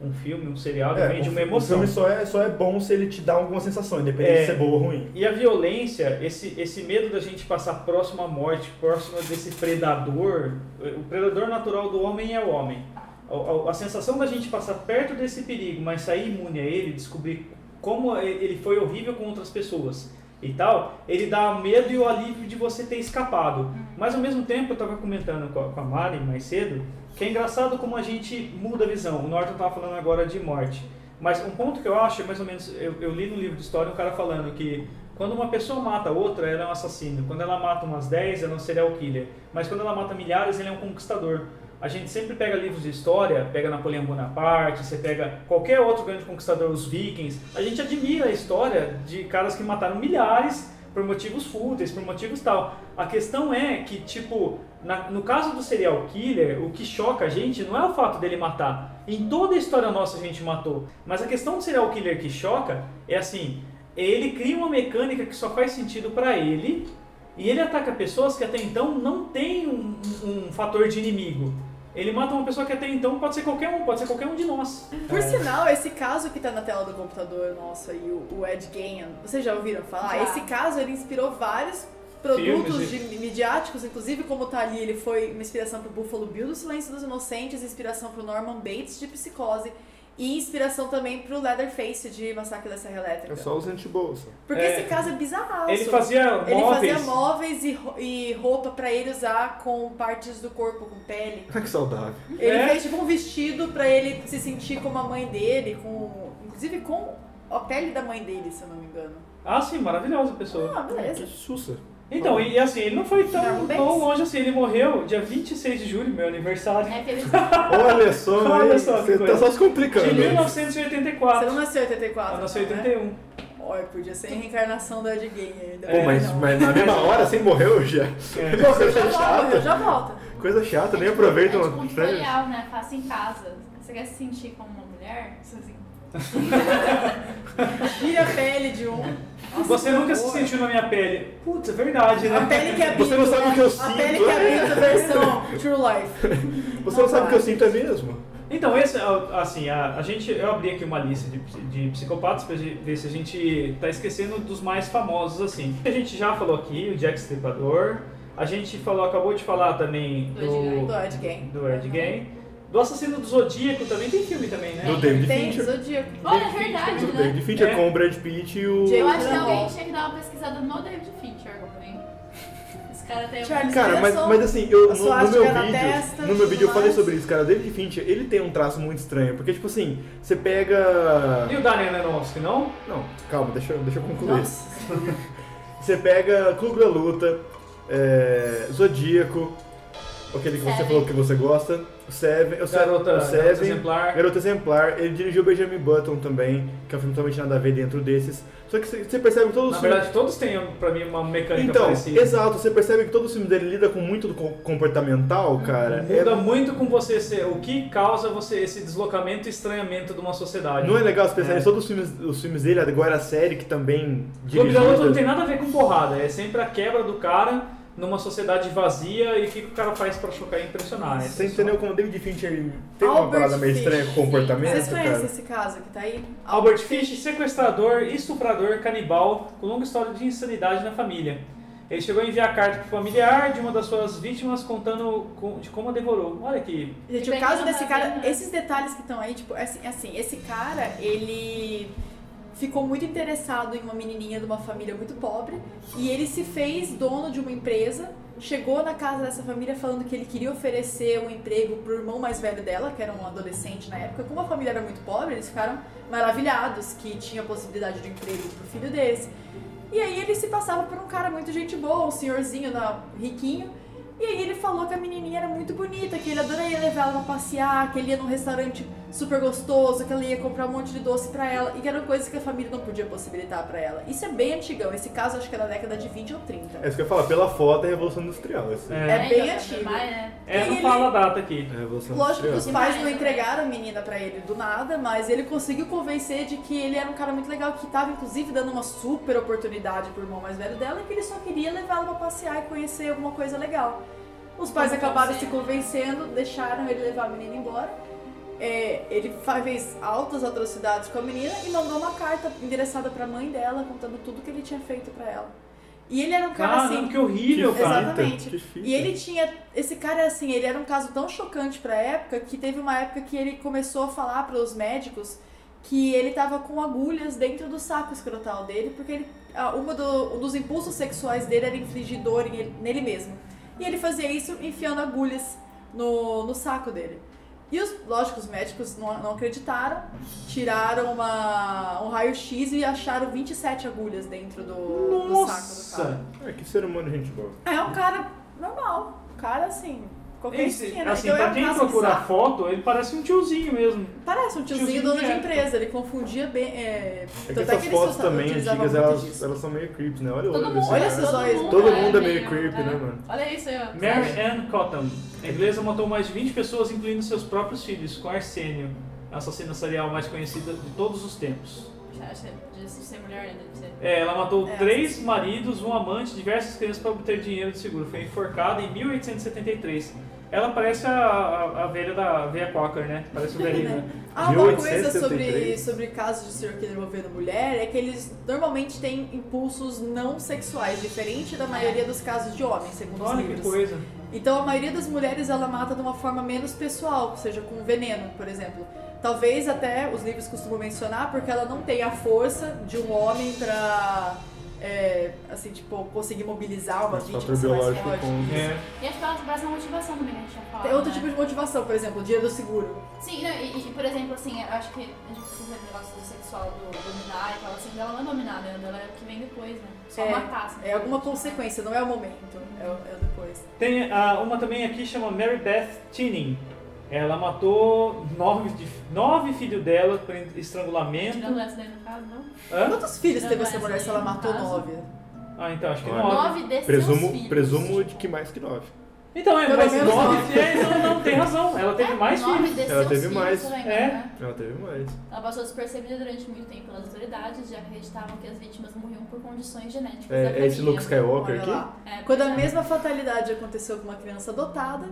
B: Um filme, um seriado,
D: É,
B: vende
D: o
B: uma
D: fi-
B: emoção.
D: O filme só é, só é bom se ele te dá alguma sensação, independente
B: É.
D: se se é boa ou ruim.
B: E a violência, esse, esse medo da gente passar próximo à morte, próximo desse predador, o predador natural do homem é o homem. A, a- a sensação da gente passar perto desse perigo, mas sair imune a ele, descobrir como e- ele foi horrível com outras pessoas e tal, ele dá medo e o alívio de você ter escapado. Mas ao mesmo tempo, eu estava comentando com a, com a Mari mais cedo, que é engraçado como a gente muda a visão. O Norton estava falando agora de morte. Mas um ponto que eu acho, é mais ou menos, eu, eu li no livro de história um cara falando que quando uma pessoa mata outra, ela é um assassino. Quando ela mata umas 10, ela é um serial killer. Mas quando ela mata milhares, ele é um conquistador. A gente sempre pega livros de história, pega Napoleão Bonaparte, você pega qualquer outro grande conquistador, os vikings. A gente admira a história de caras que mataram milhares por motivos fúteis, por motivos tal. A questão é que, tipo, na- no caso do serial killer, o que choca a gente não é o fato dele matar. Em toda a história nossa a gente matou. Mas a questão do serial killer que choca é assim: ele cria uma mecânica que só faz sentido pra ele e ele ataca pessoas que até então não tem um, um fator de inimigo. Ele mata uma pessoa que até então pode ser qualquer um, pode ser qualquer um de nós.
E: Por sinal, esse caso que tá na tela do computador nosso aí, o, o Ed Gein, vocês já ouviram falar?
C: Já.
E: Esse caso, ele inspirou vários produtos
B: Filmes
E: de, midiáticos, inclusive como tá ali, ele foi uma inspiração pro Buffalo Bill do Silêncio dos Inocentes, inspiração pro Norman Bates de Psicose. E inspiração também pro Leatherface de Massacre da Serra Elétrica.
D: É só os antibolsa.
E: Porque
B: É.
E: esse caso é bizarraço.
B: Ele fazia
E: Ele
B: móveis.
E: fazia móveis e, ro- e roupa pra ele usar com partes do corpo, com pele.
D: Ah, que saudável.
E: Ele
B: É.
E: fez tipo um vestido pra ele se sentir como a mãe dele, com. Inclusive com a pele da mãe dele, se eu não me engano.
B: Ah, sim, maravilhosa pessoa.
E: Ah, beleza.
D: Que sussa.
B: Então, e, e assim, ele não foi tão,
E: Norman Bates.
B: tão longe assim. Ele morreu dia 26 de julho, meu aniversário.
C: É,
D: <laughs>
C: feliz.
D: Olha só,
B: Olha
D: aí,
B: só que
D: você tá
B: coisa.
D: só se complicando.
B: De
E: Você
B: 1984.
E: não nasceu em 84.
B: Eu nasci em
E: não, né?
B: 81.
E: Olha, podia ser a reencarnação do Ed Gein ainda.
D: Pô, mas,
E: Não.
D: mas na mesma hora, assim, morreu já.
B: É.
E: Eu já
D: Coisa
E: volto, eu
D: chata.
E: já volto.
D: Coisa chata, nem
C: É
D: aproveita
C: tipo
D: uma
C: um tutorial, né? Faça em casa. Você quer se sentir como uma mulher? assim, Sozinho.
E: Tira a pele de um. Nossa,
B: Você
E: que
B: nunca se
E: horror.
B: sentiu na minha pele. Putz, é verdade, né?
E: A pele que habita.
D: Você não sabe o que eu
E: A
D: sinto,
E: pele que
D: né?
E: habita versão True Life.
D: Você não sabe o que eu sinto é mesmo?
B: Então, esse, é, assim, a, a gente, eu abri aqui uma lista de, ps- de psicopatas pra gente ver se a gente tá esquecendo dos mais famosos, assim. A gente já falou aqui, o Jack Stripador. A gente falou, acabou de falar também
C: Do Ed Gein.
B: do,
E: Do Ed Gein.
B: do Ed Gein. Do Assassino do Zodíaco também tem filme também, né?
D: Do David
E: É, Tem,
D: Fincher.
E: Zodíaco.
C: Olha, é verdade,
D: Do
C: né?
D: David Fincher
B: É.
D: com o Brad Pitt e o...
E: Jay-
C: Eu acho que
E: Não.
C: alguém tinha que dar uma pesquisada no David Fincher também. Esse cara tem
E: Charles
D: Cara, mas,
E: Manson.
D: mas assim, eu,
E: a
D: no, no meu
E: suástica
D: vídeo,
E: na testa,
D: no meu vídeo eu
E: tudo
D: falei
E: mais.
D: sobre isso, cara. O David Fincher, ele tem um traço muito estranho, porque tipo assim, você pega...
B: E o Darren Aronofsky, não?
D: Não, calma, deixa, eu- deixa eu concluir.
E: Nossa.
D: Você pega Clube da Luta, é, Zodíaco, aquele que você
C: Seven.
D: falou que você gosta, o Seven, o Seven,
B: Garota,
D: o
B: Garota
D: Seven
B: Exemplar.
D: Garota Exemplar, ele dirigiu Benjamin Button também, que é um filme totalmente nada a ver dentro desses. Só que você você percebe que todos
B: Na
D: os filmes.
B: verdade, todos têm, pra mim, uma mecânica é
D: Então,
B: parecida.
D: exato, você percebe que todos os filmes dele lidam com muito do co- comportamental, cara. É-
B: Muda muito com você ser, o que causa você esse deslocamento e estranhamento de uma sociedade.
D: não é legal você pensar
B: É.
D: em todos os filmes, os filmes dele, agora a série que também
B: Clube da Luta não tem
D: dirigiu.
B: nada a ver com porrada, é sempre a quebra do cara numa sociedade vazia e o que que o cara faz pra chocar e impressionar. É
D: Você
B: só-
D: entendeu como o David Fincher tem uma
E: Albert
D: parada meio
E: Fincher.
D: estranha com comportamento,
E: Vocês conhecem
D: Tá cara?
E: esse caso que tá aí?
B: Albert Fish, sequestrador, estuprador, canibal, com longa história de insanidade na família. Ele chegou a enviar carta pro familiar de uma das suas vítimas contando com- de como a devorou. Olha que
E: Gente,
C: E
E: o
C: bem que
E: caso
C: não
E: tipo, desse
C: vai
E: cara,
C: ver, né?
E: esses detalhes que estão aí, tipo, assim, assim, esse cara, ele ficou muito interessado em uma menininha de uma família muito pobre e ele se fez dono de uma empresa, chegou na casa dessa família falando que ele queria oferecer um emprego pro irmão mais velho dela, que era um adolescente na época. Como a família era muito pobre, eles ficaram maravilhados que tinha possibilidade de um emprego pro filho deles. E aí ele se passava por um cara muito gente boa, um senhorzinho na- riquinho. E aí ele falou que a menininha era muito bonita, que ele adoraria levar ela pra passear, que ele ia num restaurante super gostoso, que ela ia comprar um monte de doce pra ela, e que eram coisas que a família não podia possibilitar pra ela. Isso é bem antigão, esse caso acho que é da década de 20 ou 30.
D: É isso que eu falo, pela foto é a Revolução Industrial. Esse.
B: É.
C: então,
E: É bem antigo.
C: antigo. né?
B: é, não
E: Ele-
B: fala a data aqui.
D: É a Revolução
E: Lógico que os
D: Industrial.
E: pais não entregaram a menina pra ele do nada, mas ele conseguiu convencer de que ele era um cara muito legal, que tava inclusive dando uma super oportunidade pro irmão mais velho dela e que ele só queria levar ela pra passear e conhecer alguma coisa legal. Os pais
C: Como
E: acabaram se
C: conselho.
E: convencendo, deixaram ele levar a menina embora. É, ele fa- fez altas atrocidades com a menina e mandou uma carta endereçada pra mãe dela, contando tudo que ele tinha feito pra ela. E ele era um cara
B: Caramba,
E: assim.
B: que horrível,
E: Que-
B: cara.
E: Exatamente.
D: Que fita.
E: E ele tinha. Esse cara, assim, ele era um caso tão chocante pra época que teve uma época que ele começou a falar para os médicos que ele tava com agulhas dentro do saco escrotal dele, porque ele, ah, uma do- um dos impulsos sexuais dele era infligir dor em ele- nele mesmo. E ele fazia isso enfiando agulhas no, no saco dele. E os, lógico, os médicos não, não acreditaram, tiraram uma, um raio-x e acharam 27 agulhas dentro do, do tá saco do cara.
B: Nossa!
D: É, que ser humano, gente boa.
E: É um cara normal. Um cara assim. Qualquer
B: Esse,
E: esquina.
B: assim,
E: Então é
B: pra
E: um
B: quem
E: caso
B: procura a
E: bizarro.
B: foto, ele parece um tiozinho mesmo.
E: Parece um tiozinho,
B: tiozinho
E: dono de
B: direto.
E: empresa. Ele confundia bem. É...
D: É que
E: tanto
D: essas
E: que eles
D: fotos
E: usavam-
D: também
E: utilizavam
D: antigas,
E: muito
D: elas,
E: disso.
D: elas são meio creeps, né? Olha o
C: Todo
D: olho
C: mundo,
D: desse
E: olha
D: cara.
E: esses olhos.
D: Todo mundo é meio creepy,
C: creepy,
D: né, mano?
C: Olha isso aí, ó.
B: Mary Ann Cotton. A inglesa matou mais de 20 pessoas, incluindo seus próprios filhos, com arsênio. A assassina serial mais conhecida de todos os tempos.
C: Já acha disso ser mulher, né? Deve ser.
B: É, ela matou
E: É,
B: três maridos, um amante e diversas crianças para obter dinheiro de seguro. Foi enforcada em 1873. Ela parece a, a, a velha da a velha Cocker, né?
E: <laughs>
B: Parece o velhinho. né?
E: Ah, uma coisa
D: 1873.
E: sobre, sobre casos de serial killer envolvendo mulher é que eles normalmente têm impulsos não sexuais, diferente da maioria dos casos de homens, segundo os
B: Olha que
E: livros.
B: coisa.
E: Então a maioria das mulheres ela mata de uma forma menos pessoal, ou seja, com veneno, por exemplo. Talvez até os livros costumam mencionar, porque ela não tem a força de um homem pra, é, assim, tipo, conseguir mobilizar uma
D: Mas
E: vítima
D: fator
E: ser mais
D: biológico
E: forte.
D: com...
F: É.
C: E acho que ela traz uma motivação também, que a gente já falou.
E: Tem outro tipo de motivação, por exemplo, o dia do seguro.
C: Sim, não, e, e, por exemplo, assim, eu acho que a gente precisa do negócio do sexual, do dominar e tal, assim, ela não é dominada ainda, ela é o que vem depois, né? Só
E: É,
C: matar, assim.
E: É alguma consequência, não é o momento, é o, é o depois.
B: Tem ah, uma também aqui chama Mary Beth Tinning. Ela matou nove, de- nove filhos dela por estrangulamento.
C: Tirando essa daí no caso, não?
B: Hã?
E: Quantos filhos
C: Não,
E: teve
C: mas
E: essa mulher
C: aí
E: se ela
C: no
E: matou
C: caso-
E: nove?
B: Ah, então, acho que
D: Olha.
B: nove.
C: Nove desses
D: Presumo, presumo de
C: É,
D: que mais que nove.
B: Então, é,
E: Pelo
B: mas
E: menos
B: nove.
E: nove.
B: É, não, não, tem razão. Ela
E: <laughs>
B: teve mais
C: nove
B: filhos.
C: desses
D: Ela teve
C: filhos,
D: mais.
C: você vai ver,
B: É.
C: né?
D: Ela teve mais.
C: Ela passou despercebida durante muito tempo pelas autoridades, já acreditavam que as vítimas morriam por condições genéticas. da
D: É, é esse
C: família.
D: Luke Skywalker
E: Olha
D: aqui?
E: lá.
C: É,
E: Quando a
C: pois é.
E: mesma fatalidade aconteceu com uma criança adotada,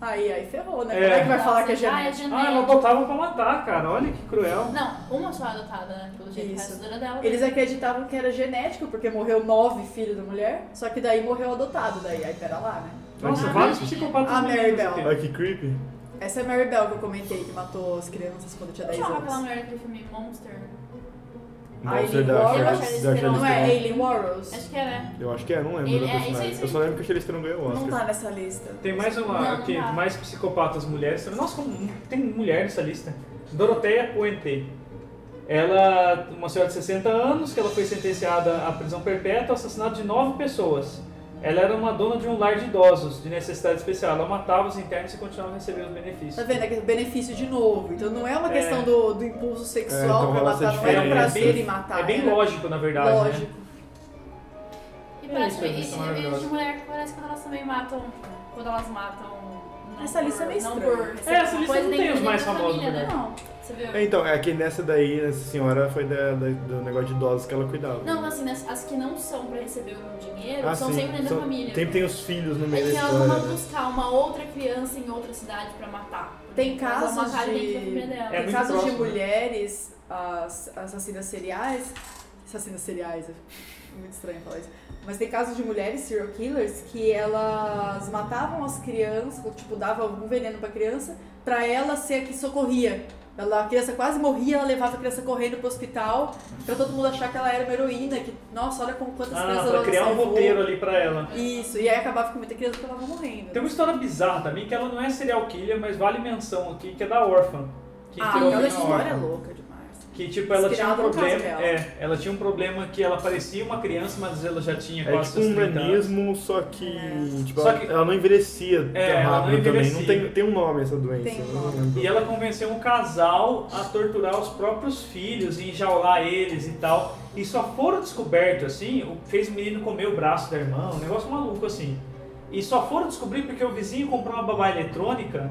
E: aí, aí ferrou, né?
B: É.
E: Como é que vai falar
C: Nossa,
E: que é
C: ah,
E: genética?
B: Ah, ela botavam pra matar, cara. Olha que cruel.
C: Não, uma só é adotada, né? Pelo jeito,
E: Isso.
C: a dura dela.
E: Eles acreditavam que era genético, porque morreu nove filhos da mulher, só que daí morreu adotado, daí aí pera lá, né?
B: Nossa,
C: Ah,
B: vários
C: gente.
B: psicopatas.
E: Ah,
B: malucos
E: Mary Bell.
B: aqui.
D: Olha que creepy.
E: Essa é a Mary Bell que eu comentei, que matou as crianças quando tinha 10
C: Deixa eu falar aquela
E: anos.
C: mulher daquele filme Monster.
D: Monster
E: Aileen
D: da Charlize
E: Warren.
D: da
C: Eu acho que eles
E: Não
D: Charlize
E: é
D: Theron.
E: Aileen Warros?
C: Acho que é, né?
D: Eu acho que é, não lembro
C: Ele-
D: do
C: é, isso aí,
D: personagem.
C: isso
D: Eu só lembro que a Charlize Theron ganhou o
E: Não
D: Oscar.
E: tá nessa lista.
B: Tem mais um. uma
C: Não, não
B: aqui,
C: dá.
B: mais psicopatas mulheres. Nossa, como tem mulher nessa lista. Doroteia Puente. Ela, uma senhora de 60 anos, que ela foi sentenciada à prisão perpétua, assassinato de nove pessoas. Ela era uma dona de um lar de idosos, de necessidade especial. Ela matava os internos e continuava recebendo os benefícios.
E: Tá vendo? É que benefício de novo. Então não é uma
B: É.
E: questão do, do impulso
D: É,
E: sexual
D: então
E: pra
D: rola essa
E: matar, não era um
D: diferença.
E: prazer
B: É
E: em matar.
B: é bem
E: era
B: lógico, na verdade. Né?
E: lógico.
C: E
B: É
C: parece
B: isso,
C: que
B: é isso,
C: e- e- e de
B: maravilhoso.
C: mulher que parece que quando elas também matam. Quando elas matam. não
E: Essa lista é meio
C: não
E: estranha.
C: por-
B: É, essa lista
C: coisa
B: não tem
C: dentro-
B: os
C: dentro
B: mais
C: da
B: famosos,
C: família,
B: né?
C: Não. Você viu?
D: É, então, é que nessa daí, essa senhora foi da- da- do negócio de idosos que ela cuidava.
C: Não, mas assim, as, as que não são pra receber o dinheiro
D: Ah,
C: são
D: sim.
C: sempre dentro
D: São-
C: da família.
D: Sempre tem os filhos no
C: É
D: meio da
C: que elas não
D: história.
C: vão
D: né?
C: buscar uma outra criança em outra cidade pra matar.
E: Tem
C: Elas vão
E: casos
C: matar dentro da
E: de-
C: família dela.
B: É
E: Tem
B: muito
E: casos de
B: próximo, né?
E: mulheres as- assassinas seriais. Assassinas seriais, é muito estranho falar isso. Mas tem casos de mulheres serial killers que elas matavam as crianças, ou, tipo, dava algum veneno pra criança, pra ela ser a que socorria. Ela, a criança quase morria, ela levava a criança correndo pro hospital, pra todo mundo achar que ela era uma heroína, que, nossa, olha como quantas
B: Ah,
E: crianças
B: pra
E: ela
B: criar um
E: salvou.
B: roteiro ali pra ela.
E: Isso, e aí acabava com muita criança que acabava morrendo.
B: Tem um uma história bizarra também, que ela não é serial killer, mas vale menção aqui, que é da órfã. Que
E: ah,
B: entrou
E: aquela
B: na órfã.
E: história é louca demais.
B: Que tipo, ela
E: Inspirado
B: tinha um
E: no caso
B: problema.
E: dela.
B: É, ela tinha um problema que ela parecia uma criança, mas ela já tinha
D: É
B: quase
D: tipo
B: seus
D: um
B: 30 anos.
D: nanismo, só que,
C: É.
D: tipo,
B: Só
D: ela-
B: que-
D: ela não envelhecia
B: É,
D: tão
B: ela não
D: rápido também. Não
B: envelhecia.
D: tem, tem um nome essa doença.
E: Tem um
D: eu não
E: nome.
D: lembro.
B: E ela convenceu um casal a torturar os próprios filhos e enjaular eles e tal. E só foram descobertos, assim, o- fez o menino comer o braço da irmã, um negócio maluco, assim. E só foram descobrir porque o vizinho comprou uma babá eletrônica.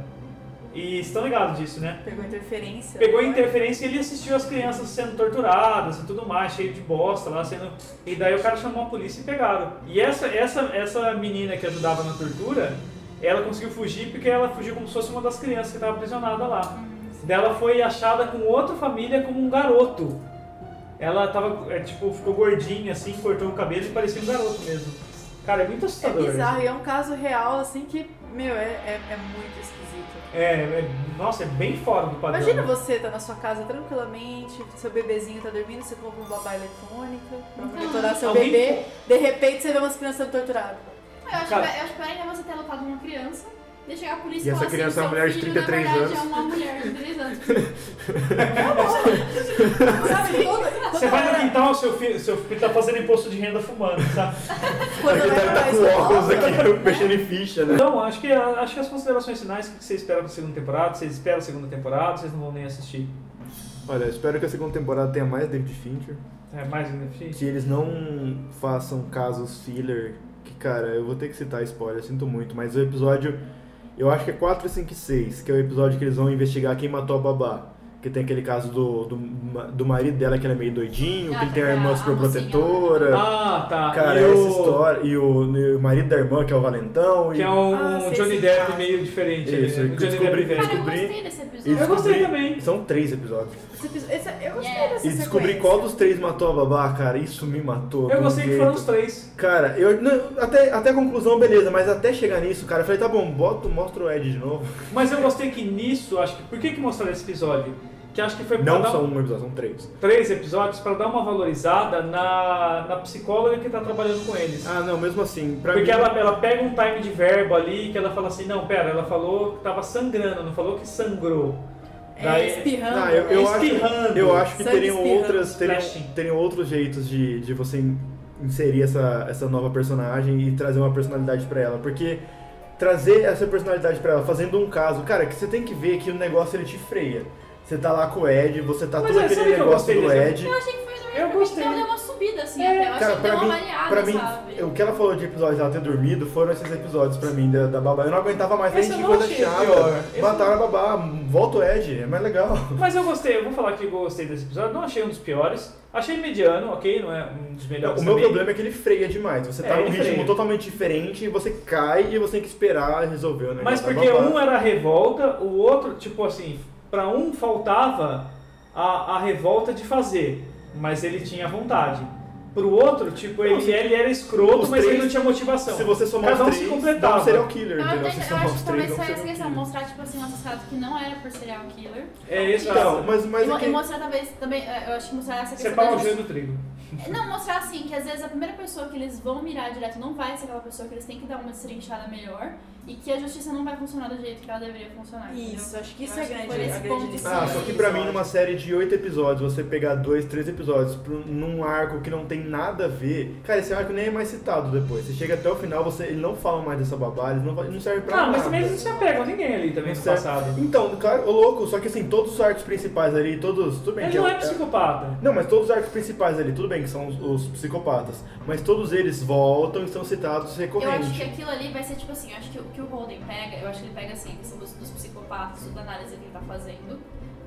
B: E estão ligados disso, né?
E: Pegou interferência.
B: Pegou a
E: Agora-
B: interferência e ele assistiu as crianças sendo torturadas e tudo mais, cheio de bosta lá sendo. E daí o cara chamou a polícia e pegaram. E essa, essa, essa menina que ajudava na tortura, ela conseguiu fugir porque ela fugiu como se fosse uma das crianças que estava aprisionada lá.
E: Uhum.
B: Daí ela foi achada com outra família como um garoto. Ela tava, é, tipo, ficou gordinha assim, cortou o cabelo e parecia um garoto mesmo. Cara, é muito
E: É
B: assustador.
E: bizarro, e é um caso real, assim, que, meu, é, é, é muito esquisito.
B: É, é- nossa, é bem fora do padrão.
E: Imagina você tá na sua casa tranquilamente, seu bebezinho tá dormindo, você compra um babá eletrônica pra
C: Então.
E: monitorar seu
B: Alguém-
E: bebê, de repente você vê umas crianças sendo torturadas.
C: Eu acho,
B: Cara.
C: que, é, eu acho pior ainda você ter lutado uma criança. Daí chegar a polícia
D: E essa
C: falar assim,
D: criança é uma
C: "Seu
D: mulher de
C: filho,
D: 33
C: na verdade,
D: anos." É,
C: é uma mulher de 3 anos.
D: <laughs>
E: Sabe, toda,
B: Você
E: toda
B: vai no
E: hora,
B: quintal, seu filho, seu filho tá fazendo imposto de renda fumando, sabe?
E: quando
D: Ele
E: vai
D: deve estar
E: pra
D: com óculos
E: escola,
D: aqui, <laughs> mexendo em ficha, né?
B: Então, acho que, acho que as considerações finais, o que você espera pra segunda temporada? Vocês esperam a segunda temporada? Vocês não vão nem assistir?
D: Olha, eu espero que a segunda temporada tenha mais David Fincher.
B: É mais NFT?
D: Que eles não façam casos filler. Que, cara, eu vou ter que citar spoiler, sinto muito. Mas o episódio, eu acho que é 4, 5 e 6, que é o episódio que eles vão investigar quem matou a babá. Que tem aquele caso do, do, ma- do marido dela, que ele é meio doidinho,
C: Ah,
D: que ele tem a
C: é,
D: irmã
C: a né?
D: superprotetora.
B: Ah, tá.
D: É. Cara,
B: E o-
D: essa história. E o, e o marido da irmã, que é o Valentão.
B: Que
D: e...
B: é um
E: Ah, sei,
B: Johnny
E: sei,
B: Depp
E: sei.
B: meio diferente.
D: Isso,
B: ali, né? Um
D: eu
B: Johnny
D: descobri-
B: Depp
C: Cara, eu
B: velho.
D: Descobri-
C: gostei desse
D: e
B: Eu
C: episódio.
B: gostei
D: descobri-
B: também.
D: São três episódios.
E: esse episo- esse- é- eu gostei
C: Yeah.
E: dessa
D: E descobri
E: sequência.
D: qual dos três matou a babá, cara, isso me matou. de
B: Eu
D: um
B: gostei que
D: jeito.
B: foram os três.
D: Cara, eu. não, até, até a conclusão, beleza, mas até chegar nisso, cara, eu falei, tá bom, bota, mostra o Ed de novo.
B: Mas eu gostei que nisso, acho que. Por que, que mostraram esse episódio? que acho que foi pra
D: Não
B: dar
D: são um episódio, são três.
B: três episódios para dar uma valorizada na, na psicóloga que tá trabalhando com eles.
D: Ah, não, mesmo assim, pra
B: Porque
D: mim...
B: ela, ela pega um time de verbo ali que ela fala assim, não, pera, ela falou que tava sangrando, não falou que sangrou.
E: É,
B: Daí-
E: espirrando.
D: Ah, eu, eu acho,
B: tá Espirrando.
D: eu acho que
E: Sangue
D: teriam
E: espirrando.
D: outras teriam,
B: Flashing.
D: teriam outros jeitos de, de você in- inserir essa, essa nova personagem e trazer uma personalidade pra ela, porque trazer essa personalidade pra ela fazendo um caso, cara, que você tem que ver que o negócio ele te freia. Você tá lá com o Ed, você tá
B: Mas
D: todo
B: é,
D: aquele
B: sabe que eu gostei
D: negócio do
B: desse-
D: Ed.
C: Eu achei que foi também
B: Eu
C: pra mim
B: gostei.
C: que deu uma subida assim,
B: É.
C: até. Eu
D: Cara,
C: achei que deu
D: pra
C: uma
D: mim,
C: variada,
D: pra mim,
C: sabe?
D: o que ela falou de episódio dela ter dormido foram esses episódios pra mim da, da babá. Eu não aguentava mais,
B: Esse
D: gente,
B: eu
D: que
B: não
D: coisa
B: achei
D: chata.
B: pior. Esse
D: Mataram a babá, volta o Ed, é mais legal.
B: Mas eu gostei, eu vou falar que eu gostei desse episódio, não achei um dos piores, achei mediano, ok, não é um dos melhores
D: O meu
B: também.
D: problema é que ele freia demais. Você
B: É,
D: tá num
B: ele
D: ritmo
B: freia.
D: totalmente diferente, você cai e você tem que esperar resolver o negócio.
B: Mas porque um era a revolta, o outro, tipo assim, pra um faltava a, a revolta de fazer, mas ele tinha vontade. Pro outro, tipo, ele, ele era escroto,
D: os
B: mas ele
D: três-
B: não tinha motivação.
D: Se você somar
B: Cada um
D: os
B: se
D: três,
B: completava.
D: dá um serial killer,
C: Eu,
D: entendeu?
C: até,
D: Se
C: Ah, eu
D: somar
C: acho
D: os
C: que
D: três,
C: talvez
D: dá um
C: foi essa
D: serial
C: questão,
D: killer.
C: mostrar, tipo assim, um assassinato que não era por serial killer.
B: É isso.
D: Então, mas, mas
C: e,
D: é que-
C: e mostrar talvez também, eh, eu acho que mostrar essa questão.
B: Separa o
C: da
B: joio do trigo.
C: justi- Não, mostrar assim, que às vezes a primeira pessoa que eles vão mirar direto não vai ser aquela pessoa que eles têm que dar uma destrinchada melhor e que a justiça não vai funcionar do jeito que ela deveria funcionar. entendeu?
E: Isso, acho que isso
C: Eu
E: é
C: acho que
E: grande.
C: por esse
E: a grande
C: ponto,
E: lição
D: Ah,
E: desse
D: só que pra mim,
E: episódio.
D: numa série de oito episódios, você pegar dois, três episódios pra um- num arco que não tem nada a ver. Cara, esse arco nem é mais citado depois. Você chega até o final, você, ele não fala mais dessa babá, ele não, fa- ele não serve pra
B: Ah,
D: nada.
B: mas também eles não se apegam a ninguém ali também do
D: Certo.
B: passado.
D: Então, claro, ô louco, só que assim, todos os arcos principais ali, todos. Tudo bem,
B: Ele
D: que
B: não
D: é-
B: é psicopata.
D: Não, mas todos os arcos principais ali, tudo bem que são os, os psicopatas, mas todos eles voltam e são citados
C: Eu acho que
D: recorrente.
C: aquilo ali vai ser tipo assim, eu acho que o que o Holden pega, eu acho que ele pega assim, a questão dos, dos psicopatas, da análise que ele tá fazendo,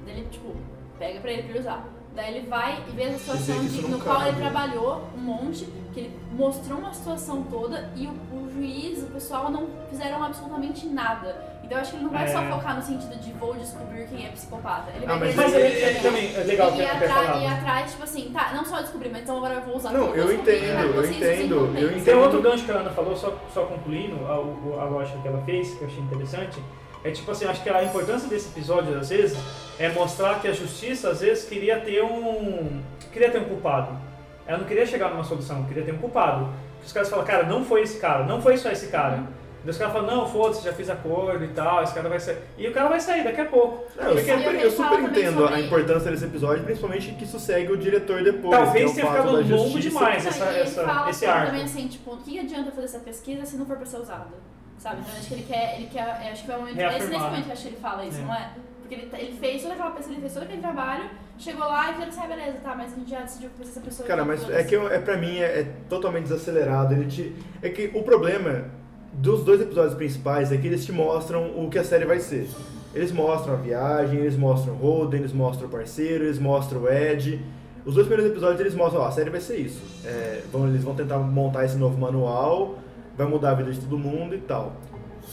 C: daí ele, tipo, pega pra ele pra ele usar. Daí ele vai e vê a situação
D: Dizer que
C: de-
D: isso não
C: no qual
D: cabe.
C: ele trabalhou um monte, que ele mostrou uma situação toda e o, o juiz, o pessoal não fizeram absolutamente nada. Então eu acho que ele não vai
B: É.
C: só focar no sentido de vou descobrir quem é psicopata. Ele
D: Ah,
C: vai
D: mas
C: querer
B: Mas
C: saber
B: ele,
C: quem
B: ele
C: é.
B: também é legal que
C: e,
B: eu não quero
C: atrás, e
B: falar.
C: atrás, tipo assim, tá, não só descobrir, mas então agora eu vou usar
D: Não,
C: tudo né?
D: eu
C: descobri,
D: entendo,
C: agora
D: eu
C: vocês usem
D: entendo,
C: também.
D: eu entendo.
B: Tem outro gancho que a Ana falou, só, só concluindo a, o- a lógica que ela fez, que eu achei interessante. É tipo assim, acho que a importância desse episódio, às vezes, é mostrar que a justiça, às vezes, queria ter um. queria ter um culpado. Ela não queria chegar numa solução, queria ter um culpado. Os caras falam, cara, não foi esse cara, não foi só esse cara. Daí os caras falam, não, foda-se, já fiz acordo e tal, esse cara vai sair. E o cara vai sair daqui a pouco.
D: Não, eu
C: Porque-
D: super,
C: E
D: eu
C: ele
D: super
C: fala também
D: entendo a
C: sobre-
D: importância desse episódio, principalmente que isso segue o diretor depois.
B: Talvez
D: que é
B: tenha
D: o fato
B: ficado
D: da
B: longo
D: justiça.
B: demais
C: Não,
B: essa,
C: e ele
B: essa-
C: fala
B: esse
C: sobre
B: arco.
C: também assim, tipo, o que adianta fazer essa pesquisa se não for pra ser usada? Sabe? Então acho que ele quer, ele quer, é, acho que é o momento, é esse nesse
B: Reafirmar.
C: momento que eu acho que ele fala isso,
B: É.
C: não é? Porque ele, ele fez toda aquela pesquisa, ele fez todo aquele trabalho, chegou lá e falou assim, ah, beleza, tá, mas a gente já decidiu que precisa essa pessoa.
D: Cara,
C: aqui,
D: mas é
C: foda-se.
D: que eu- é, pra mim é, é totalmente desacelerado. Ele te, é que o problema dos dois episódios principais é que eles te mostram o que a série vai ser. Eles mostram a viagem, eles mostram o Holden, eles mostram o parceiro, eles mostram o Ed. Os dois primeiros episódios eles mostram, ó, a série vai ser isso. É, vão, eles vão tentar montar esse novo manual, vai mudar a vida de todo mundo e tal.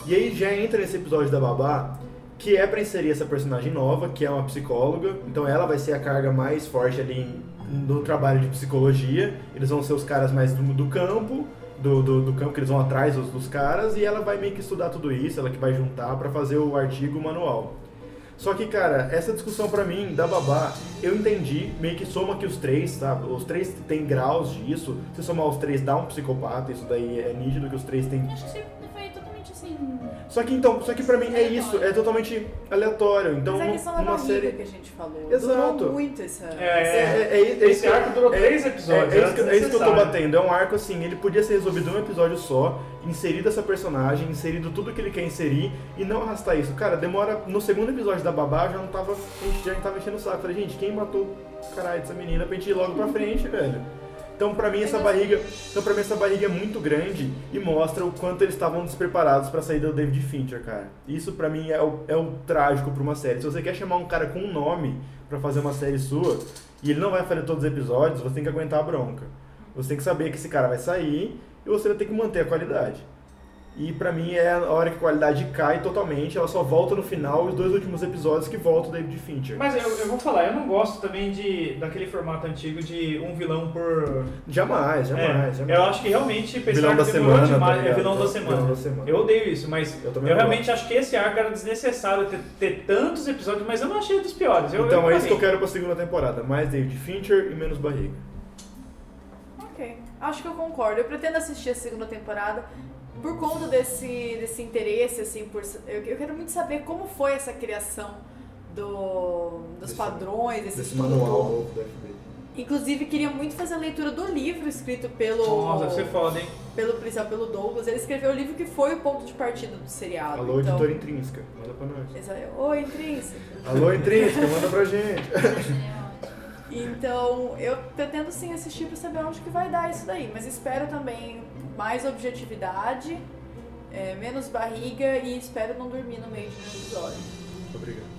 D: E aí já entra nesse episódio da Babá, que é pra inserir essa personagem nova, que é uma psicóloga. Então ela vai ser a carga mais forte ali em- no trabalho de psicologia. Eles vão ser os caras mais do, do campo, do, do, do campo que eles vão atrás dos, dos caras. E ela vai meio que estudar tudo isso, ela que vai juntar pra fazer o artigo manual. Só que, cara, essa discussão pra mim da babá, eu entendi, meio que soma que os três, tá? Os três têm graus disso. Se somar os três dá um psicopata, isso daí é nítido que os três têm
C: Acho que isso foi totalmente assim.
D: só que então, só que pra mim é isso, é totalmente aleatório. Então,
E: Mas é a questão da
D: uma
E: barriga
D: série.
E: que a gente falou.
D: Exato.
E: Durou muito essa...
D: É,
B: É,
D: é, é, é
B: esse arco durou
D: é-
B: três
D: é,
B: episódios.
D: é
B: era
D: isso que, é isso que eu tô
B: desnecessário.
D: batendo. É um arco assim, ele podia ser resolvido em um episódio só, inserido essa personagem, inserido tudo que ele quer inserir e não arrastar isso. Cara, demora. No segundo episódio da babá já não tava. A gente já tava enchendo o saco. Falei, gente, quem matou caralho essa menina pra gente ir logo pra frente, velho? Então pra mim essa barriga. Então pra mim essa barriga é muito grande e mostra o quanto eles estavam despreparados pra sair do David Fincher, cara. Isso pra mim é o, é o trágico pra uma série. Se você quer chamar um cara com um nome pra fazer uma série sua, e ele não vai fazer todos os episódios, você tem que aguentar a bronca. Você tem que saber que esse cara vai sair e você vai ter que manter a qualidade. E pra mim é a hora que a qualidade cai totalmente, ela só volta no final, os dois últimos episódios que volta o David Fincher.
B: Mas eu, eu vou falar, eu não gosto também de, daquele formato antigo de um vilão por.
D: Jamais, jamais,
B: é,
D: jamais.
B: eu acho que realmente pensar
D: Vilão da
B: que demorou
D: semana, tá
B: demais. é
D: ligado?
B: vilão da semana.
D: Vilão da semana.
B: Eu odeio isso, mas
D: Eu
B: eu,
D: também não
B: realmente acho que esse arco era desnecessário ter, ter tantos episódios, mas eu não achei dos piores. Eu,
D: Então
B: eu
D: é isso que eu quero pra segunda temporada, mais David Fincher e menos barriga.
E: Ok, acho que eu concordo. Eu pretendo assistir a segunda temporada por conta desse, desse interesse, assim, por, eu, eu quero muito saber como foi essa criação do, dos
D: Desse-
E: padrões, desse,
D: Desse
E: tudo.
D: manual novo da FBI.
E: Inclusive, queria muito fazer a leitura do livro escrito pelo,
B: Nossa, você é foda, hein?
E: pelo policial, pelo Douglas. Ele escreveu o livro que foi o ponto de partida do seriado.
D: Alô,
E: então...
D: editora intrínseca, manda pra nós.
E: Exa- Oi, intrínseco.
D: Alô, intrínseca, manda pra gente.
E: Então, eu pretendo sim assistir pra saber onde que vai dar isso daí, mas espero também mais objetividade, é, menos barriga e espero não dormir no meio de um episódio.
D: Obrigado.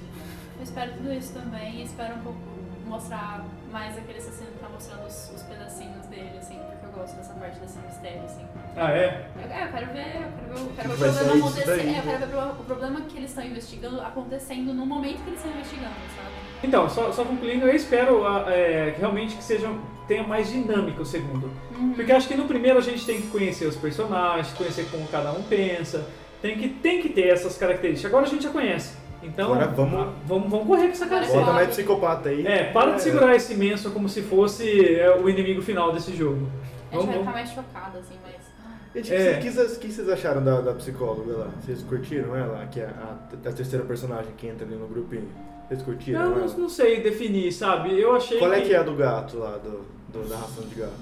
C: Eu espero tudo isso também e espero um pouco mostrar mais aquele assassino que tá mostrando os, os pedacinhos dele, assim, porque eu gosto dessa parte desse mistério, assim.
B: Ah, é?
C: Eu, é, eu quero ver, eu quero ver, o- eu quero ver o
D: Vai
C: problema
D: sair disso
C: acontecer.
D: daí, né?
C: é, eu quero ver o pro- o problema que eles estão investigando acontecendo no momento que eles estão investigando, sabe?
B: Então, só, só concluindo, eu espero ah, é, que realmente que seja, tenha mais dinâmica o segundo.
C: Uhum.
B: Porque eu acho que no primeiro a gente tem que conhecer os personagens, conhecer como cada um pensa, tem que, tem que ter essas características. Agora a gente já conhece. Então,
D: Agora vamos-
B: ah, vamos, vamos correr com essa
C: Agora
B: característica.
D: Bota mais psicopata aí.
B: É, para de segurar esse menso como se fosse é, o inimigo final desse jogo.
C: A
B: Vamos,
C: gente vai
B: vamos.
C: ficar mais chocada, assim, mas.
D: Gente,
B: É.
D: tipo, o que, vocês- que vocês acharam da, da psicóloga lá? Vocês curtiram ela? Que é a, a terceira personagem que entra ali no grupinho. Vocês curtiram
B: Eu
D: ela?
B: não, não sei definir, sabe? Eu achei
D: Qual é que é a do gato lá, do, do- da ração de gato?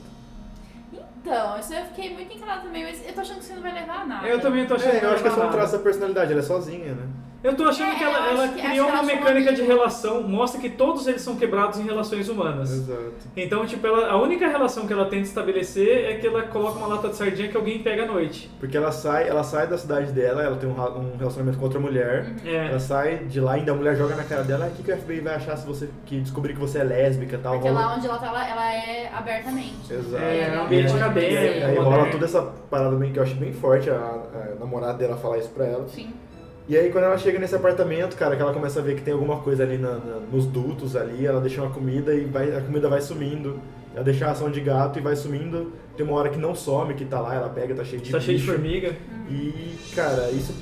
C: Então, isso eu fiquei muito encanada também, mas eu tô achando que isso não vai levar a nada.
B: Eu também tô achando
D: É, eu acho que é só um
B: ela-
D: traço da personalidade, ela é sozinha, né?
B: Eu tô achando
C: É,
B: que
C: eu
B: ela,
C: acho
B: ela
C: que- acho
B: criou
C: que ela
B: uma
C: achou uma
B: mecânica de
C: amiga.
B: relação, mostra que todos eles são quebrados em relações humanas.
D: Exato.
B: Então, tipo, ela- a única relação que ela tenta estabelecer é que ela coloca uma lata de sardinha que alguém pega à noite.
D: Porque ela sai, ela sai da cidade dela, ela tem um, ra- um relacionamento com outra mulher.
B: É.
D: Ela sai de lá, ainda a mulher joga na cara dela, "Ah, o que, que o FBI vai achar se você que descobrir que você é lésbica e tal?
C: Porque
D: rola-
C: lá onde ela tá, ela, ela é abertamente.
D: Exato.
B: É,
C: Ela
B: é um ambiente
C: pode
B: acadêmico,
C: dizer.
D: Aí
B: moderno.
D: rola toda essa parada bem que eu acho bem forte, a, a namorada dela falar isso pra
B: né?
D: ela.
C: Sim.
D: E aí quando ela chega nesse apartamento, cara, que ela começa a ver que tem alguma coisa ali na- na- nos dutos ali, ela deixa uma comida e vai, a comida vai sumindo. Ela deixa a ração de gato e vai sumindo. Tem uma hora que não some, que tá lá, ela pega, tá cheio de
B: Tá cheio de
D: bicho.
B: formiga.
D: E, cara, isso.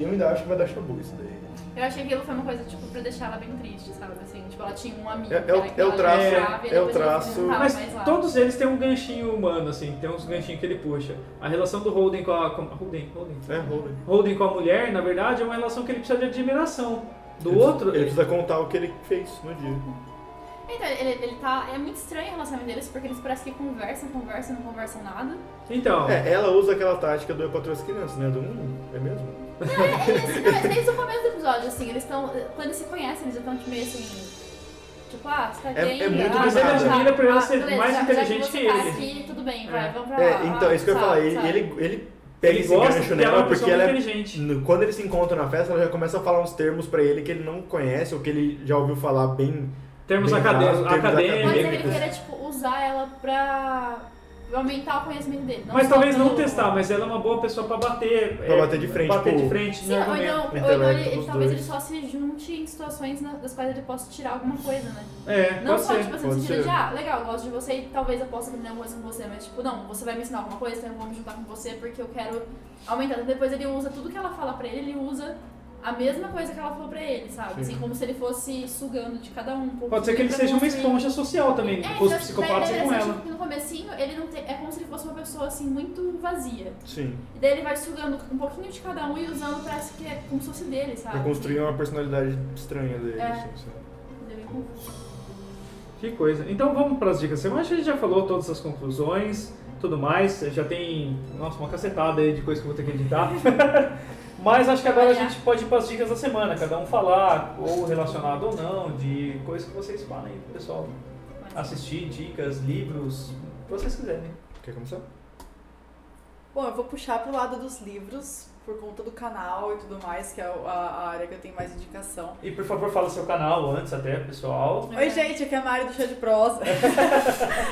D: Eu ainda acho que vai dar chabu isso daí.
C: Eu achei que aquilo foi uma coisa, tipo, pra deixar ela bem triste, sabe? Assim, tipo, ela tinha um amigo.
D: É- é
C: que era
D: o- é o
C: que ela
D: traço,
C: gostava, e
D: é o
C: depois ela
D: traço.
C: se juntava
B: Mas
C: mais lá.
B: todos eles têm um ganchinho humano, assim, tem uns ganchinhos que ele puxa. A relação do Holden com a. Com, Holden, Holden.
D: É, rola.
B: Holden com a mulher, na verdade, é uma relação que ele precisa de admiração. Do
D: Ele-
B: outro.
D: Ele precisa contar o que ele fez no dia.
C: Então, ele, ele tá. É muito estranho o relacionamento deles, porque eles parecem que conversam, conversam, não conversam nada.
B: Então.
D: É, ela usa aquela tática do eu patrulho as crianças, né? Do hum, é mesmo?
C: É, é, assim, não, mas desde o começo do episódio, assim, eles estão. Quando eles se conhecem, eles já estão tipo, meio assim. Tipo, ah, você tá
D: É-
C: gay.
D: é muito
C: ah,
B: Mas ele
D: nada.
B: admira por ela
C: ah,
B: ser
C: beleza,
B: mais
C: já- já
B: inteligente
C: você
B: que
C: tá
B: ele.
C: Aqui, tudo bem, vai,
B: É.
C: vamos pra lá.
D: É, então,
C: ah,
D: isso que eu
C: sabe,
D: ia falar. Ele,
C: sabe.
D: ele, ele pega
B: Ele
D: esse
B: gosta
D: gancho
B: porque ela é
D: nela
B: uma
D: porque
B: pessoa
D: ela é.
B: inteligente.
D: no- Quando eles se encontram na festa, ela já começa a falar uns termos pra ele que ele não conhece ou que ele já ouviu falar bem.
B: Termos
D: Bem
B: acadêmicos.
D: raso, termos
C: Pode ser que ele
D: acadêmicos.
C: queira, tipo, usar ela pra aumentar o conhecimento dele. não
B: Mas
C: só
B: talvez não
C: pelo-
B: testar, mas ela é uma boa pessoa pra bater. é,
D: Pra bater de frente,
B: Bater
D: pô.
B: de frente,
C: Sim,
B: no
C: ou então,
B: argumento.
C: ou
D: intelecto
C: então ele,
D: dos
C: talvez
D: dois.
C: ele só se junte em situações na- das quais ele possa tirar alguma coisa, né?
B: É,
C: Não
B: pode
C: só,
B: ser.
C: tipo assim, no
D: pode
C: sentido
D: ser.
C: de, ah, legal, eu gosto de você e talvez eu possa aprender alguma coisa com você, mas tipo, não, você vai me ensinar alguma coisa, então eu vou me juntar com você porque eu quero aumentar. Então, Depois ele usa tudo que ela fala pra ele, ele usa a mesma coisa que ela falou pra ele, sabe?
D: Sim.
C: Assim, como se ele fosse sugando de cada um. um pouquinho
B: Pode ser que ele
C: pra
B: seja uma
C: construir.
B: esponja social também,
C: É,
B: com os
C: então,
B: psicopatas
C: daí
B: e
C: dá a
B: com
C: impressão
E: assim.
B: ela.
C: de que No comecinho, ele não tem, é como se ele fosse uma pessoa assim muito vazia.
D: Sim.
C: E daí ele vai sugando um pouquinho de cada um e usando pra que é como se fosse dele, sabe?
D: Pra construir uma personalidade estranha dele.
C: É.
D: assim, sabe?
B: um
C: Deu bem confuso.
B: Que coisa. Então vamos pras dicas da semana. Acho que a gente já falou todas as conclusões, tudo mais. Já tem, nossa, uma cacetada aí de coisa que eu vou ter que editar. <laughs> Mas acho que agora a gente pode ir pras dicas da semana, cada um falar, ou relacionado ou não, de coisas que vocês falam aí, pro pessoal.
C: Mas-
B: Assistir, dicas, livros, o que vocês quiserem.
D: Quer começar?
E: Bom, eu vou puxar pro lado dos livros, por conta do canal e tudo mais, que é a, a área que eu tenho mais indicação.
B: E por favor, fala seu canal antes até, pessoal.
E: Oi, gente, aqui é a Mari do Chá de Prosa.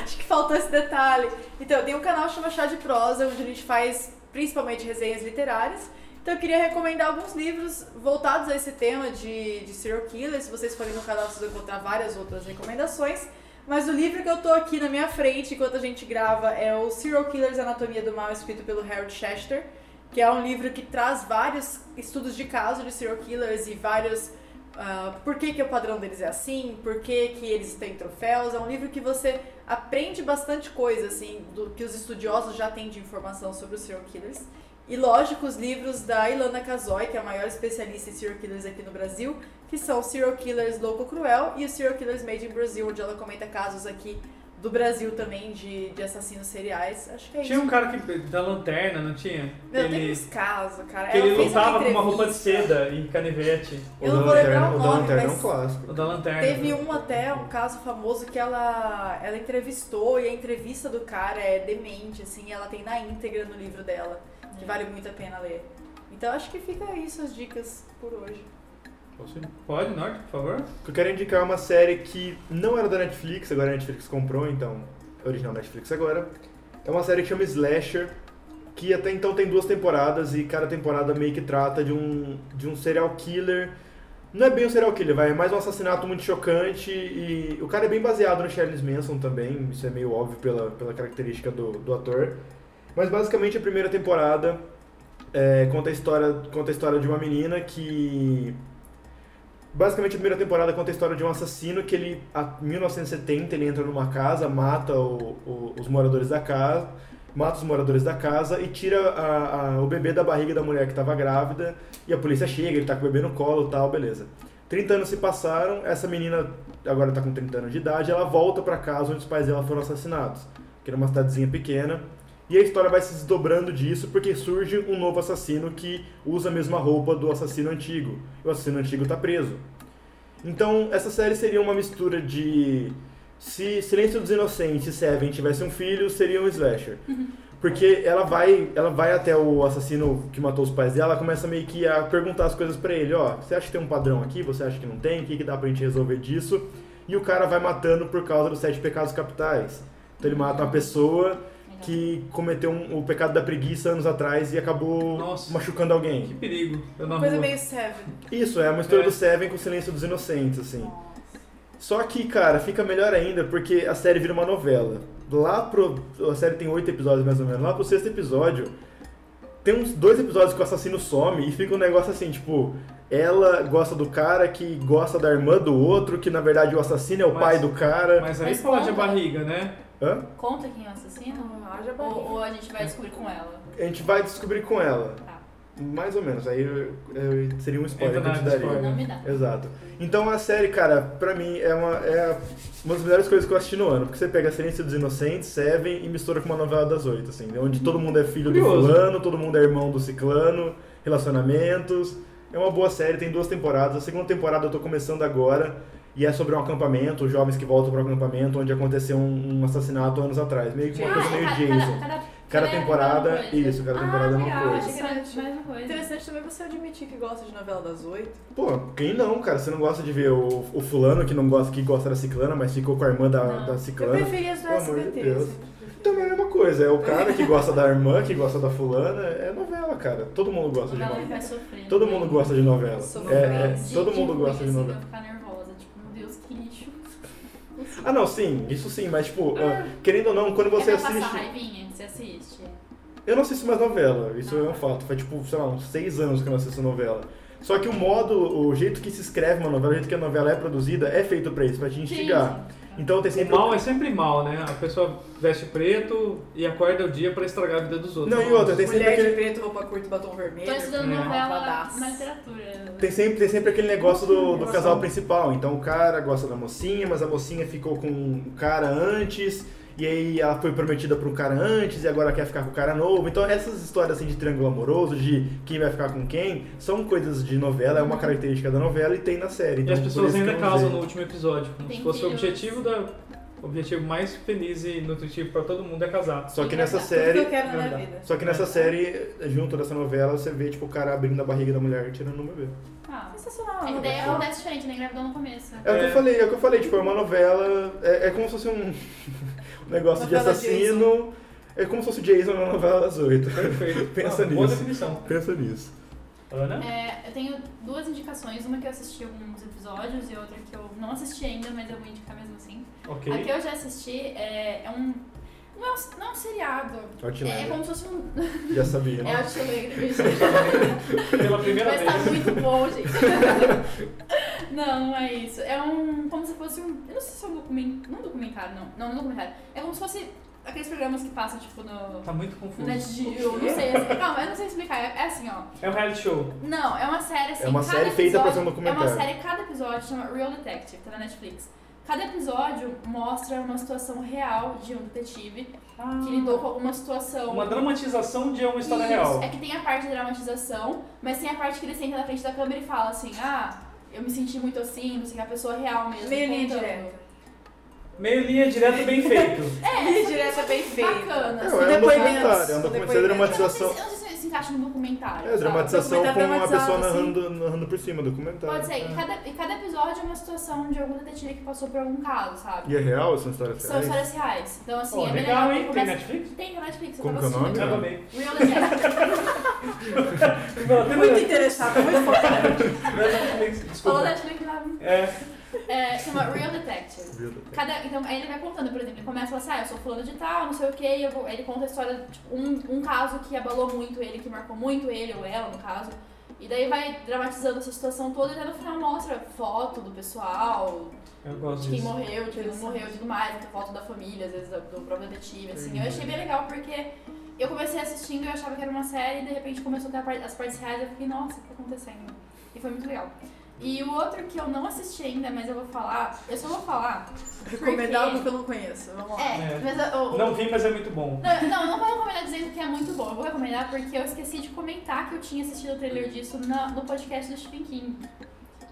E: Acho que faltou esse detalhe. Então, eu tenho um canal que chama Chá de Prosa, onde a gente faz principalmente resenhas literárias. Então eu queria recomendar alguns livros voltados a esse tema de, de serial killer. Se vocês forem no canal, vocês vão encontrar várias outras recomendações. Mas o livro que eu tô aqui na minha frente, enquanto a gente grava, é o Serial Killers Anatomia do Mal, escrito pelo Harold Chester, que é um livro que traz vários estudos de caso de serial killers e vários... ah, por que, que o padrão deles é assim, por que, que eles têm troféus. É um livro que você aprende bastante coisa, assim, do que os estudiosos já têm de informação sobre os serial killers. E lógico, os livros da Ilana Kazoy, que é a maior especialista em serial killers aqui no Brasil, que são Serial Killers Louco Cruel e o Serial Killers Made in Brazil, onde ela comenta casos aqui do Brasil também de, de assassinos seriais. Acho que é
F: Tinha
E: isso.
F: um cara que, da lanterna, não tinha?
E: Meu, tem um
F: ele
E: uns casos, cara.
B: um Que ele
E: Ela fez
B: lutava com uma roupa de
E: entrevista.
B: seda e canivete.
E: Eu não vou lembrar o
D: o da
E: nome,
D: Lanterna é um
E: mas
D: clássico.
F: O da lanterna. né?
E: Teve um até, um caso famoso que ela, ela entrevistou e a entrevista do cara é demente, assim, ela tem na íntegra no livro dela,
C: É.
E: que vale muito a pena ler. Então acho que fica isso as dicas por hoje.
D: Posso ir?
F: Pode, Norte, por favor?
D: Eu quero indicar uma série que não era da Netflix, agora a Netflix comprou, então é original Netflix agora. É uma série que chama Slasher, que até então tem duas temporadas e cada temporada meio que trata de um, de um serial killer. Não é bem um serial killer, vai, é mais um assassinato muito chocante e o cara é bem baseado no Charles Manson também, isso é meio óbvio pela, pela característica do, do ator. Mas basicamente a primeira temporada é, conta, a história, conta a história de uma menina que Basicamente, a primeira temporada conta a história de um assassino que ele, em 1970, ele entra numa casa, mata o- o- os moradores da casa, mata os moradores da casa e tira a- a- o bebê da barriga da mulher que estava grávida e a polícia chega, ele tá com o bebê no colo e tal, beleza. 30 anos se passaram, essa menina agora tá com 30 anos de idade, ela volta pra casa onde os pais dela foram assassinados, que era uma cidadezinha pequena. E a história vai se desdobrando disso porque surge um novo assassino que usa a mesma roupa do assassino antigo. E o assassino antigo tá preso. Então, essa série seria uma mistura de. Se Silêncio dos Inocentes e Seven tivesse um filho, seria um slasher. Porque ela vai, ela vai até o assassino que matou os pais dela, ela começa meio que a perguntar as coisas pra ele, ó, você acha que tem um padrão aqui, você acha que não tem, o que, que dá pra gente resolver disso? E o cara vai matando por causa dos sete pecados capitais. Então ele mata uma pessoa que cometeu um- o pecado da preguiça anos atrás e acabou
F: Nossa.
D: machucando alguém.
F: Que perigo. Eu não
E: Coisa
F: arrumo.
E: meio Seven.
D: Isso, é uma história
F: É.
D: do Seven com o Silêncio dos Inocentes, assim. Só que, cara, fica melhor ainda porque a série vira uma novela. Lá pro. A série tem oito episódios mais ou menos. Lá pro sexto episódio, tem uns dois episódios que o assassino some e fica um negócio assim, tipo. Ela gosta do cara que gosta da irmã do outro, que na verdade o assassino é o
F: Mas-
D: pai do cara.
F: Mas aí
C: Mas
F: pode a
C: conta.
F: barriga, né?
D: Hã?
C: Conta quem é o assassino?
E: Haja
C: Ou,
E: barriga.
C: ou a gente vai descobrir com ela?
D: A gente vai descobrir com ela.
C: Tá.
D: Mais ou menos. Aí eu- eu- seria um spoiler
F: Entra
D: que
F: na área de
D: eu te daria.
F: spoiler.
C: Não me dá.
D: Exato. Então a série, cara, pra mim é uma, é uma das melhores coisas que eu assisti no ano. Porque você pega Silêncio dos Inocentes, Seven e mistura com uma novela das oito, assim. Onde todo mundo é filho
F: Curioso.
D: do fulano, todo mundo é irmão do ciclano, relacionamentos. É uma boa série, tem duas temporadas. A segunda temporada eu tô começando agora. E é sobre um acampamento, os jovens que voltam pro acampamento, onde aconteceu um, um assassinato anos atrás. Meio que uma
C: Ah,
D: coisa meio Jason. né? Cada é temporada, isso, cada temporada é uma
C: legal,
D: coisa.
C: achei que era mais uma coisa.
E: Interessante também você admitir que gosta de novela das oito.
D: Pô, quem não, cara? Você não gosta de ver o, o fulano que não gosta, que gosta da ciclana, mas ficou com a irmã da,
C: Não.
D: da
E: Eu
D: ciclana.
E: preferia as do
D: Pelo amor de
E: SBT.
D: Deus.
E: sempre preferi.
D: Também é a mesma coisa. É o cara que gosta da irmã, que gosta da fulana. É novela, cara. Todo mundo gosta de
C: Ela
D: novela.
C: vai sofrer.
D: Todo mundo gosta de novela.
E: Sou
D: É, é,
C: Gente,
D: todo mundo
C: tipo,
D: gosta de
C: assim,
D: novela.
C: Eu ficar nervosa, tipo, meu Deus, que lixo.
D: Ah, não, sim, isso sim, mas tipo, ah, querendo ou não, quando você
C: Quer pra passar
D: assiste.
C: raivinha? Você assiste?
D: Eu não assisto mais novela, isso
C: Ah.
D: é um fato. Faz tipo, sei lá, uns seis anos que eu não assisto novela. Só que o modo, o jeito que se escreve uma novela, o jeito que a novela é produzida, é feito pra isso, pra te instigar.
C: Gente,
D: Então tem
F: O
D: sempre.
F: mal é sempre mal, né? A pessoa veste preto e acorda o dia pra estragar a vida dos outros.
D: Não, e outra, tem sempre
E: Mulher
D: aquele.
E: de preto, roupa curta, batom vermelho.
C: Tô estudando
F: É.
C: novela
E: Babadaço.
C: na literatura.
D: Tem sempre, tem sempre aquele negócio do, do casal principal. Então o cara gosta da mocinha, mas a mocinha ficou com o cara antes, e aí ela foi prometida para um cara antes, e agora quer ficar com o cara novo. Então essas histórias assim de triângulo amoroso, de quem vai ficar com quem, são coisas de novela, é uma característica da novela e tem na série.
F: E
D: Então,
F: as
D: por
F: pessoas
D: isso que
F: ainda
D: eu
F: causam no
D: usei.
F: último episódio. Como
C: Tem
F: se fosse o
C: filhos.
F: objetivo da. O objetivo mais feliz e nutritivo pra todo mundo é casar.
D: Só que nessa
E: Tudo que eu
D: série.
E: quero na minha
F: Verdade.
E: vida.
D: Só que
F: É.
D: nessa série, junto dessa novela, você vê tipo o cara abrindo a barriga da mulher e tirando o bebê.
C: Ah,
E: Sensacional.
C: é que
E: né?
C: daí acontece diferente, né? Engravidou no começo.
D: É, o que eu
F: É.
D: falei, é o que eu falei, tipo, é uma novela, é, é como se fosse <laughs> um, um negócio de
E: Novela
D: assassino, É como se fosse o Jason na novela das oito.
F: Perfeito.
D: Pensa
F: Ah, Boa
D: nisso.
F: definição.
D: <laughs> Pensa nisso.
B: Ana?
C: É, eu tenho duas indicações, uma que eu assisti alguns episódios e outra que eu não assisti ainda, mas eu vou indicar mesmo assim.
B: Ok.
C: A que eu já assisti é, é um. Não é um, não é um seriado. É, é
D: Outlander.
C: como se fosse um.
D: Já sabia.
C: É Outlander,
D: <laughs>
C: gente.
B: Pela primeira
C: Mas
B: vez.
C: tá muito bom, gente.
D: <laughs>
C: não, não é isso. É um. Como se fosse um. Eu não sei se é um documentário. Não um documentário, não. Não, não é um documentário. É como se fosse aqueles programas que passam, tipo, no.
B: Tá muito
C: No
B: confuso.
C: NetGeo. Eu não é sei. assim- Calma, eu não sei explicar. É, é assim, ó.
B: É um reality show.
C: Não, é uma série assim.
D: É uma
C: cada
D: série feita pra
C: episódio-
D: ser um documentário.
C: É uma série, cada episódio chama Real Detective, tá na Netflix. Cada episódio mostra uma situação real de um detetive que lidou com alguma situação.
B: Uma dramatização de uma história
C: Isso,
B: real.
C: É que tem a parte de dramatização, mas tem a parte que ele senta na frente da câmera e fala assim: ah, eu me senti muito assim, não sei que é a pessoa real mesmo.
E: Meio linha
C: contando."
E: direta.
B: Meio linha direta bem
C: <laughs>
B: feito.
C: É
E: <laughs> Linha direta bem feita.
C: Bacana.
D: É,
C: assim.
E: Não,
D: é um
E: Depoimentos.
D: documentário. É um documentário de
E: Depoimentos.
C: Eu não sei
D: dramatização.
C: se- Eu não sei se isso encaixa no documentário.
D: É,
C: sabe?
D: dramatização
E: Tá
D: com a
E: dramatizado,
D: pessoa
E: assim.
D: narrando, narrando por cima, documentário.
C: Pode ser.
B: É.
C: E cada, e cada episódio é uma situação de algum detetive que passou por algum caso, sabe?
D: E é real essa história?
C: São histórias reais. Então, assim,
B: Ó,
C: é bem
B: legal,
C: que
B: hein? Tem
C: começa-
B: Netflix?
C: Tem na Netflix, eu
D: Como
C: tava
D: que é o nome?
B: Eu também.
C: assistindo. Real Detective. <laughs>
B: Não, tem
E: Muito interessado, muito focado.
B: Netflix.
C: Falou
B: Desculpa.
C: Netflix lá.
B: É,
C: É, chama Real Detective. Cada, então, aí ele vai contando, por exemplo, ele começa a falar assim, ah, eu sou fulano de tal, não sei o que, eu vou, ele conta a história, tipo, um, um caso que abalou muito ele, que marcou muito ele, ou ela, no caso. E daí vai dramatizando essa situação toda e até no final mostra foto do pessoal,
B: eu gosto
C: de quem
B: disso.
C: morreu, de quem não morreu e tudo mais, tem foto da família, às vezes da- do próprio detetive, assim. Eu achei bem legal porque eu comecei assistindo e eu achava que era uma série e de repente começou a ter a par- as partes reais e eu fiquei, nossa, o que tá acontecendo? E foi muito legal. E o outro que eu não assisti ainda, mas eu vou falar, eu só vou falar.
E: Recomendar algo que
C: porque...
E: eu não conheço. Vamos lá.
C: É,
B: É.
C: mas eu- eu-
B: Não vi, mas é muito bom.
C: não, não, eu não vou recomendar dizendo que é muito bom. Eu vou recomendar porque eu esqueci de comentar que eu tinha assistido o trailer disso na- no podcast do Stephen King.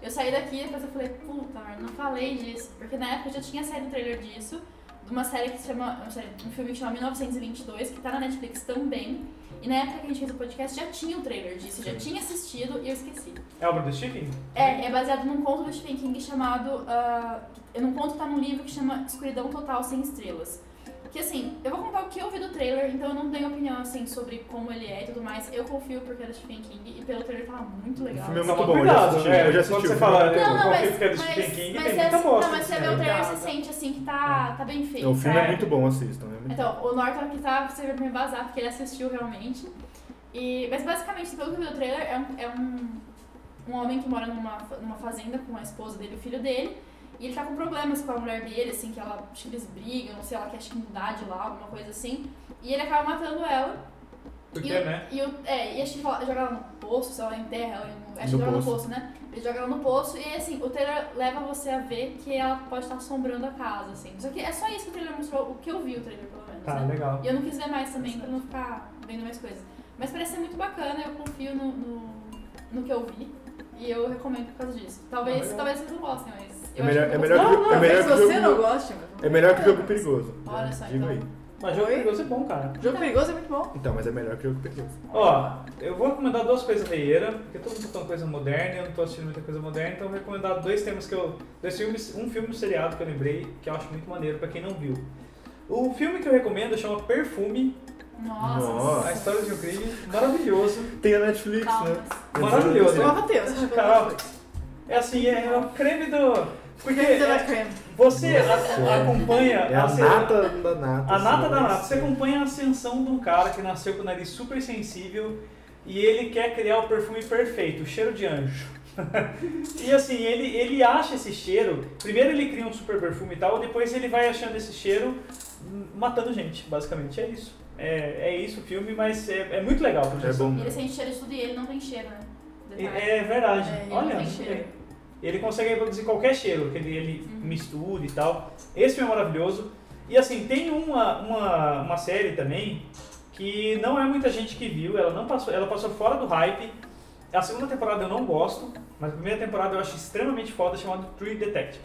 C: Eu saí daqui e depois eu falei, puta, merda, não falei disso. Porque na época eu já tinha saído o trailer disso, de uma série que se chama. uma série- Um filme que chama 1922, que tá na Netflix também. E na época que a gente fez o podcast já tinha o trailer disso, eu já tinha assistido e eu esqueci.
B: É obra do Stephen?
C: É, é baseado num conto do Stephen King chamado. ah, que- num conto que tá num livro que chama Escuridão Total Sem Estrelas. Que assim, eu vou contar o que eu vi do trailer, então eu não tenho opinião assim sobre como ele é e tudo mais. Eu confio porque é do Stephen King e pelo trailer tava muito legal.
D: O filme é
B: Toma
D: muito bom, eu já
B: cuidado,
D: assisti.
B: né?
D: Eu já assisti.
B: Quando
D: o
B: você
D: filme.
B: fala,
C: Não, não,
B: qualquer
C: mas,
B: que é do
C: mas,
B: Stephen King,
C: mas,
B: tem
C: é,
B: muita bosta. né?
C: não, mas você vê o trailer, você sente assim que tá, tá bem feito.
D: É, o filme
B: É.
D: é muito bom, assistam. É muito...
C: Então, o Norton aqui tá servindo pra embasar, porque ele assistiu realmente. E, mas basicamente, pelo que eu vi no trailer, é um, é um, um homem que mora numa, fa- numa fazenda com a esposa dele e o filho dele. E ele tá com problemas com a mulher dele, assim, que ela, acho que eles brigam, não sei, ela quer acho que mudar de lá, alguma coisa assim. E ele acaba matando ela.
B: Porque,
C: e, o-
B: né?
C: e, o- é, e acho que ele fala- joga ela no poço, sei lá, enterra ela, em- um, acho que
D: No
C: joga no
D: poço.
C: poço, né? Ele joga ela no poço e, assim, o trailer leva você a ver que ela pode estar assombrando a casa, assim. Só que é só isso que o trailer mostrou, o que eu vi o trailer, pelo menos,
B: Tá,
C: né?
B: legal.
C: E eu não quis ver mais também pra não ficar vendo mais coisas. Mas parece ser muito bacana, eu confio no, no, no que eu vi. E eu recomendo por causa disso.
B: Ah,
C: Talvez,
B: legal.
C: talvez vocês não gostem, mas eu
D: É melhor-
C: acho que
D: é
C: eu
D: melhor
C: gostei.
E: Não,
D: É
E: não,
D: melhor
E: se
D: que
E: você
D: jogo-
E: não gosta, mas...
D: É melhor que o jogo perigoso.
C: Olha então. só,
D: Digo aí.
B: Mas jogo
E: Oi?
B: perigoso é bom, cara.
E: Jogo perigoso é muito bom.
D: Então, mas é melhor que o jogo perigoso.
B: Ó, eu vou recomendar duas coisas reieira, porque todo mundo tá falando coisa moderna, eu não tô assistindo muita coisa moderna, então eu vou recomendar dois temas que eu. Dois filmes, um filme seriado que eu lembrei, que eu acho muito maneiro pra quem não viu. O filme que eu recomendo chama Perfume,
C: Nossa,
D: Nossa.
B: a história de um crime, maravilhoso,
D: Tem a Netflix,
C: calma.
D: né?
B: maravilhoso.
E: Prova Deus, acho que eu
B: Carol.
E: gosto.
B: É assim, é o creme do. Porque
E: Dela
B: é-
E: Creme.
B: você a- acompanha
D: É a
B: assi-
D: nata da nata.
B: A
D: assim,
B: nata da
D: né?
B: nata. Você acompanha a ascensão de um cara que nasceu com o nariz super sensível e ele quer criar o perfume perfeito, o cheiro de anjo. <laughs> e assim, ele, ele acha esse cheiro. Primeiro ele cria um super perfume e tal, depois ele vai achando esse cheiro hum, matando gente, basicamente. É isso. É, é isso o filme, mas é, é muito legal. pra
D: É
B: gente.
D: bom.
C: Ele sente cheiro de tudo e ele não tem cheiro, né?
B: E-
C: Detalhe.
B: É verdade.
E: É, ele
B: Olha,
C: não tem
B: muito
C: cheiro.
B: bem. Ele consegue reproduzir qualquer cheiro, que ele, ele
C: Uhum.
B: mistura e tal. Esse filme é maravilhoso. E assim, tem uma, uma, uma série também que não é muita gente que viu, ela não passou, ela passou fora do hype. A segunda temporada eu não gosto, mas a primeira temporada eu acho extremamente foda, chamada True Detective.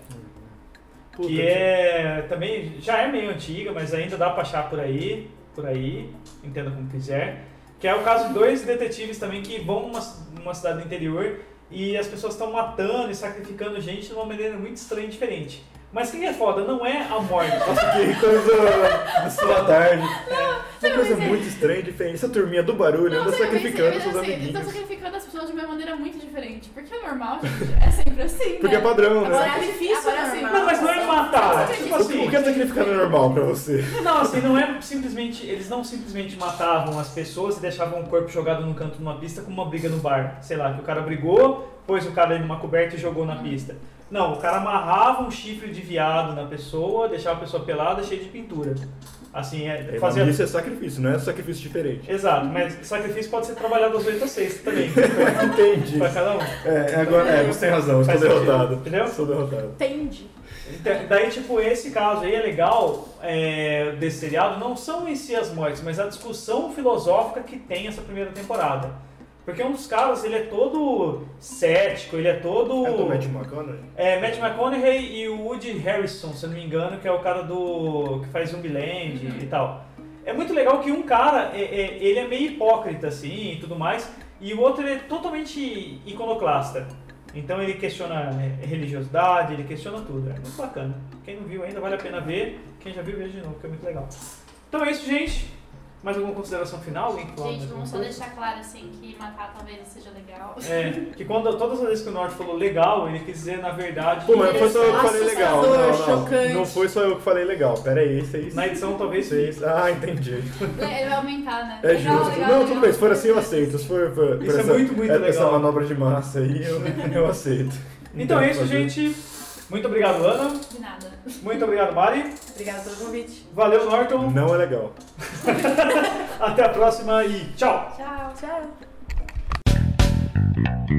D: Puta,
B: que é também já é meio antiga, mas ainda dá pra achar por aí, por aí, entenda como quiser. Que é o caso de dois detetives também que vão numa, numa cidade do interior e as pessoas estão matando e sacrificando gente de uma maneira muito estranha e diferente. Mas quem é foda não é a morte.
D: Que coisa do sua tarde. Uma coisa
C: mas é-
D: muito estranha e diferente. Essa turminha do barulho
C: Não,
D: anda
C: sabe, eu pensei- eu
D: sacrificando
C: pensei
D: seus
C: assim, Estão
D: amiguinhos.
C: sacrificando as pessoas de uma maneira muito diferente. Porque é normal, gente. É sempre assim. né?
D: Porque é padrão, né?
E: Agora é difícil,
C: Agora
E: né?
C: sim.
B: Não, mas não é matar.
C: Mas
B: Tipo
D: O que-
B: assim,
D: o que é sacrificar não é normal pra você?
B: não, assim, não é simplesmente. Eles não simplesmente matavam as pessoas e deixavam o corpo jogado num canto numa pista com uma briga no bar. Sei lá, que o cara brigou, pôs o cara numa coberta e jogou na pista. Não, o cara amarrava um chifre de viado na pessoa, deixava a pessoa pelada, cheia de pintura. Assim, é,
D: É,
B: fazia
D: Isso é sacrifício, não é sacrifício diferente.
B: Exato, mas sacrifício pode ser trabalhado às 8 às 6 também.
D: <laughs> <laughs> Entendi.
B: Pra cada um.
D: É, agora, é, você tem razão, estou
B: Faz sentido,
D: derrotado.
B: entendeu?
D: Estou derrotado.
C: Entende.
B: Então, Daí, tipo, esse caso aí é legal é, desse seriado, não são em si as mortes, mas a discussão filosófica que tem essa primeira temporada. Porque um dos caras, ele é todo cético, ele é todo...
D: É do Matt McConaughey?
B: É, Matt McConaughey e o Woody Harrison, se eu não me engano, que é o cara do. que faz Zumbiland e tal. É muito legal que um cara, é- é- ele é meio hipócrita, assim, e tudo mais, e o outro ele é totalmente iconoclasta. Então ele questiona é, religiosidade, ele questiona tudo. É muito bacana. Quem não viu ainda, vale a pena ver. Quem já viu, veja de novo, porque é muito legal. Então é isso, gente. Mais alguma consideração final? Alguém quer falar
C: Gente,
B: mais alguma
C: vamos só
B: coisa?
C: deixar claro, assim, que matar talvez seja legal.
B: É, que quando todas as vezes que o Norte falou legal, ele quis dizer, na verdade,
D: Pô, mas não foi só eu que falei
B: é
D: legal.
E: Assustador,
D: Não, não.
E: chocante.
D: Não foi só eu que falei legal. Pera aí, vocês.
B: na edição talvez
D: Vocês. Ah, entendi.
B: É.
C: Ele vai aumentar, né?
D: É justo. não, tudo bem, se for assim eu aceito. Se for por, por
B: Isso é
D: essa,
B: muito, muito
D: é-
B: legal.
D: Essa manobra de massa aí, eu, eu aceito. Não
B: Então
D: tem
B: é
D: o que
B: isso,
D: fazer.
B: gente. Muito obrigado, Ana.
C: De nada.
B: Muito obrigado, Mari.
E: Obrigada pelo convite.
B: Valeu, Norton.
D: Não é legal.
B: Até a próxima e tchau!
C: Tchau.
E: Tchau.